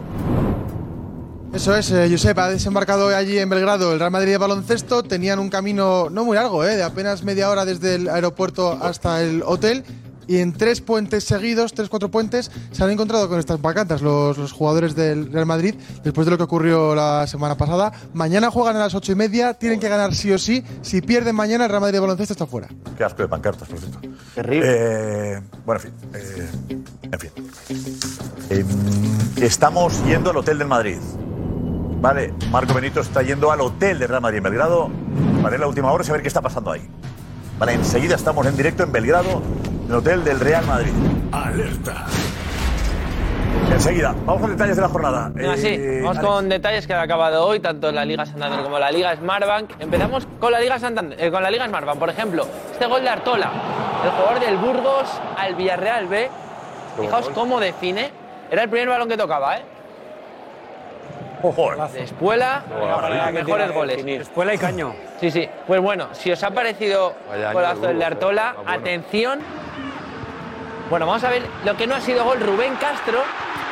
[SPEAKER 2] Eso es, eh, Josep, ha desembarcado allí en Belgrado el Real Madrid de baloncesto. Tenían un camino no muy largo, eh, de apenas media hora desde el aeropuerto hasta el hotel. Y en tres puentes seguidos, tres, cuatro puentes, se han encontrado con estas vacantas los, los jugadores del Real Madrid después de lo que ocurrió la semana pasada. Mañana juegan a las ocho y media, tienen que ganar sí o sí. Si pierden mañana, el Real Madrid de baloncesto está fuera.
[SPEAKER 6] Qué asco de pancartas, por cierto. Terrible. bueno, en fin. eh, en fin. Em, estamos yendo al Hotel del Madrid. Vale, Marco Benito está yendo al Hotel del Real Madrid en Belgrado para ir a la última hora y saber qué está pasando ahí. Vale, enseguida estamos en directo en Belgrado, en el Hotel del Real Madrid. Alerta. Enseguida, vamos con detalles de la jornada.
[SPEAKER 8] Venga, Ah, sí,
[SPEAKER 6] Eh,
[SPEAKER 8] vamos
[SPEAKER 6] Alex.
[SPEAKER 8] con detalles que han acabado hoy, tanto en la Liga Santander como en la Liga Smartbank. Empezamos con la Liga Santander, eh, con la Liga Smartbank, por ejemplo, este gol de Artola, el jugador del Burgos al Villarreal B. Fijaos cómo define. Era el primer balón que tocaba, ¿eh? Espuela,
[SPEAKER 12] maravilla.
[SPEAKER 8] mejores goles. Espuela y caño. Sí, sí. Pues bueno, si os ha parecido
[SPEAKER 12] Vaya año
[SPEAKER 8] golazo
[SPEAKER 12] de
[SPEAKER 8] el de
[SPEAKER 12] Burgos,
[SPEAKER 8] Artola,
[SPEAKER 12] eh. Ah, bueno.
[SPEAKER 8] atención. Bueno, vamos a ver lo que no ha sido gol Rubén Castro,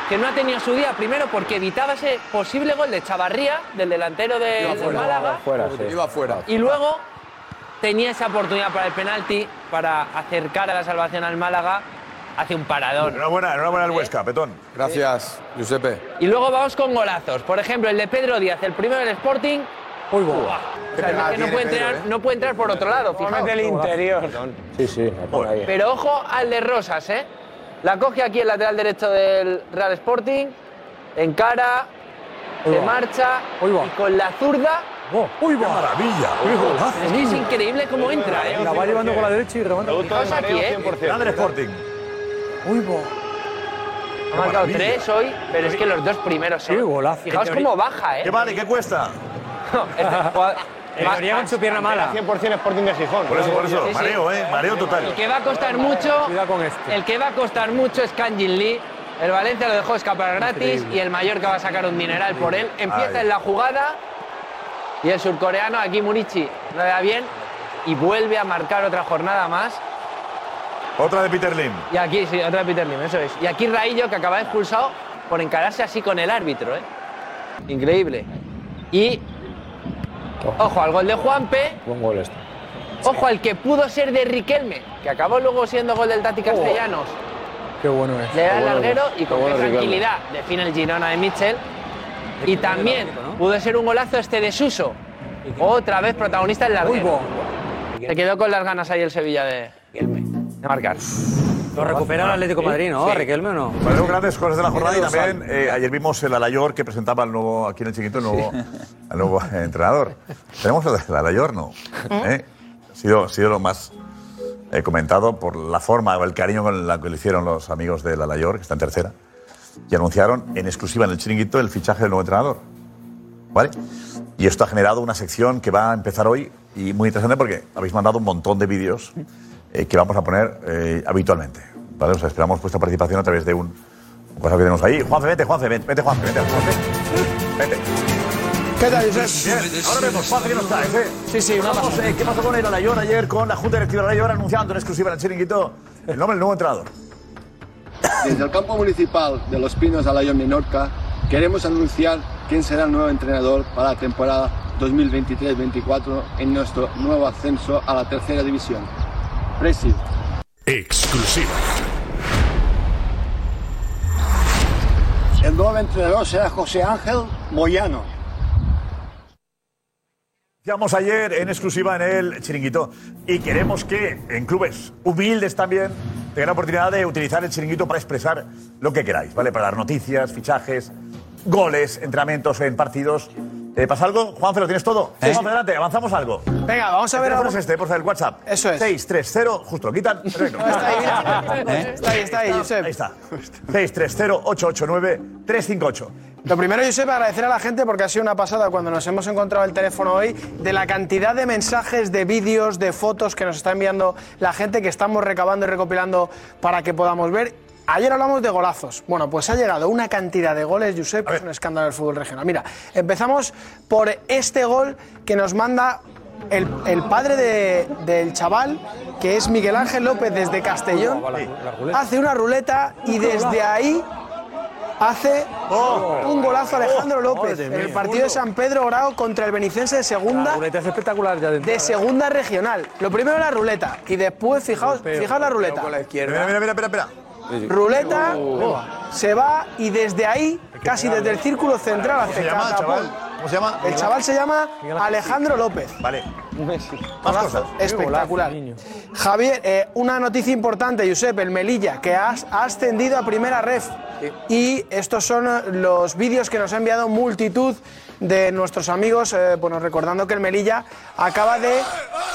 [SPEAKER 8] que no ha tenido su día primero porque evitaba ese posible gol de Chavarría, del delantero de, del Málaga.
[SPEAKER 14] Fuera, sí.
[SPEAKER 13] Iba fuera.
[SPEAKER 8] Y luego tenía esa oportunidad para el penalti, para acercar a la salvación al Málaga, hace un parador.
[SPEAKER 6] Enhorabuena, enhorabuena al
[SPEAKER 8] eh,
[SPEAKER 6] Huesca, Petón.
[SPEAKER 13] Gracias, Giuseppe.
[SPEAKER 8] Y luego vamos con golazos. Por ejemplo, el de Pedro Díaz, el primero del Sporting. Uy, Buah. O sea, es
[SPEAKER 13] Ah,
[SPEAKER 8] que no
[SPEAKER 13] tiene
[SPEAKER 8] puede,
[SPEAKER 13] Pedro,
[SPEAKER 8] entrar,
[SPEAKER 13] ¿eh?
[SPEAKER 8] no puede entrar por otro lado, fijaos.
[SPEAKER 3] del interior.
[SPEAKER 14] Sí, sí. la pone ahí.
[SPEAKER 8] Pero ojo al de Rosas, ¿eh? La coge aquí el lateral derecho del Real Sporting, encara,
[SPEAKER 14] Uy,
[SPEAKER 8] se
[SPEAKER 14] va.
[SPEAKER 8] marcha y con la zurda.
[SPEAKER 20] ¡Uy,
[SPEAKER 8] va!
[SPEAKER 6] maravilla!
[SPEAKER 20] ¡Uy, golazo!
[SPEAKER 8] Es que es increíble cómo entra, ¿eh?
[SPEAKER 20] La va llevando con la derecha y remata.
[SPEAKER 8] Fijaos aquí, ¿eh?
[SPEAKER 6] Sporting.
[SPEAKER 20] ¡Uy, bo!
[SPEAKER 8] Ha marcado tres hoy, pero es que los dos primeros son. Fijaos
[SPEAKER 12] Qué teoría.
[SPEAKER 8] cómo baja, ¿eh?
[SPEAKER 12] ¿Qué vale? ¿Qué
[SPEAKER 6] cuesta?
[SPEAKER 10] este
[SPEAKER 12] En teoría con su pierna mala.
[SPEAKER 8] 100% Sporting de Gijón.
[SPEAKER 6] Por eso, por eso, mareo, ¿eh? Mareo total.
[SPEAKER 8] El que va a costar mucho. El que va a costar mucho es Kanjin Lee. El Valencia lo dejó escapar gratis
[SPEAKER 6] Increíble.
[SPEAKER 8] y el Mallorca va a sacar un dineral por él. Empieza
[SPEAKER 6] Ay.
[SPEAKER 8] en la jugada y el surcoreano, aquí Murichi, no le da bien y vuelve a marcar otra jornada más.
[SPEAKER 6] Otra de Peter Lim.
[SPEAKER 8] Y aquí, sí, otra de Peter Lim, eso es. Y aquí Raillo, que acaba de expulsado por encararse así con el árbitro, ¿eh? Increíble. Y. Ojo al gol de Juanpe.
[SPEAKER 14] Buen gol este.
[SPEAKER 8] Ojo al que pudo ser de Riquelme, que acabó luego siendo gol del Tati Castellanos.
[SPEAKER 20] Qué bueno es.
[SPEAKER 8] Le da el
[SPEAKER 20] Qué bueno
[SPEAKER 8] larguero
[SPEAKER 20] es.
[SPEAKER 8] y con qué tranquilidad define el Girona de Mitchell. Y también pudo ser un golazo este de Suso. Otra vez protagonista el larguero. Se quedó con las ganas ahí el Sevilla de De marcar.
[SPEAKER 12] Lo recupera el Atlético de Madrid, ¿no?
[SPEAKER 6] Sí.
[SPEAKER 12] Riquelme o no.
[SPEAKER 6] Bueno, grandes cosas de la jornada y
[SPEAKER 12] Mira,
[SPEAKER 6] también eh, ayer vimos el Alayor que presentaba al nuevo, aquí en el chiquito, el nuevo, al nuevo entrenador. Tenemos el el Alayor, ¿no? ¿Eh? Ha, sido, ha sido lo más eh, comentado por la forma o el cariño con la que le hicieron los amigos del Alayor, que está en tercera, y anunciaron en exclusiva en el chiringuito el fichaje del nuevo entrenador. ¿Vale? Y esto ha generado una sección que va a empezar hoy y muy interesante porque habéis mandado un montón de vídeos eh, que vamos a poner eh, habitualmente. ¿vale? O sea, esperamos vuestra participación a través de un un WhatsApp que tenemos ahí. Juanfe, vete, Juanfe, vete, vete, Juanfe, vete, Juanfe. Vete.
[SPEAKER 13] ¿Qué tal,
[SPEAKER 6] Bien, ahora vemos, Juanfe, que no está, ¿eh? Sí, sí, vamos. eh, ¿Qué pasó con el Alayor ayer, con la Junta Directiva de Alayor anunciando en exclusiva en el chiringuito el nombre del nuevo entrenador?
[SPEAKER 17] Desde el campo municipal de Los Pinos a la Menorca queremos anunciar quién será el nuevo entrenador para la temporada 2023-24 en nuestro nuevo ascenso a la tercera división. Presi.
[SPEAKER 18] Exclusiva.
[SPEAKER 17] El nuevo entrenador será José Ángel Moyano.
[SPEAKER 6] Anunciamos ayer en exclusiva en el chiringuito y queremos que en clubes humildes también tengan la oportunidad de utilizar el chiringuito para expresar lo que queráis, ¿vale? Para dar noticias, fichajes, goles, entrenamientos en partidos. Eh, ¿Pasa algo? Juanfe, ¿lo tienes todo?
[SPEAKER 4] ¿Eh?
[SPEAKER 6] Vamos adelante, avanzamos algo.
[SPEAKER 4] Venga, vamos a ver
[SPEAKER 6] El teléfono
[SPEAKER 4] algo.
[SPEAKER 6] es este, por favor, el WhatsApp. Eso es. 630, justo, lo quitan. Perfecto.
[SPEAKER 4] Está ahí, mira. Está ahí, está ahí, Josep.
[SPEAKER 6] Ahí está. 630-889-358.
[SPEAKER 4] Lo primero, Josep, agradecer a la gente porque ha sido una pasada cuando nos hemos encontrado el teléfono hoy de la cantidad de mensajes, de vídeos, de fotos que nos está enviando la gente que estamos recabando y recopilando para que podamos ver. Ayer hablamos de golazos. Bueno, pues ha llegado una cantidad de goles, Josep, es un escándalo del fútbol regional. Mira, empezamos por este gol que nos manda el, el padre de- del chaval, que es Miguel Ángel López desde
[SPEAKER 19] Oh,
[SPEAKER 4] Castellón. Hace una ruleta y desde ahí hace un golazo Alejandro López
[SPEAKER 20] Oh. madre
[SPEAKER 4] en el
[SPEAKER 20] mía.
[SPEAKER 4] partido de San Pedro Grau contra el Benicense de segunda.
[SPEAKER 20] La ruleta es espectacular ya dentro. ¿eh?
[SPEAKER 4] De segunda regional. Lo primero la ruleta y después fijaos, fijaos la ruleta.
[SPEAKER 6] Mira, mira, mira, espera, espera.
[SPEAKER 4] Ruleta
[SPEAKER 20] Oh.
[SPEAKER 4] se va y desde ahí, casi desde el círculo central
[SPEAKER 6] ¿Cómo
[SPEAKER 4] hace
[SPEAKER 6] se llama el
[SPEAKER 4] catapum.
[SPEAKER 6] chaval? ¿Cómo se llama?
[SPEAKER 4] El chaval se llama
[SPEAKER 6] Miguel Ángel.
[SPEAKER 4] Alejandro López.
[SPEAKER 6] Vale. Más
[SPEAKER 4] Golazo, eh,
[SPEAKER 6] cosas.
[SPEAKER 4] espectacular. Javier, eh, una noticia importante, Josep, el Melilla, que ha as- ha ascendido a primera ref. Y estos son eh, los vídeos que nos ha enviado multitud de nuestros amigos, eh, bueno, recordando que el Melilla acaba de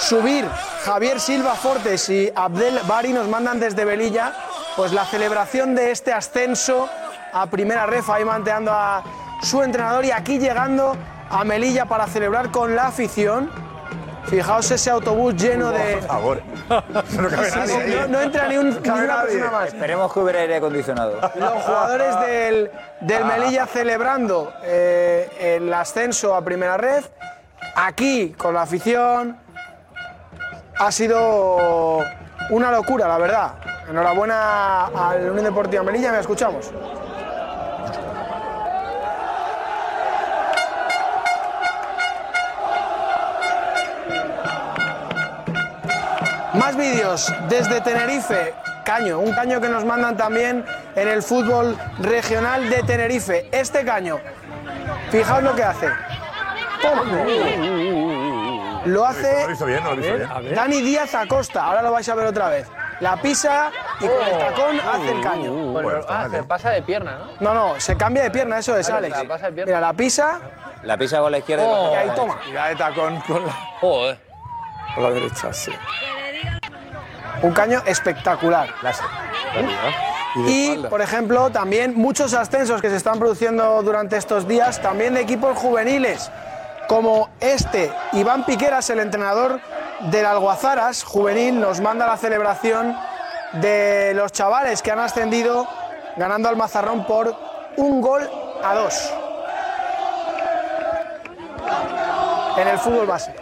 [SPEAKER 4] subir. Javier Silva Fortes y Abdel Bari nos mandan desde Melilla pues la celebración de este ascenso a primera ref, ahí manteando a su entrenador y aquí llegando a Melilla para celebrar con la afición. Fijaos ese autobús lleno de. Por
[SPEAKER 6] favor.
[SPEAKER 4] No, no entra ni, un, ni una persona más.
[SPEAKER 11] Esperemos que hubiera aire acondicionado.
[SPEAKER 4] Los jugadores del, del
[SPEAKER 11] Ah.
[SPEAKER 4] Melilla celebrando eh, el ascenso a primera red. Aquí, con la afición. Ha sido una locura, la verdad. Enhorabuena al Unión Deportiva Melilla, me escuchamos. Más vídeos desde Tenerife. Caño, un caño que nos mandan también en el fútbol regional de Tenerife. Este caño, fijaos lo que hace. ¡Pum! Lo hace ¿Eh?
[SPEAKER 6] Lo he visto bien, lo he visto bien.
[SPEAKER 4] Dani Díaz Acosta, ahora lo vais a ver otra vez. La pisa y con el tacón hace el caño.
[SPEAKER 8] Oh. Bueno, ah, se pasa de pierna, ¿no?
[SPEAKER 4] No, no, se cambia de pierna, eso es,
[SPEAKER 8] Claro,
[SPEAKER 4] Alex.
[SPEAKER 8] la pasa de pierna.
[SPEAKER 4] Mira, la pisa
[SPEAKER 11] La pisa con la izquierda
[SPEAKER 4] y
[SPEAKER 11] y
[SPEAKER 4] ahí
[SPEAKER 11] la con la
[SPEAKER 4] toma. de tacón con la...
[SPEAKER 8] Joder.
[SPEAKER 14] Por la derecha, sí.
[SPEAKER 4] Un caño espectacular.
[SPEAKER 14] Y de
[SPEAKER 4] Y,
[SPEAKER 14] espalda.
[SPEAKER 4] por ejemplo, también muchos ascensos que se están produciendo durante estos días, también de equipos juveniles, como este, Iván Piqueras, el entrenador del Alguazaras juvenil, nos manda la celebración de los chavales que han ascendido ganando al Mazarrón por un gol a dos en el fútbol base.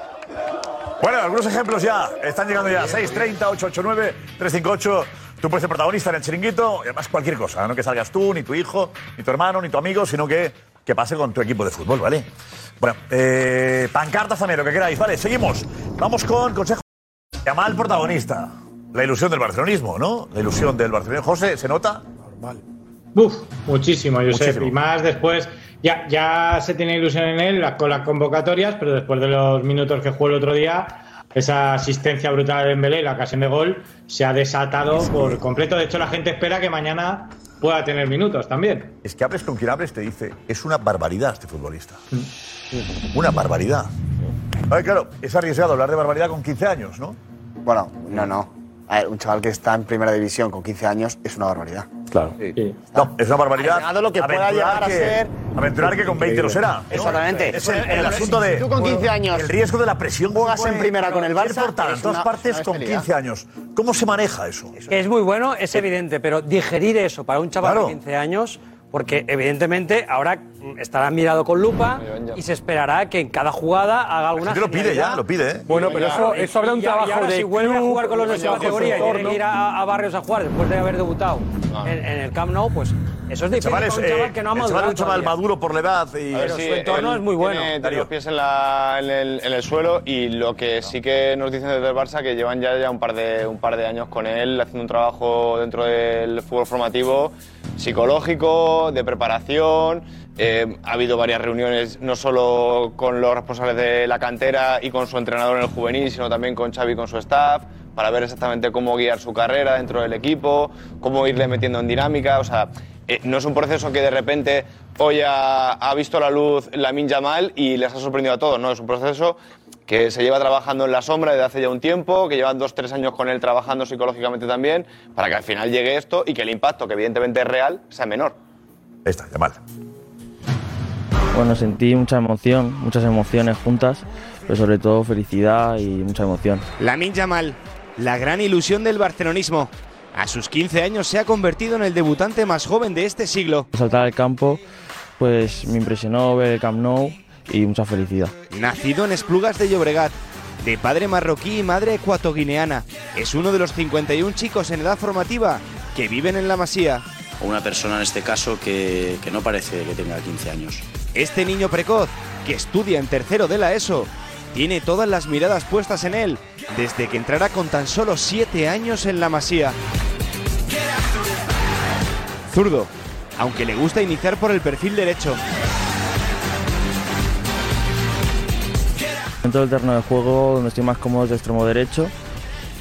[SPEAKER 6] Bueno, algunos ejemplos ya. Están llegando ya. 630, 889, 358. Tú puedes ser protagonista en el chiringuito. Y además, cualquier cosa. No que salgas tú, ni tu hijo, ni tu hermano, ni tu amigo, sino que, que pase con tu equipo de fútbol, ¿vale? Bueno, eh, pancartas también, lo que queráis. Vale, seguimos. Vamos con consejo. Llamar al protagonista. La ilusión del barcelonismo, ¿no? La ilusión del barcelonismo. José, ¿se nota?
[SPEAKER 9] Uf, muchísimo, Josep.
[SPEAKER 6] Muchísimo.
[SPEAKER 9] Y más después, ya, ya se tiene ilusión en él la- con las convocatorias, pero después de los minutos que jugó el otro día, esa asistencia brutal de Dembélé, la ocasión de gol, se ha desatado por completo. De hecho, la gente espera que mañana pueda tener minutos también.
[SPEAKER 6] Es que hables con quien hables, te dice, es una barbaridad este futbolista. Una barbaridad. Ay, claro, es arriesgado hablar de barbaridad con 15 años, ¿no?
[SPEAKER 15] Bueno, no, no. A ver, un chaval que está en primera división con 15 años es una barbaridad.
[SPEAKER 6] Claro. No, es una barbaridad.
[SPEAKER 15] Arriesgado lo que pueda llegar a ser.
[SPEAKER 6] Aventurar que con 20 lo será. ¿no?
[SPEAKER 15] Exactamente.
[SPEAKER 6] Es el, el asunto de.
[SPEAKER 15] Si tú con 15 años.
[SPEAKER 6] El riesgo de la presión. que
[SPEAKER 15] Juegas
[SPEAKER 6] supone
[SPEAKER 15] en primera con el
[SPEAKER 6] cualquier
[SPEAKER 15] Barça,
[SPEAKER 6] portada en
[SPEAKER 15] es
[SPEAKER 6] todas
[SPEAKER 15] una-
[SPEAKER 6] partes
[SPEAKER 15] una
[SPEAKER 6] con
[SPEAKER 15] bestialidad.
[SPEAKER 6] 15 años. ¿Cómo se maneja eso?
[SPEAKER 12] Que es muy bueno, es evidente, pero digerir eso para un chaval de 15 años, porque evidentemente ahora mm, estará mirado con lupa y se esperará que en cada jugada haga alguna.
[SPEAKER 6] gente lo pide
[SPEAKER 12] genialidad.
[SPEAKER 6] ya, lo pide, ¿eh?
[SPEAKER 12] Bueno,
[SPEAKER 6] pero eso- eso habrá un
[SPEAKER 12] Y ahora-
[SPEAKER 6] trabajo
[SPEAKER 12] y ahora
[SPEAKER 6] de
[SPEAKER 12] Si vuelve a
[SPEAKER 6] club,
[SPEAKER 12] jugar con los de su
[SPEAKER 6] trabajo de
[SPEAKER 12] categoría y
[SPEAKER 6] entorno.
[SPEAKER 12] tiene que ir a, a Barrios a jugar después de haber debutado en, en el Camp Nou, pues eso es
[SPEAKER 6] El
[SPEAKER 12] difícil.
[SPEAKER 6] chaval
[SPEAKER 12] para
[SPEAKER 6] es,
[SPEAKER 12] un chaval
[SPEAKER 6] eh,
[SPEAKER 12] que no ha
[SPEAKER 6] el chaval es
[SPEAKER 12] madurado.
[SPEAKER 6] un chaval
[SPEAKER 12] todavía.
[SPEAKER 6] maduro por la edad y.
[SPEAKER 12] A ver,
[SPEAKER 6] Pero
[SPEAKER 12] sí,
[SPEAKER 6] su entorno
[SPEAKER 12] él-
[SPEAKER 6] es muy bueno.
[SPEAKER 10] Tiene, tiene
[SPEAKER 6] Darío.
[SPEAKER 10] los pies en, la- en el, en el suelo y lo que sí que nos dicen desde el Barça que llevan ya, ya un, par de, un par de años con él haciendo un trabajo dentro del fútbol formativo psicológico, de preparación. Eh, ha habido varias reuniones no solo con los responsables de la cantera y con su entrenador en el juvenil, sino también con Xavi y con su staff para ver exactamente cómo guiar su carrera dentro del equipo, cómo irle metiendo en dinámica, o sea, eh, no es un proceso que de repente hoy ha, ha visto la luz la Minja mal y les ha sorprendido a todos. No, es un proceso que se lleva trabajando en la sombra desde hace ya un tiempo, que llevan dos, tres años con él trabajando psicológicamente también, para que al final llegue esto y que el impacto, que evidentemente es real, sea menor.
[SPEAKER 6] Ahí está, ya mal.
[SPEAKER 7] Bueno, sentí mucha emoción, muchas emociones juntas, pero sobre todo felicidad y mucha emoción.
[SPEAKER 19] Lamin Yamal, la gran ilusión del barcelonismo. A sus 15 años se ha convertido en el debutante más joven de este siglo.
[SPEAKER 7] Saltar al campo, pues me impresionó ver el Camp Nou y mucha felicidad.
[SPEAKER 19] Nacido en Esplugas de Llobregat, de padre marroquí y madre ecuatoguineana, es uno de los 51 chicos en edad formativa que viven en la Masía.
[SPEAKER 17] o una persona en este caso que, que no parece que tenga 15 años.
[SPEAKER 19] Este niño precoz, que estudia en tercero de la ESO, tiene todas las miradas puestas en él desde que entrará con tan solo 7 años en la Masía. Zurdo, aunque le gusta iniciar por el perfil derecho.
[SPEAKER 7] Dentro del terreno de juego donde estoy más cómodo es de extremo derecho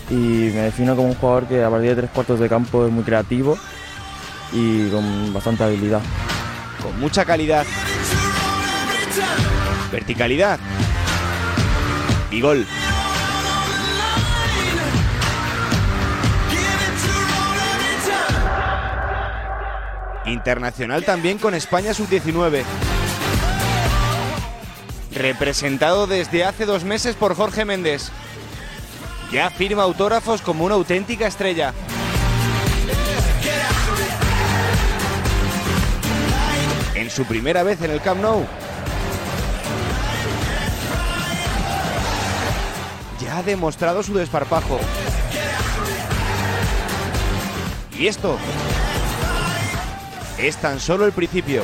[SPEAKER 7] y me defino como un jugador que a partir de tres cuartos de campo es muy creativo y con bastante habilidad.
[SPEAKER 19] Con mucha calidad. Verticalidad. Y gol. Internacional también con España sub-19. Representado desde hace dos meses por Jorge Méndez. Ya firma autógrafos como una auténtica estrella. En su primera vez en el Camp Nou, ya ha demostrado su desparpajo. Y esto es tan solo el principio.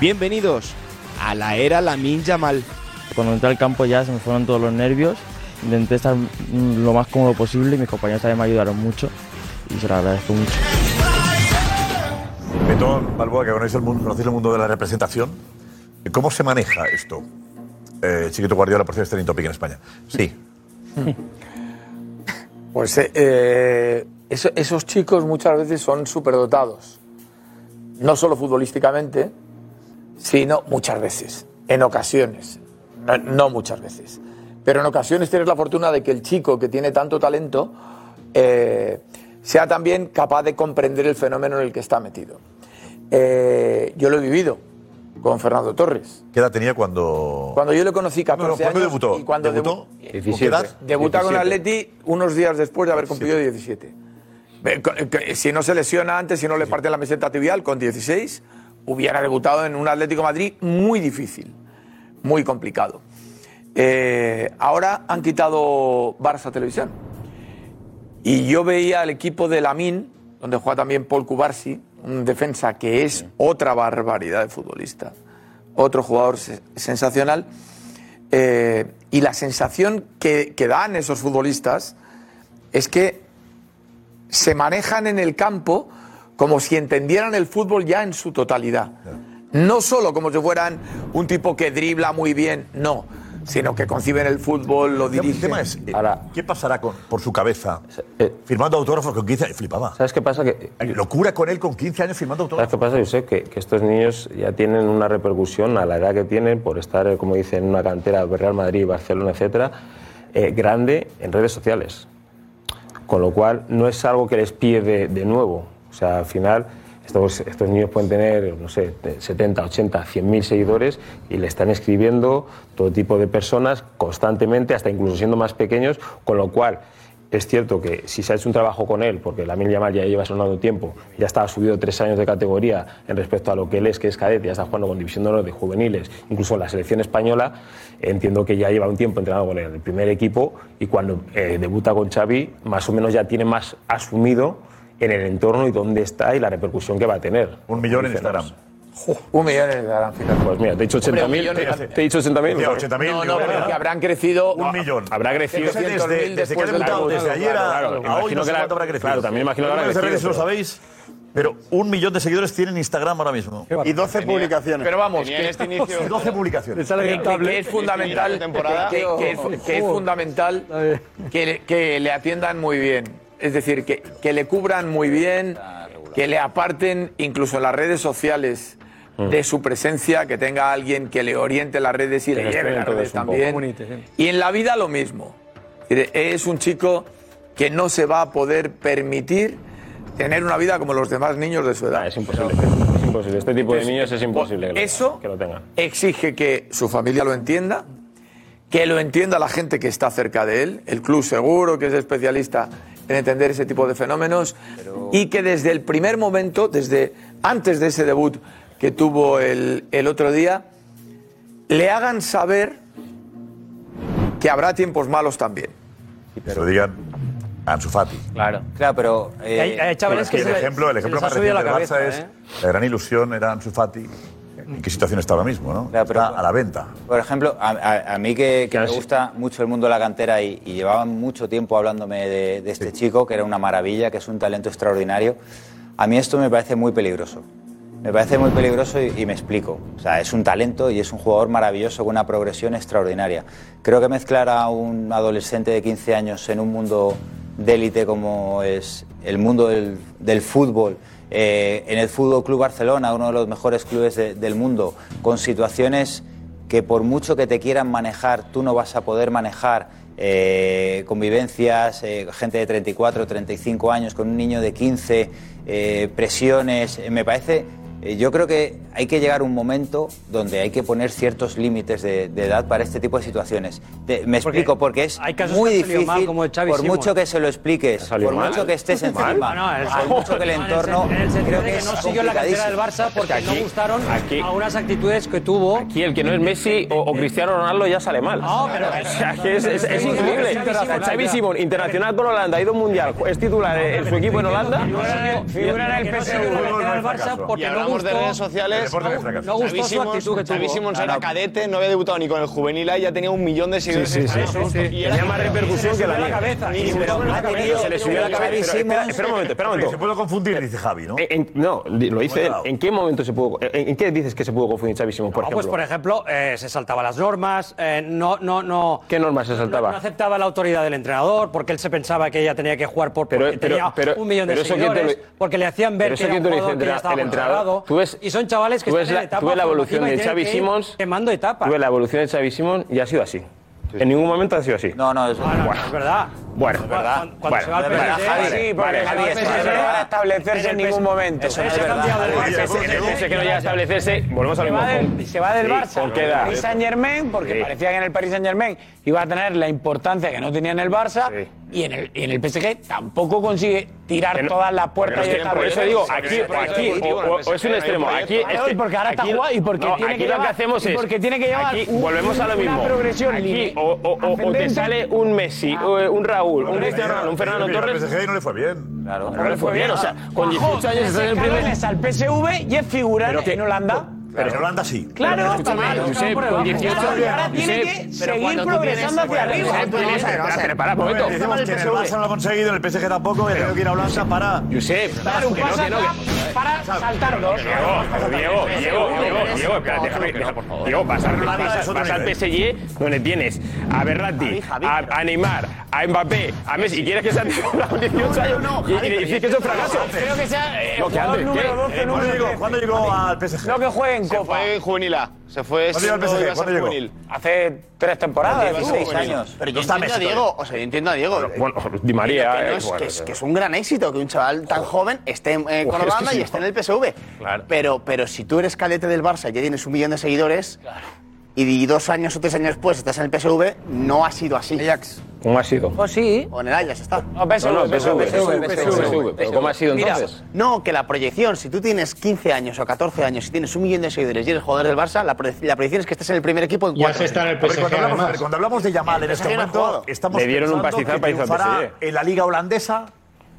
[SPEAKER 19] Bienvenidos a la era Lamin Yamal.
[SPEAKER 7] Cuando entré al campo ya se me fueron todos los nervios, intenté estar mm, lo más cómodo posible y mis compañeros también me ayudaron mucho y se lo agradezco mucho.
[SPEAKER 6] Betón, Balboa, que conocéis el mundo, conocéis el mundo de la representación. ¿Cómo se maneja esto? Eh, Chiquito Guardiola, por cierto, está en Topic en España. Sí.
[SPEAKER 13] Pues eh, eh, eso- esos chicos muchas veces son superdotados. No solo futbolísticamente, sino muchas veces. En ocasiones. No, no muchas veces. Pero en ocasiones tienes la fortuna de que el chico que tiene tanto talento eh, sea también capaz de comprender el fenómeno en el que está metido. Eh, yo lo he vivido con Fernando Torres.
[SPEAKER 6] ¿Qué edad tenía cuando.?
[SPEAKER 13] Cuando yo le conocí 14
[SPEAKER 6] No, no, ¿cuándo
[SPEAKER 13] años
[SPEAKER 6] debutó?
[SPEAKER 13] y cuando
[SPEAKER 6] ¿Debutó?
[SPEAKER 13] debu-
[SPEAKER 6] ¿Con qué edad?
[SPEAKER 13] Debuta con
[SPEAKER 6] 17.
[SPEAKER 13] Atleti unos días después de haber cumplido 17. Ve, co- que- Si no se lesiona antes, si no le parte la meseta tibial con 16, hubiera debutado en un Atlético de Madrid muy difícil, muy complicado. Eh, ahora han quitado Barça Televisión. Y yo veía al equipo de Lamin, donde juega también Paul Cubarsi, un defensa que es otra barbaridad de futbolista, otro jugador se- sensacional. Eh, y la sensación que, que dan esos futbolistas es que se manejan en el campo como si entendieran el fútbol ya en su totalidad. No solo como si fueran un tipo que dribla muy bien, no, sino que conciben el fútbol, lo dirigen.
[SPEAKER 6] El tema es, eh, ¿qué pasará con- por su cabeza? Firmando autógrafos con 15 años, flipaba.
[SPEAKER 14] eh, ¿Sabes qué pasa? Que,
[SPEAKER 6] Locura con él con 15 años firmando
[SPEAKER 14] ¿Sabes
[SPEAKER 6] autógrafos.
[SPEAKER 14] qué pasa, Josep? Que, que estos niños ya tienen una repercusión a la edad que tienen por estar, eh, como dicen, en una cantera de Real Madrid, Barcelona, etcétera, eh, grande en redes sociales. Con lo cual, no es algo que les pide de, de nuevo. O sea, al final, estos, estos niños pueden tener, no sé, de 70, 80, 100 mil seguidores y le están escribiendo todo tipo de personas constantemente, hasta incluso siendo más pequeños, con lo cual. Es cierto que si se ha hecho un trabajo con él, porque Lamine Yamal ya lleva sonando tiempo, ya está subido tres años de categoría en respecto a lo que él es, que es cadete, ya está jugando con División de Honor de Juveniles, incluso en la selección española, entiendo que ya lleva un tiempo entrenando con él, el primer equipo, y cuando eh, debuta con Xavi, más o menos ya tiene más asumido en el entorno y dónde está y la repercusión que va a tener. Un
[SPEAKER 6] millón en Instagram.
[SPEAKER 13] Un millón en Instagram, fíjate.
[SPEAKER 14] Pues mira, te he dicho
[SPEAKER 13] Hombre, un
[SPEAKER 14] 80.000.
[SPEAKER 13] millón en
[SPEAKER 14] Te, te he dicho 80.000.
[SPEAKER 6] Decía 80.000,
[SPEAKER 13] No, no, pero que habrán crecido.
[SPEAKER 6] Un millón.
[SPEAKER 14] Habrá crecido.
[SPEAKER 6] Desde- desde, desde que ha
[SPEAKER 14] Claro,
[SPEAKER 6] debutado,
[SPEAKER 14] claro,
[SPEAKER 6] desde
[SPEAKER 14] claro,
[SPEAKER 6] ayer a,
[SPEAKER 14] claro.
[SPEAKER 6] a
[SPEAKER 14] Imagino
[SPEAKER 6] hoy, no
[SPEAKER 14] que
[SPEAKER 6] sé
[SPEAKER 14] la-
[SPEAKER 6] cuánto habrá crecido.
[SPEAKER 14] Claro, también imagino que habrá
[SPEAKER 6] Algunas redes
[SPEAKER 14] crecido,
[SPEAKER 6] lo
[SPEAKER 14] pero-
[SPEAKER 6] sabéis, pero un millón de seguidores tienen Instagram ahora mismo. Y 12
[SPEAKER 14] Tenía-
[SPEAKER 6] publicaciones.
[SPEAKER 14] pero vamos,
[SPEAKER 13] Tenía que- en este inicio-
[SPEAKER 6] 12 publicaciones.
[SPEAKER 13] Que, que es fundamental, que, que- que es, que es fundamental que, le- que le atiendan muy bien. es decir, que, que le cubran muy bien, que le aparten incluso en las redes sociales de su presencia, que tenga alguien que le oriente las redes y
[SPEAKER 20] Que
[SPEAKER 13] le
[SPEAKER 20] nos
[SPEAKER 13] lleve
[SPEAKER 20] cuiden
[SPEAKER 13] las
[SPEAKER 20] todos
[SPEAKER 13] redes
[SPEAKER 20] un poco.
[SPEAKER 13] también. Y en la vida lo mismo. Es un chico que no se va a poder permitir tener una vida como los demás niños de su edad. es imposible.
[SPEAKER 28] Ah, Es imposible. Este tipo de
[SPEAKER 13] Entonces,
[SPEAKER 28] niños es imposible que lo-
[SPEAKER 13] Eso
[SPEAKER 28] que lo tengan.
[SPEAKER 13] exige que su familia lo entienda, que lo entienda la gente que está cerca de él, el club seguro, que es especialista en entender ese tipo de fenómenos, y que desde el primer momento, desde antes de ese debut que tuvo el, el otro día, le hagan saber que habrá tiempos malos también.
[SPEAKER 6] Se lo digan a Ansu Fati.
[SPEAKER 13] Claro.
[SPEAKER 11] Claro, pero.
[SPEAKER 13] eh, Hay- hay chavales que
[SPEAKER 6] el
[SPEAKER 13] se le-
[SPEAKER 6] ejemplo, el
[SPEAKER 13] se
[SPEAKER 6] ejemplo
[SPEAKER 13] les ha
[SPEAKER 6] más
[SPEAKER 13] subido
[SPEAKER 6] reciente del
[SPEAKER 13] la
[SPEAKER 6] Barça
[SPEAKER 13] cabeza, ¿eh?
[SPEAKER 6] es la gran ilusión era Ansu Fati. ¿En qué situación está ahora mismo, no? está a la venta.
[SPEAKER 11] Por ejemplo, a, a- a mí que, que me gusta mucho el mundo de la cantera y, y llevaban mucho tiempo hablándome de, de este chico, que era una maravilla, que es un talento extraordinario, a mí esto me parece muy peligroso. Me parece muy peligroso y, y me explico. O sea, es un talento y es un jugador maravilloso con una progresión extraordinaria. Creo que mezclar a un adolescente de 15 años en un mundo de élite como es el mundo del, del fútbol, eh, en el Fútbol Club Barcelona, uno de los mejores clubes de- del mundo, con situaciones que por mucho que te quieran manejar, tú no vas a poder manejar eh, convivencias, eh, gente de 34, 35 años con un niño de 15, eh, presiones. Eh, Me parece, eh, yo creo que hay que llegar a un momento donde hay que poner ciertos límites de, de edad para este tipo de situaciones. Te- me
[SPEAKER 12] Porque
[SPEAKER 11] explico, porque es
[SPEAKER 12] hay casos
[SPEAKER 11] muy
[SPEAKER 12] que han salido
[SPEAKER 11] difícil,
[SPEAKER 12] mal, como el Xavi
[SPEAKER 11] por
[SPEAKER 12] Simons.
[SPEAKER 11] mucho que se lo expliques, por
[SPEAKER 12] mal?
[SPEAKER 11] mucho que estés
[SPEAKER 12] ¿Mal?
[SPEAKER 11] encima,
[SPEAKER 12] No, no, es-
[SPEAKER 11] por mucho que el
[SPEAKER 12] no, en
[SPEAKER 11] entorno,
[SPEAKER 12] sen- en el sentido
[SPEAKER 11] creo
[SPEAKER 12] de
[SPEAKER 11] que
[SPEAKER 12] que
[SPEAKER 11] es
[SPEAKER 12] no siguió la cantera del Barça
[SPEAKER 11] complicadísimo.
[SPEAKER 12] porque no gustaron algunas actitudes que tuvo. Aquí
[SPEAKER 14] el que no es Messi o, o Cristiano Ronaldo ya sale mal.
[SPEAKER 12] No, pero-
[SPEAKER 14] O sea, que es, es- es increíble. Xavi Simón, internacional con Holanda, ha ido a un mundial, es titular en su equipo en Holanda.
[SPEAKER 12] Figura en el PSV. Barça porque
[SPEAKER 10] y
[SPEAKER 12] no
[SPEAKER 10] hablamos de
[SPEAKER 12] gustó-
[SPEAKER 10] redes sociales.
[SPEAKER 12] no- no gustó su actitud que tuvo.
[SPEAKER 10] Xavi Simons era
[SPEAKER 12] Ah, no.
[SPEAKER 10] cadete, no había debutado ni con el juvenil A y ya tenía un millón de seguidores.
[SPEAKER 14] sí,
[SPEAKER 10] en
[SPEAKER 14] sí,
[SPEAKER 10] Instagram.
[SPEAKER 14] sí, sí.
[SPEAKER 10] Y era
[SPEAKER 14] Tenía más repercusión que la
[SPEAKER 10] mía.
[SPEAKER 14] mía.
[SPEAKER 10] Ni-
[SPEAKER 14] Sí, pero
[SPEAKER 10] pero
[SPEAKER 14] ha
[SPEAKER 10] ha
[SPEAKER 14] tenido-
[SPEAKER 10] tenido-
[SPEAKER 14] se le subió la
[SPEAKER 10] Xavi
[SPEAKER 14] cabeza. Pero
[SPEAKER 10] Simons-
[SPEAKER 14] espera, espera un momento, espera un momento.
[SPEAKER 6] Se puede confundir, dice Javi, ¿no?
[SPEAKER 14] Eh, en- no, di- lo dice él.
[SPEAKER 6] Cuidado.
[SPEAKER 14] ¿En qué momento se pudo, en, en qué dices que se pudo confundir Xavi Simón, por
[SPEAKER 12] No,
[SPEAKER 14] ejemplo?
[SPEAKER 12] pues por ejemplo, eh, se saltaba las normas, eh, no, no, no.
[SPEAKER 14] ¿Qué normas se saltaba?
[SPEAKER 12] No, no aceptaba la autoridad del entrenador, porque él se pensaba que ella tenía que jugar por porque
[SPEAKER 14] pero-
[SPEAKER 12] tenía
[SPEAKER 14] pero-
[SPEAKER 12] un millón de
[SPEAKER 14] pero eso quién te lo-
[SPEAKER 12] seguidores, porque le hacían ver
[SPEAKER 14] pero
[SPEAKER 12] que
[SPEAKER 14] eso
[SPEAKER 12] era un
[SPEAKER 14] quién te lo
[SPEAKER 12] jugador que
[SPEAKER 14] dice
[SPEAKER 12] ya
[SPEAKER 14] el
[SPEAKER 12] estaba
[SPEAKER 14] entrenador?
[SPEAKER 12] consagrado.
[SPEAKER 14] Tú ves-
[SPEAKER 12] y son chavales que
[SPEAKER 14] tú ves
[SPEAKER 12] están en
[SPEAKER 14] la-
[SPEAKER 12] etapa
[SPEAKER 14] tú ves la evolución
[SPEAKER 12] formativa y
[SPEAKER 14] de
[SPEAKER 12] tienen
[SPEAKER 14] Xavi
[SPEAKER 12] que ir
[SPEAKER 14] Simons.
[SPEAKER 12] quemando etapas.
[SPEAKER 14] Tú ves la evolución de Xavi Simón y ha sido así. En ningún momento ha sido así.
[SPEAKER 11] No, no, es,
[SPEAKER 12] es verdad.
[SPEAKER 14] Bueno,
[SPEAKER 12] Cuando- cuando
[SPEAKER 14] bueno,
[SPEAKER 12] se va al
[SPEAKER 14] bueno,
[SPEAKER 12] PSG,
[SPEAKER 14] vale, vale,
[SPEAKER 12] sí, porque
[SPEAKER 14] vale,
[SPEAKER 12] se va
[SPEAKER 14] vale,
[SPEAKER 12] al PSG,
[SPEAKER 14] vale,
[SPEAKER 12] no va a
[SPEAKER 14] vale.
[SPEAKER 3] establecerse en ningún momento.
[SPEAKER 14] Eso no es verdad. Ese- ese- ese que no llega a establecerse, volvemos
[SPEAKER 3] se
[SPEAKER 14] al
[SPEAKER 3] va
[SPEAKER 14] mismo
[SPEAKER 3] del,
[SPEAKER 14] punto.
[SPEAKER 3] se va del
[SPEAKER 14] Sí,
[SPEAKER 3] Barça
[SPEAKER 14] ¿con qué
[SPEAKER 3] al
[SPEAKER 14] edad?
[SPEAKER 3] Paris Saint Germain porque
[SPEAKER 14] Sí.
[SPEAKER 3] parecía que en el Paris Saint Germain iba a tener la importancia que no tenía en el Barça y, en el, y en el PSG tampoco consigue tirar
[SPEAKER 14] Que no-
[SPEAKER 3] todas las puertas
[SPEAKER 14] porque no
[SPEAKER 3] y
[SPEAKER 14] tienen por eso digo, aquí o aquí o, o- o es un extremo, aquí es
[SPEAKER 3] Claro,
[SPEAKER 14] que-
[SPEAKER 3] y porque ahora está
[SPEAKER 14] aquí-
[SPEAKER 3] jugando y porque
[SPEAKER 14] no,
[SPEAKER 3] tiene
[SPEAKER 14] aquí
[SPEAKER 3] que
[SPEAKER 14] lo
[SPEAKER 3] llevar,
[SPEAKER 14] que hacemos
[SPEAKER 3] y
[SPEAKER 14] es
[SPEAKER 3] porque tiene que llevar
[SPEAKER 14] aquí
[SPEAKER 3] un-
[SPEAKER 14] volvemos a lo
[SPEAKER 3] una
[SPEAKER 14] mismo.
[SPEAKER 3] progresión
[SPEAKER 14] aquí
[SPEAKER 3] lineal,
[SPEAKER 14] o, o- o- o te
[SPEAKER 3] ascendente.
[SPEAKER 14] sale un Messi, o, eh, un Raúl, un Cristiano Ronaldo, un Fernando
[SPEAKER 6] Mira,
[SPEAKER 14] Torres.
[SPEAKER 6] Al PSG no le fue bien.
[SPEAKER 11] Claro,
[SPEAKER 14] No le fue bien, ah, o sea, con
[SPEAKER 3] Bajó
[SPEAKER 14] 18 años estás en el primer.
[SPEAKER 3] escalones al PSV y es figura
[SPEAKER 14] Pero que-
[SPEAKER 3] en Holanda.
[SPEAKER 6] Pero en Holanda sí.
[SPEAKER 3] Claro,
[SPEAKER 14] Pero escúchame,
[SPEAKER 3] claro,
[SPEAKER 14] Josep,
[SPEAKER 3] claro,
[SPEAKER 14] con
[SPEAKER 3] claro,
[SPEAKER 14] 18
[SPEAKER 3] claro, ahora tiene
[SPEAKER 14] Josep,
[SPEAKER 3] que
[SPEAKER 14] pero
[SPEAKER 3] seguir
[SPEAKER 14] cuando tú
[SPEAKER 3] progresando
[SPEAKER 14] tienes-
[SPEAKER 3] hacia arriba.
[SPEAKER 14] Josep,
[SPEAKER 3] Vamos a
[SPEAKER 14] tienes-
[SPEAKER 3] ver, vamos a ver.
[SPEAKER 14] espera, para un momento.
[SPEAKER 6] Decimos que en el Barça no lo ha conseguido, en el PSG tampoco, que tengo que ir a Holanda para...
[SPEAKER 14] Josep,
[SPEAKER 3] Dar un
[SPEAKER 14] que no,
[SPEAKER 3] paso
[SPEAKER 14] que no,
[SPEAKER 3] atrás para saltar dos.
[SPEAKER 14] Diego, Diego, Diego, Diego, espérate, déjame, deja, por favor. Diego, vas, al-
[SPEAKER 3] Holanda
[SPEAKER 14] vas,
[SPEAKER 3] es
[SPEAKER 14] al-
[SPEAKER 3] otro
[SPEAKER 14] vas al
[SPEAKER 3] nivel.
[SPEAKER 14] PSG donde tienes a Berratti, a, a Neymar, a Mbappé, a Messi, y quieres que sea con 18 años y, y, decir que eso es fracaso.
[SPEAKER 3] Creo que sea eh,
[SPEAKER 14] No, que
[SPEAKER 3] jugador
[SPEAKER 14] antes,
[SPEAKER 3] número
[SPEAKER 14] ¿qué?
[SPEAKER 3] 12,
[SPEAKER 14] Eh,
[SPEAKER 3] número
[SPEAKER 14] ¿cuándo llegó?
[SPEAKER 3] 13.
[SPEAKER 6] ¿Cuándo llegó al PSG?
[SPEAKER 3] No que juegue en Copa.
[SPEAKER 10] Fue en juvenil A. Se fue
[SPEAKER 3] ¿Cuándo llegó al
[SPEAKER 10] siendo
[SPEAKER 3] PSG?
[SPEAKER 10] Ibas
[SPEAKER 3] ¿Cuándo
[SPEAKER 10] en
[SPEAKER 3] llegó?
[SPEAKER 10] juvenil.
[SPEAKER 3] Hace tres temporadas.
[SPEAKER 10] Ibas en
[SPEAKER 3] tuvo.
[SPEAKER 10] juvenil.
[SPEAKER 15] Pero
[SPEAKER 10] No
[SPEAKER 15] yo
[SPEAKER 10] está
[SPEAKER 15] entiendo a
[SPEAKER 10] Messi
[SPEAKER 15] Diego, o sea, yo entiendo a Diego.
[SPEAKER 14] Bueno, Di María,
[SPEAKER 15] Que, no
[SPEAKER 14] eh,
[SPEAKER 15] es,
[SPEAKER 14] bueno,
[SPEAKER 15] que, es, que es un gran éxito que un chaval tan joven esté eh,
[SPEAKER 14] Joder,
[SPEAKER 15] con
[SPEAKER 14] es que
[SPEAKER 15] Holanda
[SPEAKER 14] sí,
[SPEAKER 15] y esté en el PSV. Pero, pero si tú eres cadete del Barça y ya tienes un millón de seguidores y di- dos años o tres años después estás en el PSV, no ha sido así. Ajax.
[SPEAKER 14] ¿Cómo ha sido?
[SPEAKER 15] O Pues sí. O en el Ajax está. No,
[SPEAKER 14] PSV, No, no, PSV, PSV, PSV. ¿Pero cómo ha sido
[SPEAKER 15] Mira,
[SPEAKER 14] entonces?
[SPEAKER 15] no, que la proyección, si tú tienes 15 años o 14 años y tienes un millón de seguidores y eres jugador del Barça, la, proye- la proyección es que estés en el primer equipo en
[SPEAKER 6] Ya
[SPEAKER 15] cuatro
[SPEAKER 6] se está en el
[SPEAKER 15] años.
[SPEAKER 6] PSG, A ver, cuando hablamos- a ver, cuando hablamos de Yamal en
[SPEAKER 15] El
[SPEAKER 6] este
[SPEAKER 15] PSG no ha
[SPEAKER 6] momento,
[SPEAKER 15] jugado.
[SPEAKER 6] estamos
[SPEAKER 14] Le dieron un
[SPEAKER 6] pensando
[SPEAKER 14] pastizal
[SPEAKER 6] que
[SPEAKER 14] para irse al
[SPEAKER 6] triunfará
[SPEAKER 14] PSG.
[SPEAKER 6] en la liga holandesa.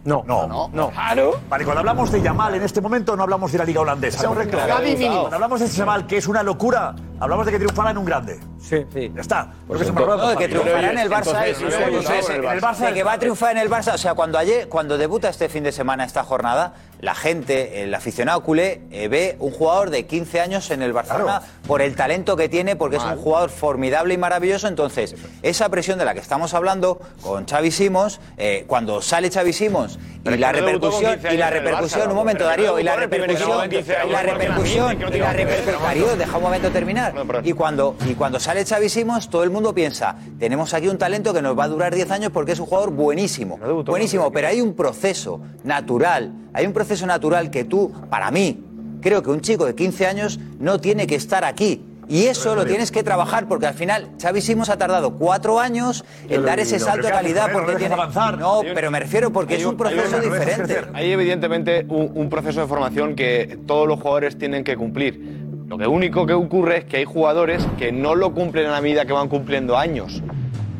[SPEAKER 6] No, no, no.
[SPEAKER 14] Claro.
[SPEAKER 6] Vale, cuando hablamos de Yamal en este momento no hablamos de la liga holandesa.
[SPEAKER 15] Claro.
[SPEAKER 6] Cuando hablamos de ese Yamal que es una locura, Hablamos de que triunfará en un grande.
[SPEAKER 20] Sí.
[SPEAKER 6] Está.
[SPEAKER 11] Pues no, de que triunfará en el Barça ¿eh? es-
[SPEAKER 6] Entonces,
[SPEAKER 11] es- es-
[SPEAKER 6] en el
[SPEAKER 11] de que va a triunfar en el Barça. O sea, cuando ayer, cuando debuta este fin de semana esta jornada, la gente, el aficionado culé, eh, ve un jugador de 15 años en el Barcelona por el talento que tiene, porque es un jugador formidable y maravilloso. Entonces, esa presión de la que estamos hablando con Xavi Simons, eh, cuando sale Xavi Simons
[SPEAKER 10] Pero
[SPEAKER 11] y
[SPEAKER 10] es
[SPEAKER 11] la
[SPEAKER 10] que no debutó con
[SPEAKER 11] repercusión,
[SPEAKER 10] 15
[SPEAKER 11] y la
[SPEAKER 10] años en el Barça,
[SPEAKER 11] repercusión, un
[SPEAKER 10] ¿no?
[SPEAKER 11] momento
[SPEAKER 10] Pero
[SPEAKER 11] Darío, y la
[SPEAKER 10] debutó en el primer equipo
[SPEAKER 11] repercusión,
[SPEAKER 10] con 15
[SPEAKER 11] y la
[SPEAKER 10] años, porque era un
[SPEAKER 11] repercusión,
[SPEAKER 10] niño, que no
[SPEAKER 11] y la
[SPEAKER 10] tenía que ver,
[SPEAKER 11] repercusión,
[SPEAKER 10] era un
[SPEAKER 11] Darío,
[SPEAKER 10] montón.
[SPEAKER 11] deja un momento terminar. Y cuando, y cuando sale Xavi Simons, todo el mundo piensa, tenemos aquí un talento que nos va a durar 10 años porque es un jugador buenísimo. buenísimo, pero hay un proceso natural, hay un proceso natural que tú, para mí, creo que un chico de 15 años no tiene que estar aquí. Y eso lo tienes que trabajar porque al final Xavi Simons ha tardado cuatro años
[SPEAKER 10] Yo
[SPEAKER 11] en
[SPEAKER 10] lo
[SPEAKER 11] dar
[SPEAKER 10] he
[SPEAKER 11] ese
[SPEAKER 10] vivido.
[SPEAKER 11] salto de
[SPEAKER 10] Pero ¿qué haces
[SPEAKER 11] calidad
[SPEAKER 10] con él?
[SPEAKER 11] porque
[SPEAKER 10] ¿No
[SPEAKER 11] tiene...
[SPEAKER 10] dejas avanzar?
[SPEAKER 11] No,
[SPEAKER 10] Hay un-
[SPEAKER 11] pero me refiero porque
[SPEAKER 10] hay
[SPEAKER 11] es un
[SPEAKER 10] hay
[SPEAKER 11] proceso
[SPEAKER 10] hay
[SPEAKER 11] diferente.
[SPEAKER 10] Hay evidentemente un, un proceso de formación que todos los jugadores tienen que cumplir. Lo que único que ocurre es que hay jugadores que no lo cumplen a la medida que van cumpliendo años.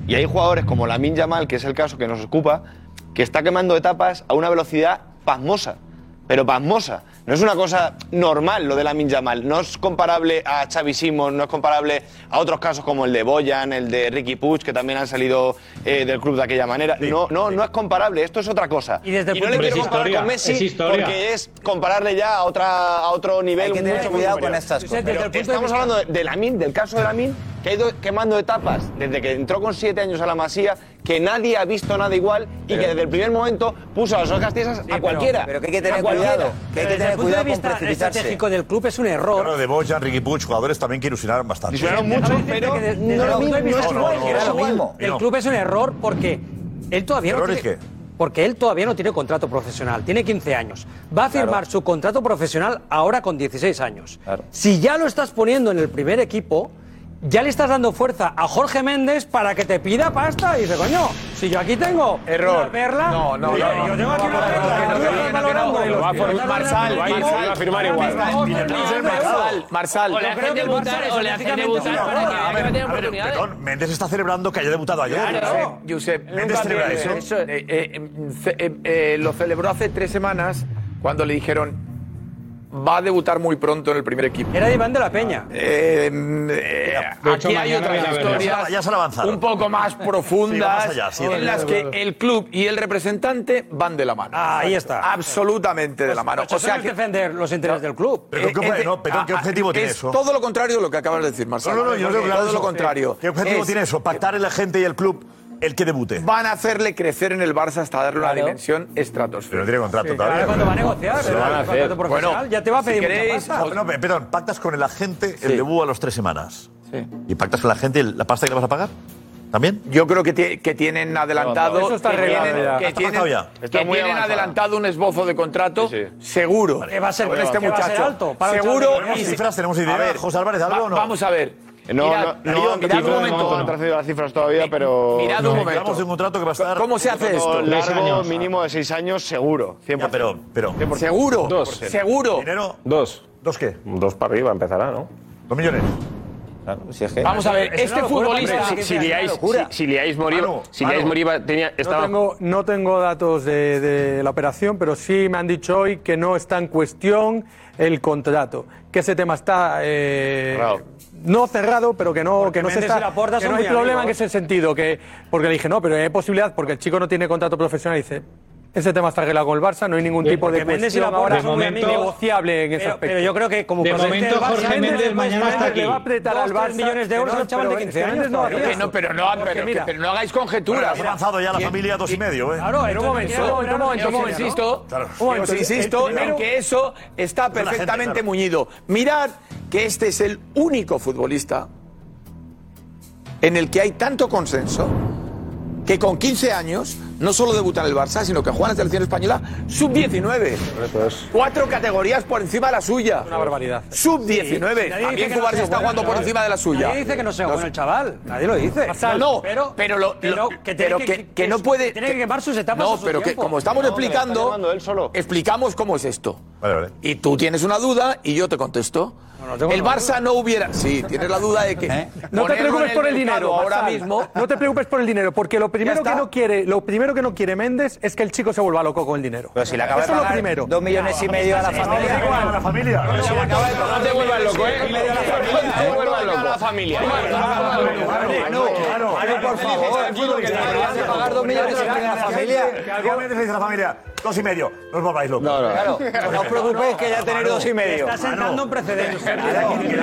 [SPEAKER 10] Y hay jugadores como Lamin Yamal, que es el caso que nos ocupa, que está quemando etapas a una velocidad pasmosa. Pero pasmosa. No es una cosa normal lo de Lamin Yamal. No es comparable a Xavi Simons, no es comparable a otros casos como el de Boyan, el de Ricky Puig, que también han salido eh, del club de aquella manera. no, no, no es comparable. Esto es otra cosa. Y,
[SPEAKER 12] desde el
[SPEAKER 10] no
[SPEAKER 12] punto-
[SPEAKER 10] le
[SPEAKER 12] Pero
[SPEAKER 10] quiero
[SPEAKER 12] es
[SPEAKER 10] comparar
[SPEAKER 12] historia,
[SPEAKER 10] con Messi
[SPEAKER 12] es historia.
[SPEAKER 10] porque es compararle ya a, otra, a otro nivel.
[SPEAKER 11] Hay que tener
[SPEAKER 10] mucho más
[SPEAKER 11] cuidado
[SPEAKER 10] superior.
[SPEAKER 11] con estas cosas.
[SPEAKER 10] Pero
[SPEAKER 11] Desde el punto de
[SPEAKER 10] estamos
[SPEAKER 11] vista-
[SPEAKER 10] hablando de, de Lamin, del caso de Lamin, que ha ido quemando etapas desde que entró con siete años a la Masía, que nadie ha visto nada igual y que desde el primer momento puso a las hojas tiesas a cualquiera.
[SPEAKER 11] pero que hay
[SPEAKER 10] A
[SPEAKER 11] que tener
[SPEAKER 10] cualquiera.
[SPEAKER 11] cuidado, que hay que tener
[SPEAKER 12] punto de
[SPEAKER 11] cuidado con
[SPEAKER 12] vista
[SPEAKER 11] precipitarse.
[SPEAKER 12] estratégico del club es un error.
[SPEAKER 6] Claro, de Bojan, Ricky Puig, jugadores también que ilusionaron bastante.
[SPEAKER 10] Ilusionaron
[SPEAKER 12] Déjame decirte que de- desde el punto de
[SPEAKER 6] No,
[SPEAKER 12] vista
[SPEAKER 6] no,
[SPEAKER 12] es
[SPEAKER 6] no,
[SPEAKER 12] igual, es
[SPEAKER 6] no.
[SPEAKER 12] igual.
[SPEAKER 6] Y no.
[SPEAKER 12] El club es un error porque él todavía no
[SPEAKER 6] ¿Error es
[SPEAKER 12] tiene,
[SPEAKER 6] qué?
[SPEAKER 12] porque él todavía no tiene contrato profesional, tiene 15 años. Va a firmar su contrato profesional ahora con 16 años. Si ya lo estás poniendo en el primer equipo, ya le estás dando fuerza a Jorge Méndez para que te pida pasta y dice, coño, si yo aquí tengo una perla, no, no, yo, yo tengo aquí una perla, tú la estás valorando.
[SPEAKER 1] Va por
[SPEAKER 12] Estás
[SPEAKER 1] Marsal,
[SPEAKER 12] valorando el equipo.
[SPEAKER 1] va a firmar igual.
[SPEAKER 13] Marsal, Marsal.
[SPEAKER 12] O le hacen debutar, o le hacen debutar para que-
[SPEAKER 6] A ver, a ver, perdón, Méndez está celebrando que haya debutado ayer.
[SPEAKER 13] Claro. Josep,
[SPEAKER 6] Méndez
[SPEAKER 13] nunca
[SPEAKER 6] celebra
[SPEAKER 13] olvides
[SPEAKER 6] eso.
[SPEAKER 13] eso. Eh, eh, ce- eh, eh, lo celebró hace tres semanas cuando le dijeron va a debutar muy pronto en el primer equipo.
[SPEAKER 12] Era de Iván de la Peña.
[SPEAKER 13] Eh, mm, eh,
[SPEAKER 6] de hecho,
[SPEAKER 13] aquí hay
[SPEAKER 6] mañana
[SPEAKER 13] otras
[SPEAKER 6] viene a verlo. Ya
[SPEAKER 13] historias
[SPEAKER 6] se- ya se han avanzado.
[SPEAKER 13] un poco más profundas
[SPEAKER 6] Sí, vamos allá, sí,
[SPEAKER 13] en
[SPEAKER 6] vale.
[SPEAKER 13] las que el club y el representante van de la mano.
[SPEAKER 12] Ah, ahí está. Pues,
[SPEAKER 13] Absolutamente de la mano.
[SPEAKER 12] O sea, que defender los intereses del club.
[SPEAKER 13] Eh, eh, ah, ah, que es Todo lo contrario de lo que acabas de decir, Marcelo.
[SPEAKER 6] No, no, no, yo no
[SPEAKER 13] Porque
[SPEAKER 6] creo que
[SPEAKER 13] todo
[SPEAKER 6] eso-
[SPEAKER 13] lo contrario.
[SPEAKER 6] ¿Qué objetivo
[SPEAKER 13] Es-
[SPEAKER 6] tiene eso? Pactar en la gente y el club el que debute.
[SPEAKER 13] Van a hacerle crecer en el Barça hasta darle una dimensión estratosférica. Pero
[SPEAKER 6] no tiene contrato todavía.
[SPEAKER 12] ¿Cuándo va a negociar?
[SPEAKER 6] Se lo van a
[SPEAKER 12] El contrato
[SPEAKER 6] hacer.
[SPEAKER 12] profesional
[SPEAKER 6] Bueno,
[SPEAKER 12] ya te va a pedir
[SPEAKER 6] si
[SPEAKER 12] mucha
[SPEAKER 6] queréis,
[SPEAKER 12] pasta.
[SPEAKER 6] No, pe- perdón, pactas con la gente
[SPEAKER 13] Sí.
[SPEAKER 6] el debut a los tres semanas.
[SPEAKER 13] Sí.
[SPEAKER 6] ¿Y pactas con la gente el- la pasta que le vas a pagar? ¿También?
[SPEAKER 13] Yo creo que, tie- que tienen adelantado.
[SPEAKER 6] Eso está
[SPEAKER 13] que
[SPEAKER 6] arreglado
[SPEAKER 13] tienen-
[SPEAKER 6] ya.
[SPEAKER 13] que
[SPEAKER 6] Está
[SPEAKER 13] tienen,
[SPEAKER 6] pactado ya.
[SPEAKER 13] que
[SPEAKER 6] Está muy
[SPEAKER 13] tienen
[SPEAKER 6] avanzado.
[SPEAKER 13] adelantado un esbozo de contrato seguro.
[SPEAKER 6] Vale. Que va a ser-
[SPEAKER 13] con este
[SPEAKER 6] que va a ser
[SPEAKER 13] muchacho.
[SPEAKER 6] alto para un
[SPEAKER 13] seguro.
[SPEAKER 6] chaval. ¿Tenemos cifras? ¿Tenemos idea?
[SPEAKER 13] A ver,
[SPEAKER 6] ¿José Álvarez, algo
[SPEAKER 13] va-
[SPEAKER 6] o no?
[SPEAKER 13] Vamos a ver. mirad,
[SPEAKER 10] No, no,
[SPEAKER 13] mirad,
[SPEAKER 10] no,
[SPEAKER 13] mirad un momento.
[SPEAKER 10] No han trascendido las cifras todavía, pero.
[SPEAKER 13] mirad un
[SPEAKER 10] No.
[SPEAKER 13] momento. Hablamos de un contrato que va a estar- ¿Cómo se hace esto?
[SPEAKER 10] Largo,
[SPEAKER 13] Seis años.
[SPEAKER 10] mínimo de seis años, seguro. 100%.
[SPEAKER 6] pero, pero.
[SPEAKER 13] Seguro.
[SPEAKER 10] Dos.
[SPEAKER 13] Seguro.
[SPEAKER 6] Dos. ¿Dos qué?
[SPEAKER 14] Dos para arriba empezará, ¿no?
[SPEAKER 6] Dos millones.
[SPEAKER 13] Vamos a ver, este futbolista.
[SPEAKER 1] Si, si liáis, si, si liáis Moriba,
[SPEAKER 20] Manu,
[SPEAKER 1] si liáis
[SPEAKER 20] Manu.
[SPEAKER 1] Moriba tenía, estaba
[SPEAKER 20] No tengo, no tengo datos de, de la operación, pero sí me han dicho hoy que no está en cuestión el contrato. Que ese tema está. eh, No cerrado, pero que no, que no se
[SPEAKER 12] Méndez
[SPEAKER 20] está.
[SPEAKER 12] y Laporta
[SPEAKER 20] que
[SPEAKER 12] son
[SPEAKER 20] no hay
[SPEAKER 12] muy
[SPEAKER 20] problema
[SPEAKER 12] amigos.
[SPEAKER 20] en ese sentido. Que, porque le dije, no, pero hay posibilidad, porque el chico no tiene contrato profesional. Y dice, ese tema está arreglado con el Barça, no hay ningún tipo de
[SPEAKER 12] Porque Méndez y
[SPEAKER 20] cuestión
[SPEAKER 12] Laporta
[SPEAKER 20] ahora
[SPEAKER 12] son muy amigos.
[SPEAKER 20] negociable en ese
[SPEAKER 12] Pero-
[SPEAKER 20] aspecto.
[SPEAKER 12] pero yo creo que como De presidente momento, del Barça, Jorge Méndez Méndez mañana está aquí.
[SPEAKER 20] Le va a apretar
[SPEAKER 12] Dos,
[SPEAKER 20] al
[SPEAKER 12] tres
[SPEAKER 20] Barça.
[SPEAKER 12] millones de euros
[SPEAKER 20] Pero
[SPEAKER 12] a un chaval de
[SPEAKER 20] pero
[SPEAKER 12] 15
[SPEAKER 20] es que
[SPEAKER 12] años,
[SPEAKER 20] no
[SPEAKER 12] no
[SPEAKER 20] haría
[SPEAKER 12] haría
[SPEAKER 20] eso.
[SPEAKER 13] No, pero no,
[SPEAKER 20] Porque
[SPEAKER 13] pero,
[SPEAKER 20] mira,
[SPEAKER 13] pero no hagáis
[SPEAKER 6] Bueno,
[SPEAKER 13] conjeturas.
[SPEAKER 6] has avanzado ya la familia dos y medio, ¿eh?
[SPEAKER 13] Claro, en un momento, en un momento,
[SPEAKER 6] Claro.
[SPEAKER 13] os insisto,
[SPEAKER 6] Claro.
[SPEAKER 13] os insisto
[SPEAKER 6] El primero-
[SPEAKER 13] en que eso está
[SPEAKER 6] Es la gente,
[SPEAKER 13] perfectamente
[SPEAKER 6] claro.
[SPEAKER 13] muñido. Mirad que este es el único futbolista en el que hay tanto consenso que con 15 años no solo debuta en el Barça, sino que juega en la selección española sub-19. Cuatro categorías por encima de la suya. Una
[SPEAKER 12] barbaridad.
[SPEAKER 13] Sub-19.
[SPEAKER 12] Nadie dice
[SPEAKER 13] También
[SPEAKER 12] que no
[SPEAKER 13] Cubar se
[SPEAKER 12] sea
[SPEAKER 13] está
[SPEAKER 12] bueno,
[SPEAKER 13] jugando por
[SPEAKER 12] chaval.
[SPEAKER 13] encima de la suya.
[SPEAKER 12] Nadie dice que no sea
[SPEAKER 13] Los-
[SPEAKER 12] bueno el chaval. Nadie lo dice.
[SPEAKER 13] Pasal, no,
[SPEAKER 12] pero,
[SPEAKER 13] pero lo- lo-
[SPEAKER 12] que, tiene
[SPEAKER 13] pero
[SPEAKER 12] que,
[SPEAKER 13] que- que no puede-
[SPEAKER 12] tiene que quemar sus etapas.
[SPEAKER 13] No,
[SPEAKER 12] a su
[SPEAKER 13] pero que
[SPEAKER 12] tiempo.
[SPEAKER 13] como estamos
[SPEAKER 12] No, pero está llamando él.
[SPEAKER 13] explicando, explicamos cómo es esto. Y tú tienes una duda y yo te contesto.
[SPEAKER 20] tengo
[SPEAKER 13] el
[SPEAKER 20] una
[SPEAKER 13] Barça no hubiera. Sí, tienes la duda de que.
[SPEAKER 11] ¿Eh?
[SPEAKER 12] ¿Eh?
[SPEAKER 20] No te
[SPEAKER 13] ponerlo
[SPEAKER 20] preocupes
[SPEAKER 13] en
[SPEAKER 20] por el
[SPEAKER 13] mercado
[SPEAKER 20] dinero.
[SPEAKER 13] Ahora
[SPEAKER 20] Marsal.
[SPEAKER 13] mismo.
[SPEAKER 20] No te preocupes por el dinero, porque lo primero que no quiere, lo primero que no quiere Méndez es que el chico se vuelva loco con el dinero.
[SPEAKER 11] Pero si le acaba de
[SPEAKER 20] Eso es lo
[SPEAKER 11] pagar
[SPEAKER 20] primero.
[SPEAKER 11] dos millones y medio a la familia.
[SPEAKER 20] igual.
[SPEAKER 10] No te vuelvas loco, ¿eh? No te vuelvas loco. la familia.
[SPEAKER 5] Claro, por favor, el fútbol que te hace pagar dos millones y medio a la familia. Que algo me decís a la familia, dos y medio, no os volváis locos.
[SPEAKER 11] Claro,
[SPEAKER 12] Pues
[SPEAKER 11] no os preocupéis que ya tenéis dos y medio.
[SPEAKER 20] Está sentando un precedente.
[SPEAKER 5] y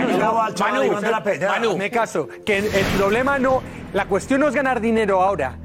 [SPEAKER 20] Manu,
[SPEAKER 5] ponte la pena.
[SPEAKER 20] Manu, me caso. Que el problema no. La cuestión no es ganar dinero ahora.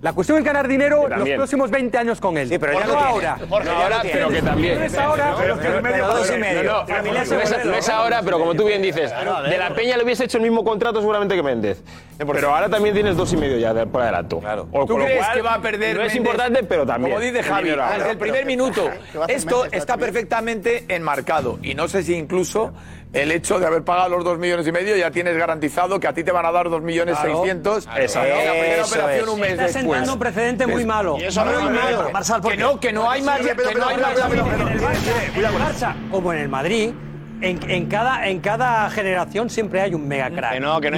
[SPEAKER 20] La cuestión es ganar dinero los
[SPEAKER 1] también.
[SPEAKER 20] próximos 20 años con él.
[SPEAKER 1] Sí, pero ya
[SPEAKER 20] no
[SPEAKER 1] lo tiene.
[SPEAKER 20] ahora.
[SPEAKER 1] Jorge, ya lo tiene.
[SPEAKER 20] pero que también. No es ahora,
[SPEAKER 1] Pero-
[SPEAKER 20] pero-
[SPEAKER 1] pero-
[SPEAKER 20] dos y
[SPEAKER 1] no,
[SPEAKER 20] medio.
[SPEAKER 1] no,
[SPEAKER 20] Familia
[SPEAKER 1] no es-
[SPEAKER 20] Seguro.
[SPEAKER 1] no es ahora, pero como tú bien dices,
[SPEAKER 20] Claro,
[SPEAKER 1] de la Peña le hubiese hecho el mismo contrato seguramente que Méndez.
[SPEAKER 13] Eh,
[SPEAKER 1] Pero ahora también tienes dos y medio ya de- por adelanto. O-
[SPEAKER 13] ¿Tú
[SPEAKER 1] con lo
[SPEAKER 13] crees
[SPEAKER 1] cual,
[SPEAKER 13] que va a perder
[SPEAKER 1] No es
[SPEAKER 13] Méndez?
[SPEAKER 1] importante, pero también.
[SPEAKER 13] Como dice
[SPEAKER 1] el
[SPEAKER 13] Javi,
[SPEAKER 1] dinero ahora.
[SPEAKER 13] desde el primer minuto,
[SPEAKER 1] que va a hacer
[SPEAKER 13] esto
[SPEAKER 1] Méndez ahora
[SPEAKER 13] está perfectamente enmarcado. Y no sé si incluso el hecho de haber pagado los dos millones y medio ya tienes garantizado que a ti te van a dar dos millones
[SPEAKER 12] Claro.
[SPEAKER 13] seiscientos
[SPEAKER 12] Claro.
[SPEAKER 13] en la primera
[SPEAKER 12] Eso
[SPEAKER 13] operación
[SPEAKER 12] es.
[SPEAKER 13] un mes
[SPEAKER 12] Está
[SPEAKER 13] después.
[SPEAKER 12] sentando un precedente muy
[SPEAKER 13] Es-
[SPEAKER 12] malo.
[SPEAKER 13] Y eso
[SPEAKER 12] Muy
[SPEAKER 13] no es
[SPEAKER 12] malo.
[SPEAKER 13] correcto.
[SPEAKER 12] Marcel, ¿por
[SPEAKER 13] que
[SPEAKER 12] qué?
[SPEAKER 13] no, que no hay
[SPEAKER 12] Sí,
[SPEAKER 13] más,
[SPEAKER 12] sí, pero-
[SPEAKER 13] que no hay
[SPEAKER 12] pero-
[SPEAKER 13] más.
[SPEAKER 12] pero- pero- pero- En el Barça, como en el Madrid, en, en cada, en cada generación siempre hay un mega crack. Que no,
[SPEAKER 10] que no,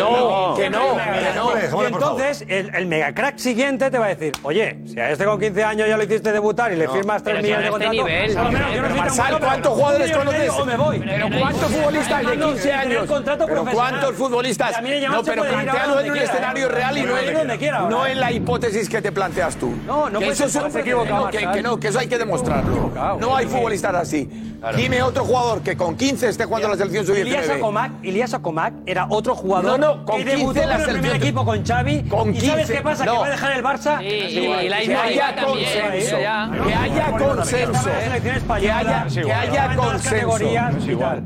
[SPEAKER 10] no.
[SPEAKER 12] que no.
[SPEAKER 10] Hombre,
[SPEAKER 12] que no.
[SPEAKER 10] hombre, hombre,
[SPEAKER 12] Y
[SPEAKER 10] por favor.
[SPEAKER 12] entonces el, el mega crack siguiente te va a decir, oye, si a este con 15 años ya lo hiciste debutar y le
[SPEAKER 10] No,
[SPEAKER 12] firmas 3
[SPEAKER 10] pero si a
[SPEAKER 12] millones de
[SPEAKER 10] este
[SPEAKER 12] contrato, pues,
[SPEAKER 10] nivel.
[SPEAKER 12] a lo menos yo no
[SPEAKER 10] Pero
[SPEAKER 12] soy tan
[SPEAKER 10] Marsal,
[SPEAKER 12] bueno, pero
[SPEAKER 10] ¿cuántos
[SPEAKER 12] un
[SPEAKER 10] jugadores
[SPEAKER 12] millón y medio
[SPEAKER 10] conoces?
[SPEAKER 12] O me voy.
[SPEAKER 10] Pero ¿cuántos futbolistas de 15 años? Pero
[SPEAKER 13] ¿Cuántos futbolistas? No, pero planteado en un
[SPEAKER 12] ¿eh?
[SPEAKER 13] escenario real y no en, no en la hipótesis que te planteas tú.
[SPEAKER 12] No, no
[SPEAKER 13] Que
[SPEAKER 12] puede
[SPEAKER 13] eso
[SPEAKER 12] ser
[SPEAKER 13] es un-
[SPEAKER 12] siempre
[SPEAKER 13] que no,
[SPEAKER 12] equivocado,
[SPEAKER 13] que,
[SPEAKER 12] Marcelo.
[SPEAKER 13] que no, que eso hay que demostrarlo. No hay futbolistas así. Dime otro jugador que con 15 esté jugando en la selección
[SPEAKER 12] Ilias
[SPEAKER 13] sub-19.
[SPEAKER 12] Acomac, Ilias Acomac era otro
[SPEAKER 13] No,
[SPEAKER 12] jugador
[SPEAKER 13] no, con
[SPEAKER 12] que debutó
[SPEAKER 13] 15
[SPEAKER 12] en
[SPEAKER 13] la
[SPEAKER 12] el primer
[SPEAKER 13] selección.
[SPEAKER 12] equipo con Xavi.
[SPEAKER 13] Con
[SPEAKER 12] ¿Y sabes
[SPEAKER 13] 15,
[SPEAKER 12] qué pasa?
[SPEAKER 13] no.
[SPEAKER 12] Que va a dejar el Barça.
[SPEAKER 13] Sí, y la Isla Isla también, sí, ya. Que haya consenso.
[SPEAKER 12] En la selección española,
[SPEAKER 13] Que haya- que
[SPEAKER 12] estaba en
[SPEAKER 13] haya
[SPEAKER 12] todas las
[SPEAKER 13] consenso.
[SPEAKER 12] categorías
[SPEAKER 13] Es
[SPEAKER 12] y
[SPEAKER 13] igual.
[SPEAKER 12] tal.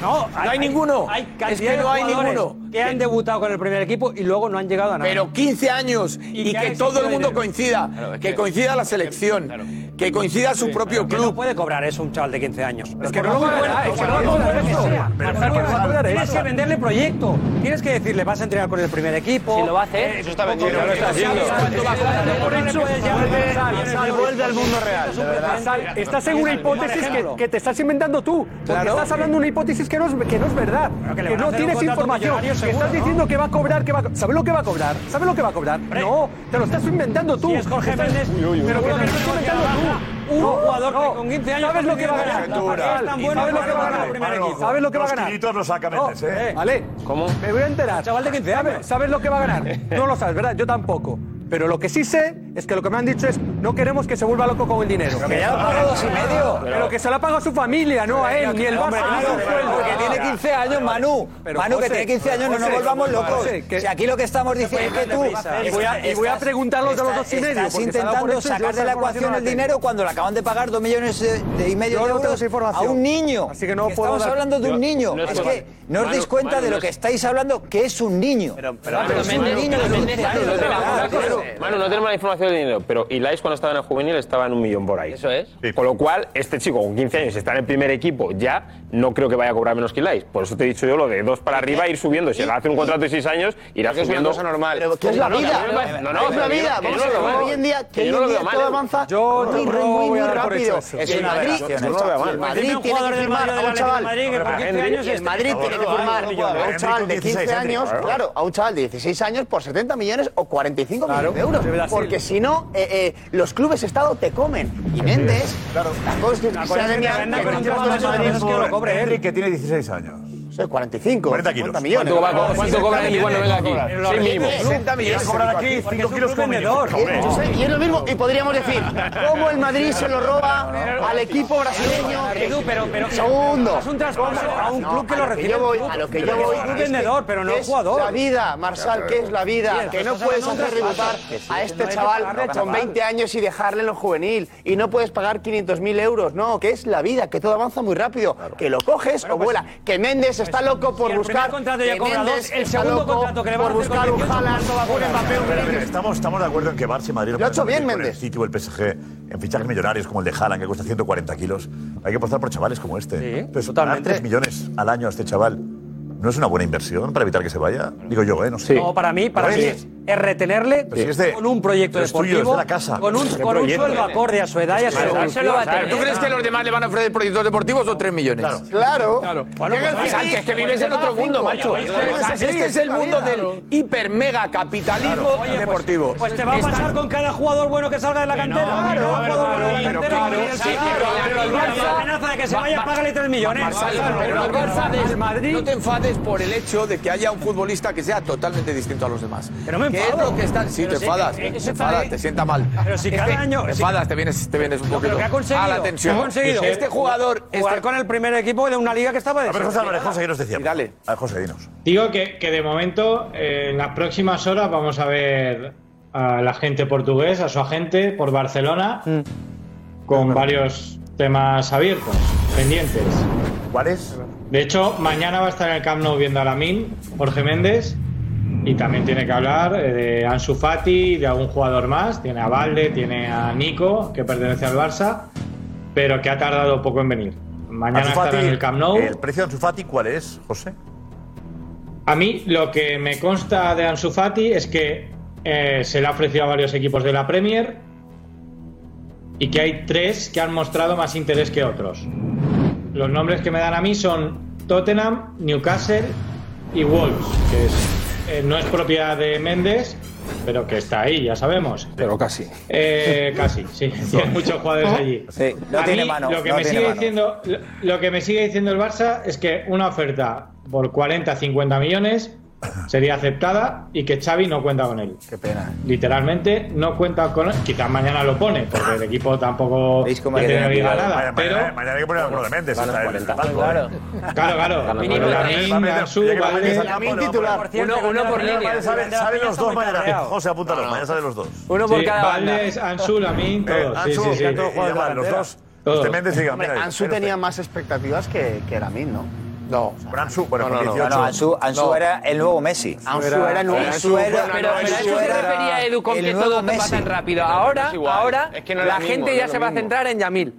[SPEAKER 12] No, hay, ninguno. Hay cantidad
[SPEAKER 13] Es que
[SPEAKER 12] de
[SPEAKER 13] no hay
[SPEAKER 12] jugadores
[SPEAKER 13] ninguno.
[SPEAKER 12] que han debutado con el primer equipo y luego no han llegado a nada.
[SPEAKER 13] Pero 15 años y, que todo el mundo coincida. que coincida la selección. Que coincida su propio club.
[SPEAKER 12] No puede cobrar eso un chaval de 15 años. Es que
[SPEAKER 13] no
[SPEAKER 12] no
[SPEAKER 13] puede,
[SPEAKER 12] cobra,
[SPEAKER 13] es
[SPEAKER 12] es
[SPEAKER 13] que
[SPEAKER 12] que
[SPEAKER 13] no
[SPEAKER 12] no
[SPEAKER 13] cobra,
[SPEAKER 12] cobra,
[SPEAKER 13] es que
[SPEAKER 12] no
[SPEAKER 13] sea.
[SPEAKER 12] cobra.
[SPEAKER 13] Pero
[SPEAKER 12] No
[SPEAKER 13] Marcel,
[SPEAKER 12] cobra, Tienes
[SPEAKER 13] Marcel.
[SPEAKER 12] que venderle proyecto. Tienes que decirle, vas a entrenar con el primer equipo. Si lo va a hacer, eso está vendido.
[SPEAKER 10] Ya lo está haciendo.
[SPEAKER 20] Vuelve al mundo real. Estás en una hipótesis que, que te estás inventando tú. Porque estás hablando de una hipótesis que no es, que no es verdad.
[SPEAKER 12] que
[SPEAKER 20] Que,
[SPEAKER 12] le van a
[SPEAKER 20] no
[SPEAKER 12] hacer un
[SPEAKER 20] tienes
[SPEAKER 12] contrato
[SPEAKER 20] información.
[SPEAKER 12] millonario
[SPEAKER 20] que
[SPEAKER 12] seguro,
[SPEAKER 20] estás
[SPEAKER 12] ¿no?
[SPEAKER 20] diciendo que va a cobrar, que va a co- ¿Sabes lo que va a cobrar? ¿Sabes lo que va a cobrar? No, te lo estás inventando tú.
[SPEAKER 12] es Jorge
[SPEAKER 20] Estás-
[SPEAKER 12] Méndez.
[SPEAKER 20] Pero que
[SPEAKER 12] Uy,
[SPEAKER 20] te
[SPEAKER 12] uy,
[SPEAKER 20] lo estás
[SPEAKER 12] uy.
[SPEAKER 20] inventando tú.
[SPEAKER 12] Un
[SPEAKER 20] No,
[SPEAKER 12] jugador
[SPEAKER 20] no.
[SPEAKER 12] que con 15 años
[SPEAKER 20] ¿Sabes lo que va a ganar?
[SPEAKER 12] Ventura.
[SPEAKER 20] Es tan bueno,
[SPEAKER 12] Y
[SPEAKER 20] ¿Sabes lo que va a
[SPEAKER 12] Manolo,
[SPEAKER 20] ganar el primer
[SPEAKER 12] Manolo,
[SPEAKER 20] equipo? ¿Sabes lo que va a
[SPEAKER 12] los
[SPEAKER 20] ganar?
[SPEAKER 12] kilitos los saca
[SPEAKER 20] No,
[SPEAKER 12] Méndez, ¿eh?
[SPEAKER 20] Vale. ¿Cómo? Me voy a enterar.
[SPEAKER 12] Chaval de 15 años.
[SPEAKER 20] ¿Sabes- ¿Sabes lo que va a ganar? No lo sabes, ¿verdad? Yo tampoco. Pero lo que sí sé es que lo que me han dicho es no queremos que se vuelva loco con el dinero.
[SPEAKER 12] Pero que ya lo ha pagado dos y medio.
[SPEAKER 20] Pero que se lo ha pagado su familia, no a él, ni el Barça, ni su sueldo.
[SPEAKER 11] Porque tiene 15 años, Manu.
[SPEAKER 20] Pero,
[SPEAKER 11] Manu, que
[SPEAKER 20] José,
[SPEAKER 11] tiene 15 años, no nos
[SPEAKER 20] José,
[SPEAKER 11] volvamos locos.
[SPEAKER 20] José, que-
[SPEAKER 11] Si aquí lo que estamos diciendo es que tú.
[SPEAKER 20] Y voy a- y voy a
[SPEAKER 11] estás-
[SPEAKER 20] preguntarlos de los dos y
[SPEAKER 11] estás-
[SPEAKER 20] medio, porque
[SPEAKER 11] Estás
[SPEAKER 20] se ha dado
[SPEAKER 11] intentando
[SPEAKER 20] por hecho y yo
[SPEAKER 11] sacar
[SPEAKER 20] esa
[SPEAKER 11] de la ecuación
[SPEAKER 20] información no
[SPEAKER 11] el
[SPEAKER 20] la tengo.
[SPEAKER 11] dinero cuando le acaban de pagar 2 millones eh, de- y medio
[SPEAKER 20] Yo
[SPEAKER 11] de
[SPEAKER 20] no tengo
[SPEAKER 11] euros
[SPEAKER 20] esa
[SPEAKER 11] a
[SPEAKER 20] información.
[SPEAKER 11] un niño.
[SPEAKER 20] Así que no puedo
[SPEAKER 11] Estamos
[SPEAKER 20] dar-
[SPEAKER 11] hablando de un
[SPEAKER 20] Yo-
[SPEAKER 11] niño.
[SPEAKER 20] no es
[SPEAKER 11] es que
[SPEAKER 20] correcto.
[SPEAKER 11] no os
[SPEAKER 20] Manu,
[SPEAKER 11] dais cuenta
[SPEAKER 20] Manu,
[SPEAKER 11] de
[SPEAKER 20] no
[SPEAKER 11] lo
[SPEAKER 20] es-
[SPEAKER 11] que estáis hablando, que es un niño.
[SPEAKER 1] Pero
[SPEAKER 11] Es un niño de 15 años.
[SPEAKER 1] Manu, no tenemos la información del dinero, pero Ilais cuando estaba en el juvenil estaba en un millón por ahí. Eso
[SPEAKER 8] es.
[SPEAKER 1] Con lo cual, este chico con 15 años está en el primer equipo ya, no creo que vaya a cobrar menos que Ilais. Por eso te he dicho yo lo de dos para arriba, ir subiendo. Si le hace un contrato de 6 años, irá
[SPEAKER 10] Porque es una
[SPEAKER 1] subiendo.
[SPEAKER 10] cosa normal.
[SPEAKER 1] Pero
[SPEAKER 10] que es la
[SPEAKER 1] no, no,
[SPEAKER 10] vida.
[SPEAKER 1] que a mí me parece- No, no,
[SPEAKER 10] Es la
[SPEAKER 1] que yo-
[SPEAKER 10] vida.
[SPEAKER 1] que yo no
[SPEAKER 10] Vamos a
[SPEAKER 1] lo
[SPEAKER 10] ver,
[SPEAKER 1] veo
[SPEAKER 10] hoy en
[SPEAKER 1] mal.
[SPEAKER 10] día- que
[SPEAKER 1] yo no
[SPEAKER 10] hoy en
[SPEAKER 1] lo
[SPEAKER 10] día
[SPEAKER 1] veo mal,
[SPEAKER 10] todo
[SPEAKER 1] ¿eh?
[SPEAKER 10] avanza Yo muy, no muy, voy muy a dar por rápido. hecho eso.
[SPEAKER 1] Es
[SPEAKER 10] Y el
[SPEAKER 1] una
[SPEAKER 10] Madrid-
[SPEAKER 1] aberración, yo no lo veo mal.
[SPEAKER 10] el Madrid
[SPEAKER 1] Dime un
[SPEAKER 10] tiene
[SPEAKER 1] jugador
[SPEAKER 10] que
[SPEAKER 1] del
[SPEAKER 10] firmar
[SPEAKER 1] Madrid
[SPEAKER 10] a
[SPEAKER 1] o
[SPEAKER 10] un
[SPEAKER 1] del
[SPEAKER 10] chaval.
[SPEAKER 1] Atlético de Madrid, que por
[SPEAKER 20] este
[SPEAKER 1] 15
[SPEAKER 10] Henry,
[SPEAKER 1] años
[SPEAKER 10] y el
[SPEAKER 1] es-
[SPEAKER 10] Madrid
[SPEAKER 1] No,
[SPEAKER 10] tiene
[SPEAKER 1] no,
[SPEAKER 10] que
[SPEAKER 1] no,
[SPEAKER 10] firmar
[SPEAKER 1] no,
[SPEAKER 10] a un
[SPEAKER 1] Henry
[SPEAKER 10] chaval
[SPEAKER 1] con
[SPEAKER 10] de
[SPEAKER 1] 16,
[SPEAKER 10] 15
[SPEAKER 1] Henry,
[SPEAKER 10] años,
[SPEAKER 1] claro.
[SPEAKER 10] claro,
[SPEAKER 15] Claro, a un chaval de 16 años por 70 millones o 45 millones de
[SPEAKER 12] de
[SPEAKER 15] euros.
[SPEAKER 12] Brasil.
[SPEAKER 15] Porque si no, eh, eh, los clubes Estado te comen. Y vendes las cosas
[SPEAKER 6] Ah, pues
[SPEAKER 15] que se
[SPEAKER 12] cosa es que te vendan, pero yo creo que eso también es que lo cobre él.
[SPEAKER 15] que tiene 16 años. Soy 45,
[SPEAKER 12] 40
[SPEAKER 15] 40
[SPEAKER 12] kilos.
[SPEAKER 15] millones.
[SPEAKER 12] ¿Cuánto va- cuánto cobra él igual no venga aquí? Sí, mínimo.
[SPEAKER 15] 60 millones.
[SPEAKER 12] Quiere cobrar aquí Porque es cinco un kilos club como mínimo. vendedor, hombre.
[SPEAKER 15] Yo sé, Y es lo mismo, y podríamos decir, cómo el Madrid se lo roba al equipo brasileño.
[SPEAKER 12] Edu, pero, pero
[SPEAKER 15] Segundo.
[SPEAKER 12] Es un traspaso a un club que
[SPEAKER 15] a
[SPEAKER 12] lo
[SPEAKER 15] lo que
[SPEAKER 12] recibe.
[SPEAKER 15] yo voy,
[SPEAKER 12] el club.
[SPEAKER 15] a lo que
[SPEAKER 12] Pero
[SPEAKER 15] yo voy
[SPEAKER 12] Es un
[SPEAKER 15] es que
[SPEAKER 12] vendedor, pero no
[SPEAKER 15] es
[SPEAKER 12] jugador.
[SPEAKER 15] La vida, Marsal, que es la vida,
[SPEAKER 12] Mira,
[SPEAKER 15] que no
[SPEAKER 12] estás
[SPEAKER 15] puedes
[SPEAKER 12] hablando de
[SPEAKER 15] hacer
[SPEAKER 12] un traspaso.
[SPEAKER 15] debutar
[SPEAKER 12] Que sí,
[SPEAKER 15] a
[SPEAKER 12] que no
[SPEAKER 15] este
[SPEAKER 12] hay que pagarle
[SPEAKER 15] chaval
[SPEAKER 12] al
[SPEAKER 15] con
[SPEAKER 12] chaval.
[SPEAKER 15] 20 años y dejarle en lo juvenil y no puedes pagar 500.000 euros, no, que es la vida, que todo avanza muy rápido, que lo coges o vuela, que Méndez está loco por
[SPEAKER 12] pues, si el primer
[SPEAKER 15] buscar,
[SPEAKER 12] contrato ya
[SPEAKER 15] que
[SPEAKER 12] cobra
[SPEAKER 15] Méndez
[SPEAKER 12] dos, el
[SPEAKER 15] está
[SPEAKER 12] segundo
[SPEAKER 15] loco
[SPEAKER 12] contrato que le van a
[SPEAKER 15] por
[SPEAKER 12] hacer con
[SPEAKER 15] buscar un
[SPEAKER 12] 18
[SPEAKER 15] Haaland o un Mbappé, un
[SPEAKER 6] Pero, pero,
[SPEAKER 15] Vinicius.
[SPEAKER 6] estamos, estamos de acuerdo en que Barça y Madrid
[SPEAKER 15] Lo ha hecho
[SPEAKER 6] pueden competir
[SPEAKER 15] bien,
[SPEAKER 6] con
[SPEAKER 15] Méndez.
[SPEAKER 6] El City o el PSG en fichajes millonarios como el de Haaland, que cuesta 140 kilos. Hay que apostar por chavales como este. Entonces, totalmente. 3 millones al año a este chaval no es una buena inversión para evitar que se vaya. Digo yo, ¿eh? No sé.
[SPEAKER 12] No, para mí, para
[SPEAKER 6] ¿Lo
[SPEAKER 12] mí.
[SPEAKER 6] es?
[SPEAKER 12] es retenerle
[SPEAKER 6] Pero si es de-
[SPEAKER 12] con un proyecto
[SPEAKER 6] pero es tuyo,
[SPEAKER 12] deportivo,
[SPEAKER 6] es de la casa.
[SPEAKER 12] con un,
[SPEAKER 6] ¿Qué
[SPEAKER 12] con un
[SPEAKER 6] proyecto?
[SPEAKER 12] sueldo acorde a su edad y a su
[SPEAKER 13] Pero dárselo a
[SPEAKER 12] evolución.
[SPEAKER 13] Terry. ¿Tú crees que los demás le van a ofrecer proyectos deportivos o 3 millones?
[SPEAKER 12] Claro.
[SPEAKER 13] Bueno, pues,
[SPEAKER 12] Llega el
[SPEAKER 13] Sánchez,
[SPEAKER 12] cinco,
[SPEAKER 13] que vives
[SPEAKER 12] pues,
[SPEAKER 13] en otro
[SPEAKER 12] llega
[SPEAKER 13] mundo,
[SPEAKER 12] cinco,
[SPEAKER 13] macho.
[SPEAKER 12] ya ves,
[SPEAKER 13] Este
[SPEAKER 12] así
[SPEAKER 13] es
[SPEAKER 12] es
[SPEAKER 13] el
[SPEAKER 12] la
[SPEAKER 13] mundo
[SPEAKER 12] vida,
[SPEAKER 13] del hiper mega capitalismo
[SPEAKER 12] Oye, pues-
[SPEAKER 13] deportivo.
[SPEAKER 12] Pues te va a pasar con cada jugador bueno que salga de la cantera. Claro, cada jugador bueno de la cantera. que
[SPEAKER 13] sí,
[SPEAKER 12] salga.
[SPEAKER 13] pero al
[SPEAKER 12] Y
[SPEAKER 13] Barça-
[SPEAKER 12] la amenaza de que se
[SPEAKER 13] Va-
[SPEAKER 12] vaya,
[SPEAKER 13] va-
[SPEAKER 12] págale 3 millones.
[SPEAKER 13] Barça- pero al Barça del Madrid. No te enfades por el hecho de que haya un futbolista que sea totalmente distinto a los demás.
[SPEAKER 12] Pero me
[SPEAKER 13] ¿Qué es
[SPEAKER 12] enfado.
[SPEAKER 13] lo que está? Si
[SPEAKER 12] Pero
[SPEAKER 13] te
[SPEAKER 12] sí,
[SPEAKER 13] enfadas,
[SPEAKER 12] eh,
[SPEAKER 13] te
[SPEAKER 12] eso está
[SPEAKER 13] enfadas,
[SPEAKER 12] bien.
[SPEAKER 13] te sienta mal.
[SPEAKER 12] Pero si cada año-
[SPEAKER 13] Te
[SPEAKER 12] si-
[SPEAKER 13] enfadas, te vienes, te vienes un
[SPEAKER 12] No,
[SPEAKER 13] poquito.
[SPEAKER 12] pero ¿qué ha conseguido?
[SPEAKER 13] A la tensión.
[SPEAKER 12] ¿Qué ha conseguido?
[SPEAKER 13] Este jugador.
[SPEAKER 12] Jugar con el primer equipo de una liga que estaba de
[SPEAKER 6] A ver, José Álvarez, José, ¿qué nos decíamos? Dale. A ver, José, dinos.
[SPEAKER 9] Digo que, que de momento, eh, en las próximas horas vamos a ver a la gente portugués, a su agente por Barcelona, con varios temas abiertos, pendientes.
[SPEAKER 6] ¿Cuáles?
[SPEAKER 9] De hecho, mañana va a estar en el Camp Nou viendo a Lamin, Jorge Méndez, y también tiene que hablar eh, de Ansu Fati, de algún jugador más. Tiene a Valde, tiene a Nico, que pertenece al Barça, pero que ha tardado poco en venir. Mañana
[SPEAKER 6] Ansu Fati,
[SPEAKER 9] estará en el Camp Nou.
[SPEAKER 6] ¿El precio de Ansu Fati cuál es, José?
[SPEAKER 9] A mí lo que me consta de Ansu Fati es que eh, se le ha ofrecido a varios equipos de la Premier y que hay tres que han mostrado más interés que otros. Los nombres que me dan a mí son Tottenham, Newcastle y Wolves, que es- eh, no es propiedad de Méndez, pero que está ahí, ya sabemos.
[SPEAKER 14] Pero casi.
[SPEAKER 9] Eh, casi, sí. Tiene muchos jugadores allí.
[SPEAKER 14] Sí,
[SPEAKER 9] A mí, Lo que, me sigue Diciendo, lo, lo que me sigue diciendo el Barça es que una oferta por 40, 50 millones sería aceptada y que Xavi no cuenta con él. Qué pena. Literalmente no cuenta con él. Quizás mañana lo pone, porque el equipo tampoco ya tiene
[SPEAKER 6] Mañana-
[SPEAKER 9] vida nada.
[SPEAKER 6] mañana-
[SPEAKER 9] pero
[SPEAKER 6] Mañana hay que poner alguno de Méndez.
[SPEAKER 9] Vale,
[SPEAKER 6] está el- el banco, ¿eh?
[SPEAKER 9] Claro, claro.
[SPEAKER 6] Mínimo
[SPEAKER 9] Lamin,
[SPEAKER 6] tres. Va a meter-
[SPEAKER 9] Ansu,
[SPEAKER 6] ya que va a
[SPEAKER 9] Valde.
[SPEAKER 6] meter Lamin titular.
[SPEAKER 9] Uno- uno por línea.
[SPEAKER 6] Mañana sabe- Saben los dos mañana.
[SPEAKER 9] cabreado.
[SPEAKER 6] José, apúntalo. Mañana saben los dos.
[SPEAKER 9] Sí, Valdes, Ansu, Lamin,
[SPEAKER 6] Eh,
[SPEAKER 9] todos. Sí,
[SPEAKER 6] Ansu,
[SPEAKER 9] sí, sí.
[SPEAKER 6] ya todos juegan mal, los dos.
[SPEAKER 9] Todos.
[SPEAKER 6] Este Méndez diga,
[SPEAKER 15] Hombre,
[SPEAKER 6] mira,
[SPEAKER 15] Ansu
[SPEAKER 6] mira
[SPEAKER 15] tenía más expectativas que, que Lamin, ¿no?
[SPEAKER 13] No,
[SPEAKER 6] pero Ansu, bueno,
[SPEAKER 15] No,
[SPEAKER 6] con
[SPEAKER 15] no, no.
[SPEAKER 6] 18.
[SPEAKER 15] Bueno, Ansu-
[SPEAKER 11] Ansu era el nuevo Messi.
[SPEAKER 15] Ansu era el nuevo
[SPEAKER 11] Ansu era-
[SPEAKER 8] Pero, pero a eso se refería Edu con
[SPEAKER 11] el
[SPEAKER 8] que
[SPEAKER 11] nuevo
[SPEAKER 8] todo va
[SPEAKER 11] Messi.
[SPEAKER 8] tan rápido.
[SPEAKER 11] Pero no
[SPEAKER 8] Ahora,
[SPEAKER 11] es igual.
[SPEAKER 8] ahora
[SPEAKER 11] Es que no es
[SPEAKER 8] la
[SPEAKER 11] lo
[SPEAKER 8] gente
[SPEAKER 11] mismo, no
[SPEAKER 8] ya
[SPEAKER 11] es
[SPEAKER 8] se
[SPEAKER 11] lo
[SPEAKER 8] va a
[SPEAKER 11] mismo.
[SPEAKER 8] centrar en Yamil.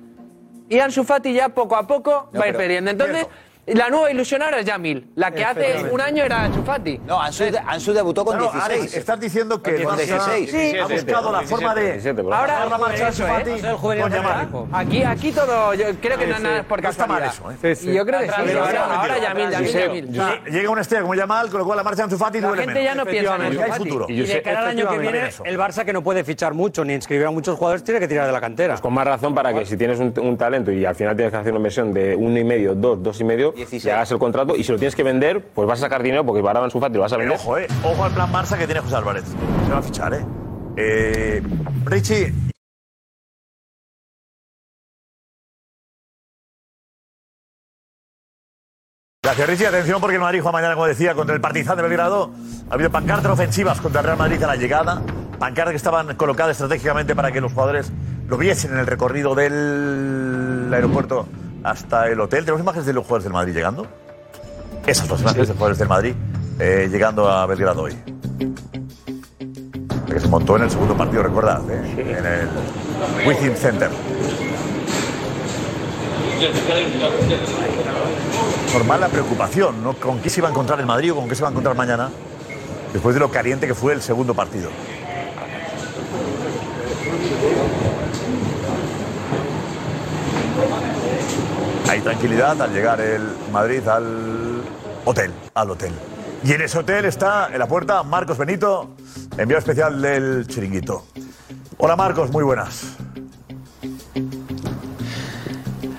[SPEAKER 8] Y Ansu Fati ya poco a poco
[SPEAKER 11] No,
[SPEAKER 8] va a ir
[SPEAKER 11] pero-
[SPEAKER 8] perdiendo. Entonces, la nueva ilusión ahora es Yamil. La que hace
[SPEAKER 11] Efectivamente.
[SPEAKER 8] un año era Ansu Fati.
[SPEAKER 11] No, Ansu, Ansu debutó con
[SPEAKER 6] Claro,
[SPEAKER 11] 16.
[SPEAKER 6] Alex, estás diciendo que el
[SPEAKER 11] Con
[SPEAKER 6] Barça
[SPEAKER 11] 16.
[SPEAKER 6] ha buscado la forma de.
[SPEAKER 8] Ahora
[SPEAKER 6] la marcha de Ansu
[SPEAKER 8] eso, ¿eh?
[SPEAKER 6] Fati
[SPEAKER 8] El juvenil
[SPEAKER 6] con
[SPEAKER 8] de
[SPEAKER 6] Yamal.
[SPEAKER 8] Madrid. Aquí, aquí todo, yo creo que
[SPEAKER 6] Sí,
[SPEAKER 8] no es
[SPEAKER 6] sí.
[SPEAKER 8] nada por
[SPEAKER 6] No está mal
[SPEAKER 8] casualidad.
[SPEAKER 6] eso, ¿eh? Sí, sí.
[SPEAKER 8] Y Yo creo que sí.
[SPEAKER 6] Atrás,
[SPEAKER 8] Ahora,
[SPEAKER 6] atrás,
[SPEAKER 8] ahora
[SPEAKER 6] atrás.
[SPEAKER 8] Yamil, Yamil,
[SPEAKER 6] Sí,
[SPEAKER 8] Yamil.
[SPEAKER 6] sí. Llega un este estrella como Yamal, con lo cual la marcha de Ansu Fati
[SPEAKER 8] La
[SPEAKER 6] duele
[SPEAKER 8] gente
[SPEAKER 6] menos.
[SPEAKER 8] ya no piensa en
[SPEAKER 6] Porque hay
[SPEAKER 8] Ansu Fati.
[SPEAKER 6] futuro.
[SPEAKER 12] Y de cara al año que viene, el Barça que no puede fichar mucho ni inscribir a muchos jugadores tiene que tirar de la cantera.
[SPEAKER 14] Pues Con más razón para que si tienes un, un talento y al final tienes que hacer una inversión de uno y medio, dos, dos y medio, y hagas el contrato y si lo tienes que vender, pues vas a sacar dinero porque para Ansu Fati lo vas a
[SPEAKER 6] Pero
[SPEAKER 14] vender.
[SPEAKER 6] ojo, eh. Ojo al plan Barça que tiene José Álvarez. Se va a fichar, eh. eh Richie. Gracias, Richie. Atención porque el Madrid juega mañana, como decía, contra el Partizan de Belgrado. Ha habido pancartas ofensivas contra el Real Madrid a la llegada. Pancartas que estaban colocadas estratégicamente para que los jugadores lo viesen en el recorrido del aeropuerto hasta el hotel. ¿Tenemos imágenes de los jugadores del Madrid llegando? Esas son las imágenes de los jugadores del Madrid eh, llegando a Belgrado hoy. Que se montó en el segundo partido, recordad, eh, en el Wizzing Center. Normal la preocupación, ¿no? ¿Con qué se iba a encontrar el Madrid o con qué se va a encontrar mañana? Después de lo caliente que fue el segundo partido. Hay tranquilidad al llegar el Madrid al hotel, al hotel. Y en ese hotel está en la puerta Marcos Benito, enviado especial del Chiringuito. Hola Marcos, muy buenas.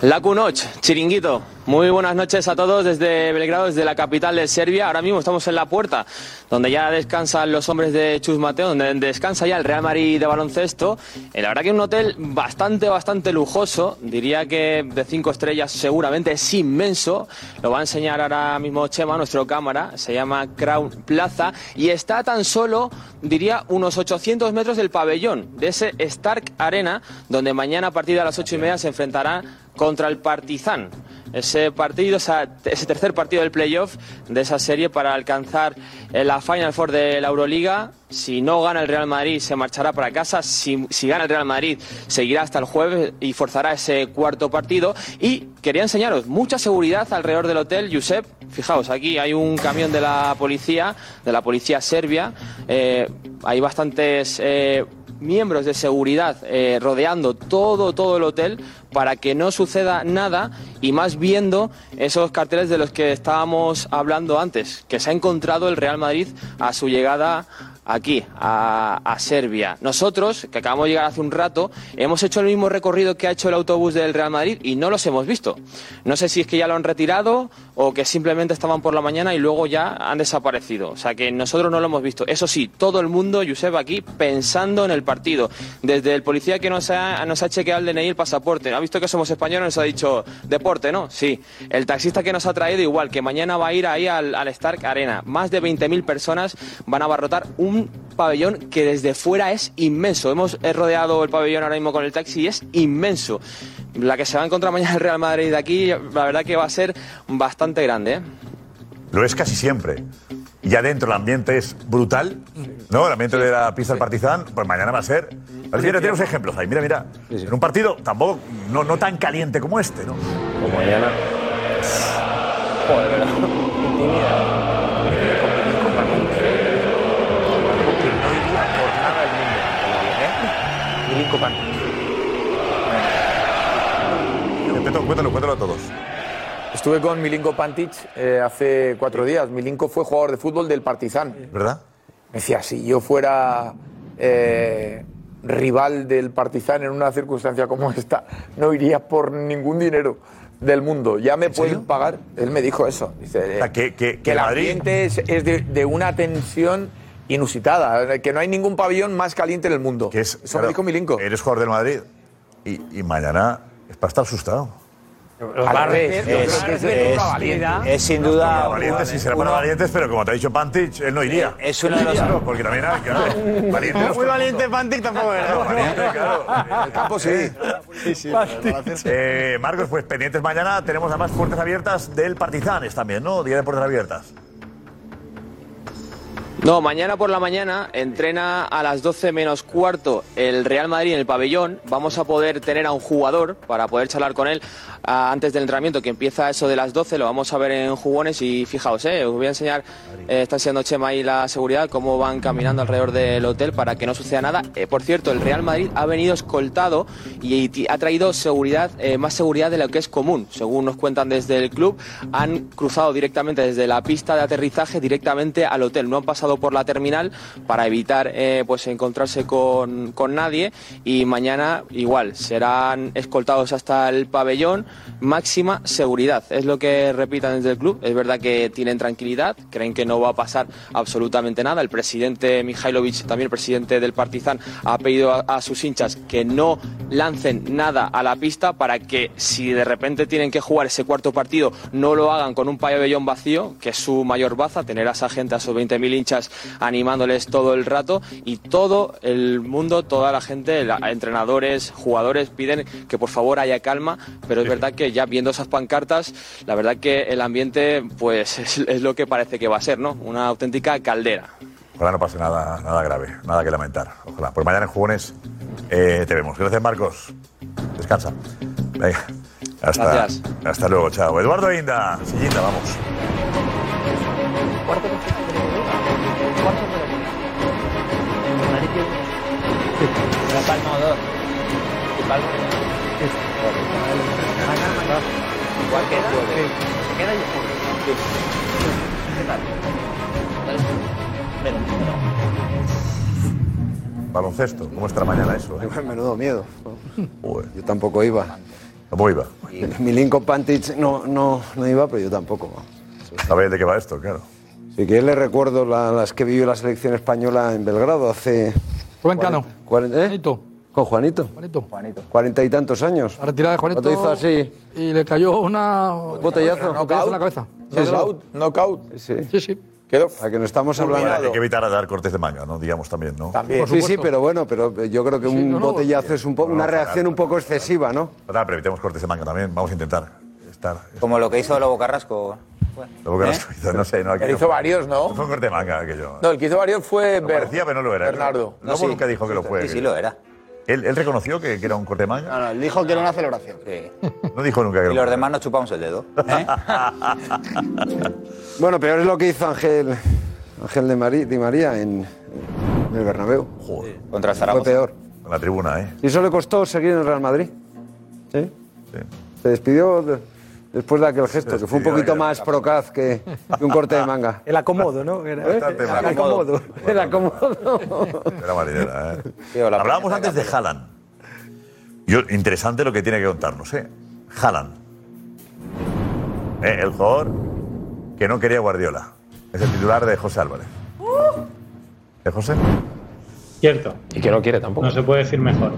[SPEAKER 21] La Cunoch, Chiringuito. Muy buenas noches a todos desde Belgrado, desde la capital de Serbia. Ahora mismo estamos en la puerta, donde ya descansan los hombres de Chus Mateo, donde descansa ya el Real Madrid de baloncesto. Eh, La verdad que un hotel bastante, bastante lujoso. Diría que de cinco estrellas seguramente es inmenso. Lo va a enseñar ahora mismo Chema, nuestro cámara. Se llama Crown Plaza y está a tan solo, diría, unos 800 metros del pabellón, de ese Stark Arena, donde mañana a partir de las ocho y media se enfrentará contra el Partizan. Ese partido, esa- ese tercer partido del playoff de esa serie para alcanzar eh, la Final Four de la Euroliga. Si no gana el Real Madrid, se marchará para casa. Si, si gana el Real Madrid, seguirá hasta el jueves y forzará ese cuarto partido. Y quería enseñaros mucha seguridad alrededor del hotel, Josep. Fijaos, aquí hay un camión de la policía, de la policía serbia. Eh, hay bastantes. eh, miembros de seguridad eh, rodeando todo todo el hotel para que no suceda nada y más viendo esos carteles de los que estábamos hablando antes que se ha encontrado el Real Madrid a su llegada aquí a, a Serbia nosotros que acabamos de llegar hace un rato hemos hecho el mismo recorrido que ha hecho el autobús del Real Madrid y no los hemos visto no sé si es que ya lo han retirado o que simplemente estaban por la mañana y luego ya han desaparecido. O sea que nosotros no lo hemos visto. Eso sí, todo el mundo, Josep, aquí pensando en el partido. Desde el policía que nos ha, nos ha chequeado el DNI el pasaporte, ha visto que somos españoles, nos ha dicho deporte, ¿no? Sí. El taxista que nos ha traído igual, que mañana va a ir ahí al, al Stark Arena. Más de 20.000 personas van a abarrotar un pabellón que desde fuera es inmenso. Hemos eh, rodeado el pabellón ahora mismo con el taxi y es inmenso. La que se va a encontrar mañana el Real Madrid de aquí, la verdad que va a ser bastante grande. ¿eh?
[SPEAKER 6] Lo es casi siempre. Y adentro el ambiente es brutal, ¿no? El ambiente de la pista del Partizan, pues mañana va a ser. Pues mira, tenemos ejemplos ahí, mira, mira. En un partido tampoco, no, no tan caliente como este, ¿no? Como mañana. Eh, Cuéntalo, cuéntalo a todos.
[SPEAKER 13] Estuve con Milinko Pantic eh, hace cuatro días. Milinko fue jugador de fútbol del Partizan.
[SPEAKER 6] ¿Verdad?
[SPEAKER 13] Me decía, si yo fuera eh, rival del Partizan en una circunstancia como esta, no iría por ningún dinero del mundo. Ya me pueden pagar. Él me dijo eso. Dice, eh,
[SPEAKER 6] que, que,
[SPEAKER 13] el
[SPEAKER 6] Madrid-
[SPEAKER 13] ambiente es, es de, de una tensión inusitada. eh, Que no hay ningún pabellón más caliente en el mundo. eso me dijo Milinko.
[SPEAKER 6] Eres jugador del Madrid y, y mañana es para estar asustado.
[SPEAKER 13] va a revés, yo creo que es de pura valentía.
[SPEAKER 6] es sin duda. valientes, sí, será para valientes, pero como te ha dicho Pantich, él no iría. Eh, Es una de las. Ah, Porque también hay, claro. valiente no es
[SPEAKER 2] Muy valiente Pantic tampoco era.
[SPEAKER 6] El campo sí. Eh, Marcos, pues pendientes mañana tenemos además puertas abiertas del Partizanes también, ¿no? Día de puertas abiertas.
[SPEAKER 21] No, mañana por la mañana entrena a las 12 menos cuarto el Real Madrid en el pabellón. Vamos a poder tener a un jugador para poder charlar con él ah, antes del entrenamiento que empieza eso de las 12. Lo vamos a ver en jugones y fijaos, eh, os voy a enseñar, eh, está siendo Chema y la seguridad, cómo van caminando alrededor del hotel para que no suceda nada. Eh, por cierto, el Real Madrid ha venido escoltado y ti- ha traído seguridad, eh, más seguridad de lo que es común. Según nos cuentan desde el club, han cruzado directamente desde la pista de aterrizaje directamente al hotel. No han pasado por la terminal para evitar eh, pues encontrarse con, con nadie. Y mañana igual serán escoltados hasta el pabellón. Máxima seguridad. Es lo que repitan desde el club. Es verdad que tienen tranquilidad, creen que no va a pasar absolutamente nada. El presidente Mihailovic, también el presidente del Partizan, ha pedido a, a sus hinchas que no lancen nada a la pista para que si de repente tienen que jugar ese cuarto partido, no lo hagan con un pabellón vacío, que es su mayor baza, tener a esa gente, a esos 20.000 hinchas animándoles todo el rato y todo el mundo, toda la gente, la- entrenadores, jugadores, piden que por favor haya calma, pero es verdad que ya viendo esas pancartas, la verdad que el ambiente pues es, es lo que parece que va a ser, ¿no? Una auténtica caldera.
[SPEAKER 6] Ojalá no pase nada, nada grave, nada que lamentar. Ojalá. Pues mañana en Jugones eh, te vemos. Gracias, Marcos. Descansa. Venga. Hasta,
[SPEAKER 16] Gracias.
[SPEAKER 6] hasta luego, chao. Eduardo Inda, sillita, vamos.
[SPEAKER 8] ¿Cuál queda? ¿Se queda y el juego? ¿Qué tal? Menos,
[SPEAKER 6] Baloncesto, ¿cómo estará mañana eso? eh?
[SPEAKER 23] Menudo miedo. Yo tampoco iba.
[SPEAKER 6] ¿Cómo iba?
[SPEAKER 23] Y mi Lincoln Pantich no, no, no iba, pero yo tampoco.
[SPEAKER 6] ¿Sabéis de qué va esto? Claro.
[SPEAKER 23] Si quieres, le recuerdo la- las que vivió la selección española en Belgrado hace.
[SPEAKER 24] Cano.
[SPEAKER 23] cuarenta- ¿eh? Con Juanito.
[SPEAKER 24] Juanito.
[SPEAKER 23] Cuarenta y tantos años.
[SPEAKER 24] La retirada de Juanito.
[SPEAKER 23] Cuando hizo así.
[SPEAKER 24] Y le cayó una.
[SPEAKER 23] Botellazo.
[SPEAKER 24] Un botellazo en la cabeza.
[SPEAKER 23] Sí, sí.
[SPEAKER 24] Sí, sí.
[SPEAKER 29] a que no estamos
[SPEAKER 6] Bueno,
[SPEAKER 29] hablando.
[SPEAKER 6] hay que evitar dar cortes de maño, ¿no? Digamos también, ¿no?
[SPEAKER 29] Sí, sí, pero bueno, pero yo creo que
[SPEAKER 6] Sí,
[SPEAKER 29] un
[SPEAKER 6] no, no,
[SPEAKER 29] botellazo es un po-
[SPEAKER 6] no,
[SPEAKER 29] una
[SPEAKER 6] no,
[SPEAKER 29] reacción
[SPEAKER 6] fatal,
[SPEAKER 29] un poco excesiva, ¿no?
[SPEAKER 6] Fatal, pero evitemos cortes de manga también. Vamos a intentar estar.
[SPEAKER 11] Como lo que hizo Lobo Carrasco.
[SPEAKER 6] Luego que las cosas, no sé, no
[SPEAKER 13] Pero hizo varios, ¿no?
[SPEAKER 6] Fue un corte de manga aquello.
[SPEAKER 13] No, el que hizo varios fue Ber-
[SPEAKER 6] Parecía, pero no lo era.
[SPEAKER 13] Bernardo.
[SPEAKER 6] Lobo nunca dijo que lo fue.
[SPEAKER 13] Sí, sí,
[SPEAKER 6] que-
[SPEAKER 13] lo era.
[SPEAKER 6] Él, él reconoció que, que era un corte de manga.
[SPEAKER 30] No, no, él dijo que era una celebración.
[SPEAKER 6] No dijo nunca que
[SPEAKER 11] Y los demás nos chupamos el dedo. ¿eh?
[SPEAKER 29] Bueno, peor es lo que hizo Ángel, Ángel de, Mari- Di María en, en el Bernabéu.
[SPEAKER 11] Contra
[SPEAKER 29] Fue
[SPEAKER 11] Zaragoza.
[SPEAKER 29] peor.
[SPEAKER 6] En la tribuna, ¿eh?
[SPEAKER 29] Y eso le costó seguir en el Real Madrid. ¿Sí? Se despidió de- después de aquel gesto, que fue un
[SPEAKER 20] despidió
[SPEAKER 29] poquito
[SPEAKER 20] de-
[SPEAKER 29] más procaz que, que un corte de manga.
[SPEAKER 20] El acomodo, ¿no? Era-
[SPEAKER 29] Bastante
[SPEAKER 20] el
[SPEAKER 29] mal.
[SPEAKER 20] acomodo.
[SPEAKER 29] El acomodo.
[SPEAKER 6] Era marinera, ¿eh? Hablábamos antes de Haaland. Yo, interesante lo que tiene que contarnos, ¿eh? Haaland. Eh, El jugador que no quería Guardiola. Es el titular de José Álvarez. ¿Eh, José?
[SPEAKER 9] Cierto.
[SPEAKER 6] Y que no quiere tampoco.
[SPEAKER 9] No se puede decir mejor.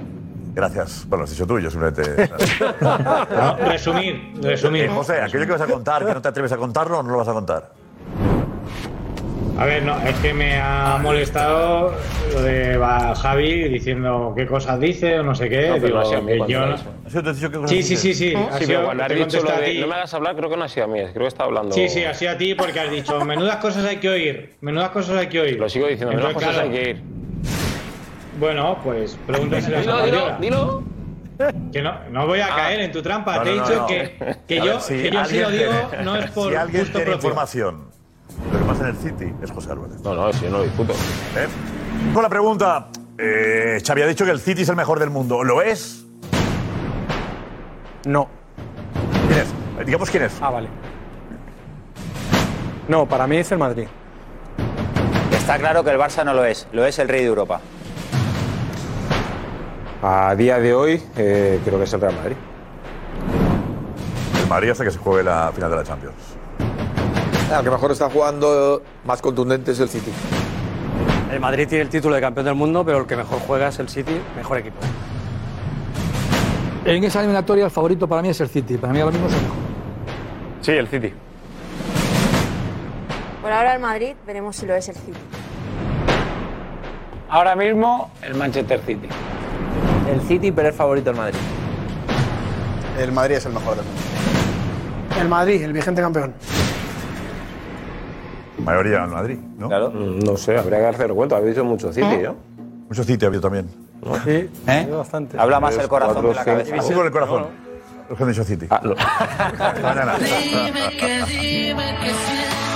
[SPEAKER 6] Gracias. Bueno, lo has dicho tú, yo simplemente...
[SPEAKER 9] No, resumir, resumir.
[SPEAKER 6] Eh, José, aquello que vas a contar, que no te atreves a contarlo, no lo vas a contar.
[SPEAKER 9] A ver, no, es que me ha molestado lo de Ba- Javi diciendo qué cosas dice o no sé qué.
[SPEAKER 14] No, pero
[SPEAKER 9] Digo,
[SPEAKER 14] no ha sido a mí
[SPEAKER 9] que
[SPEAKER 14] cuando
[SPEAKER 9] yo
[SPEAKER 14] lo
[SPEAKER 9] no-
[SPEAKER 14] ha dicho.
[SPEAKER 9] Sí, sí, sí, sí. ha
[SPEAKER 14] Sí,
[SPEAKER 9] sido-
[SPEAKER 14] pero cuando has
[SPEAKER 9] te
[SPEAKER 14] dicho lo
[SPEAKER 9] contesta a
[SPEAKER 14] de.
[SPEAKER 9] ti.
[SPEAKER 14] No me hagas hablar, creo que no ha sido a mí, creo que está hablando.
[SPEAKER 9] Sí, sí, así a ti porque has dicho, menudas cosas hay que oír, menudas cosas hay que oír. Lo sigo
[SPEAKER 14] diciendo, menudas cosas hay que
[SPEAKER 9] ir. Bueno, pues pregúntaselo a
[SPEAKER 14] Dilo,
[SPEAKER 9] Guardiola.
[SPEAKER 14] dilo,
[SPEAKER 9] Que no, no voy a
[SPEAKER 14] Ah.
[SPEAKER 9] caer en tu trampa,
[SPEAKER 6] No,
[SPEAKER 9] te he
[SPEAKER 6] no, no,
[SPEAKER 9] dicho
[SPEAKER 6] no.
[SPEAKER 9] que, que
[SPEAKER 6] A
[SPEAKER 9] yo,
[SPEAKER 6] ver,
[SPEAKER 9] que yo sí
[SPEAKER 6] alguien
[SPEAKER 9] lo digo,
[SPEAKER 6] tiene-
[SPEAKER 9] no es por
[SPEAKER 6] Si alguien
[SPEAKER 9] gusto
[SPEAKER 6] tiene
[SPEAKER 9] propio.
[SPEAKER 6] información de lo que pasa en el City, es José Álvarez. No, no, si yo no lo discuto. Con la pregunta, eh, Xavi ha dicho que el City es el mejor del mundo. ¿Lo es?
[SPEAKER 20] No.
[SPEAKER 6] ¿Quién es? Eh, Digamos quién es.
[SPEAKER 20] Ah, vale. No, para mí es el Madrid.
[SPEAKER 11] Está claro que el Barça no lo es, lo es el rey de Europa.
[SPEAKER 14] A día de hoy, eh, creo que es el Real Madrid.
[SPEAKER 6] El Madrid hasta que se juegue la final de la Champions.
[SPEAKER 13] El que mejor está jugando, más contundente es el City.
[SPEAKER 12] El Madrid tiene el título de campeón del mundo, pero el que mejor juega es el City, mejor equipo.
[SPEAKER 5] En esa eliminatoria el favorito para mí es el City. Para mí ahora mismo es el mejor.
[SPEAKER 14] Sí, el City.
[SPEAKER 31] Por ahora el Madrid, veremos si lo es el City.
[SPEAKER 32] Ahora mismo el Manchester City.
[SPEAKER 3] El City, pero es favorito el Madrid.
[SPEAKER 4] El Madrid es el mejor del mundo. El Madrid, el vigente campeón.
[SPEAKER 6] Mayoría en Madrid, ¿no? Claro.
[SPEAKER 14] No sé, habría que hacer cuenta. Habéis dicho mucho City,
[SPEAKER 9] ¿Eh?
[SPEAKER 14] ¿no?
[SPEAKER 6] Mucho City ha habido también.
[SPEAKER 20] Sí,
[SPEAKER 11] ¿Eh?
[SPEAKER 20] bastante.
[SPEAKER 11] Habla más el corazón que la cabeza.
[SPEAKER 6] Así con el corazón. Los que han dicho City.
[SPEAKER 14] Ah, no.
[SPEAKER 6] Banana.
[SPEAKER 24] Dime que, dime que sí.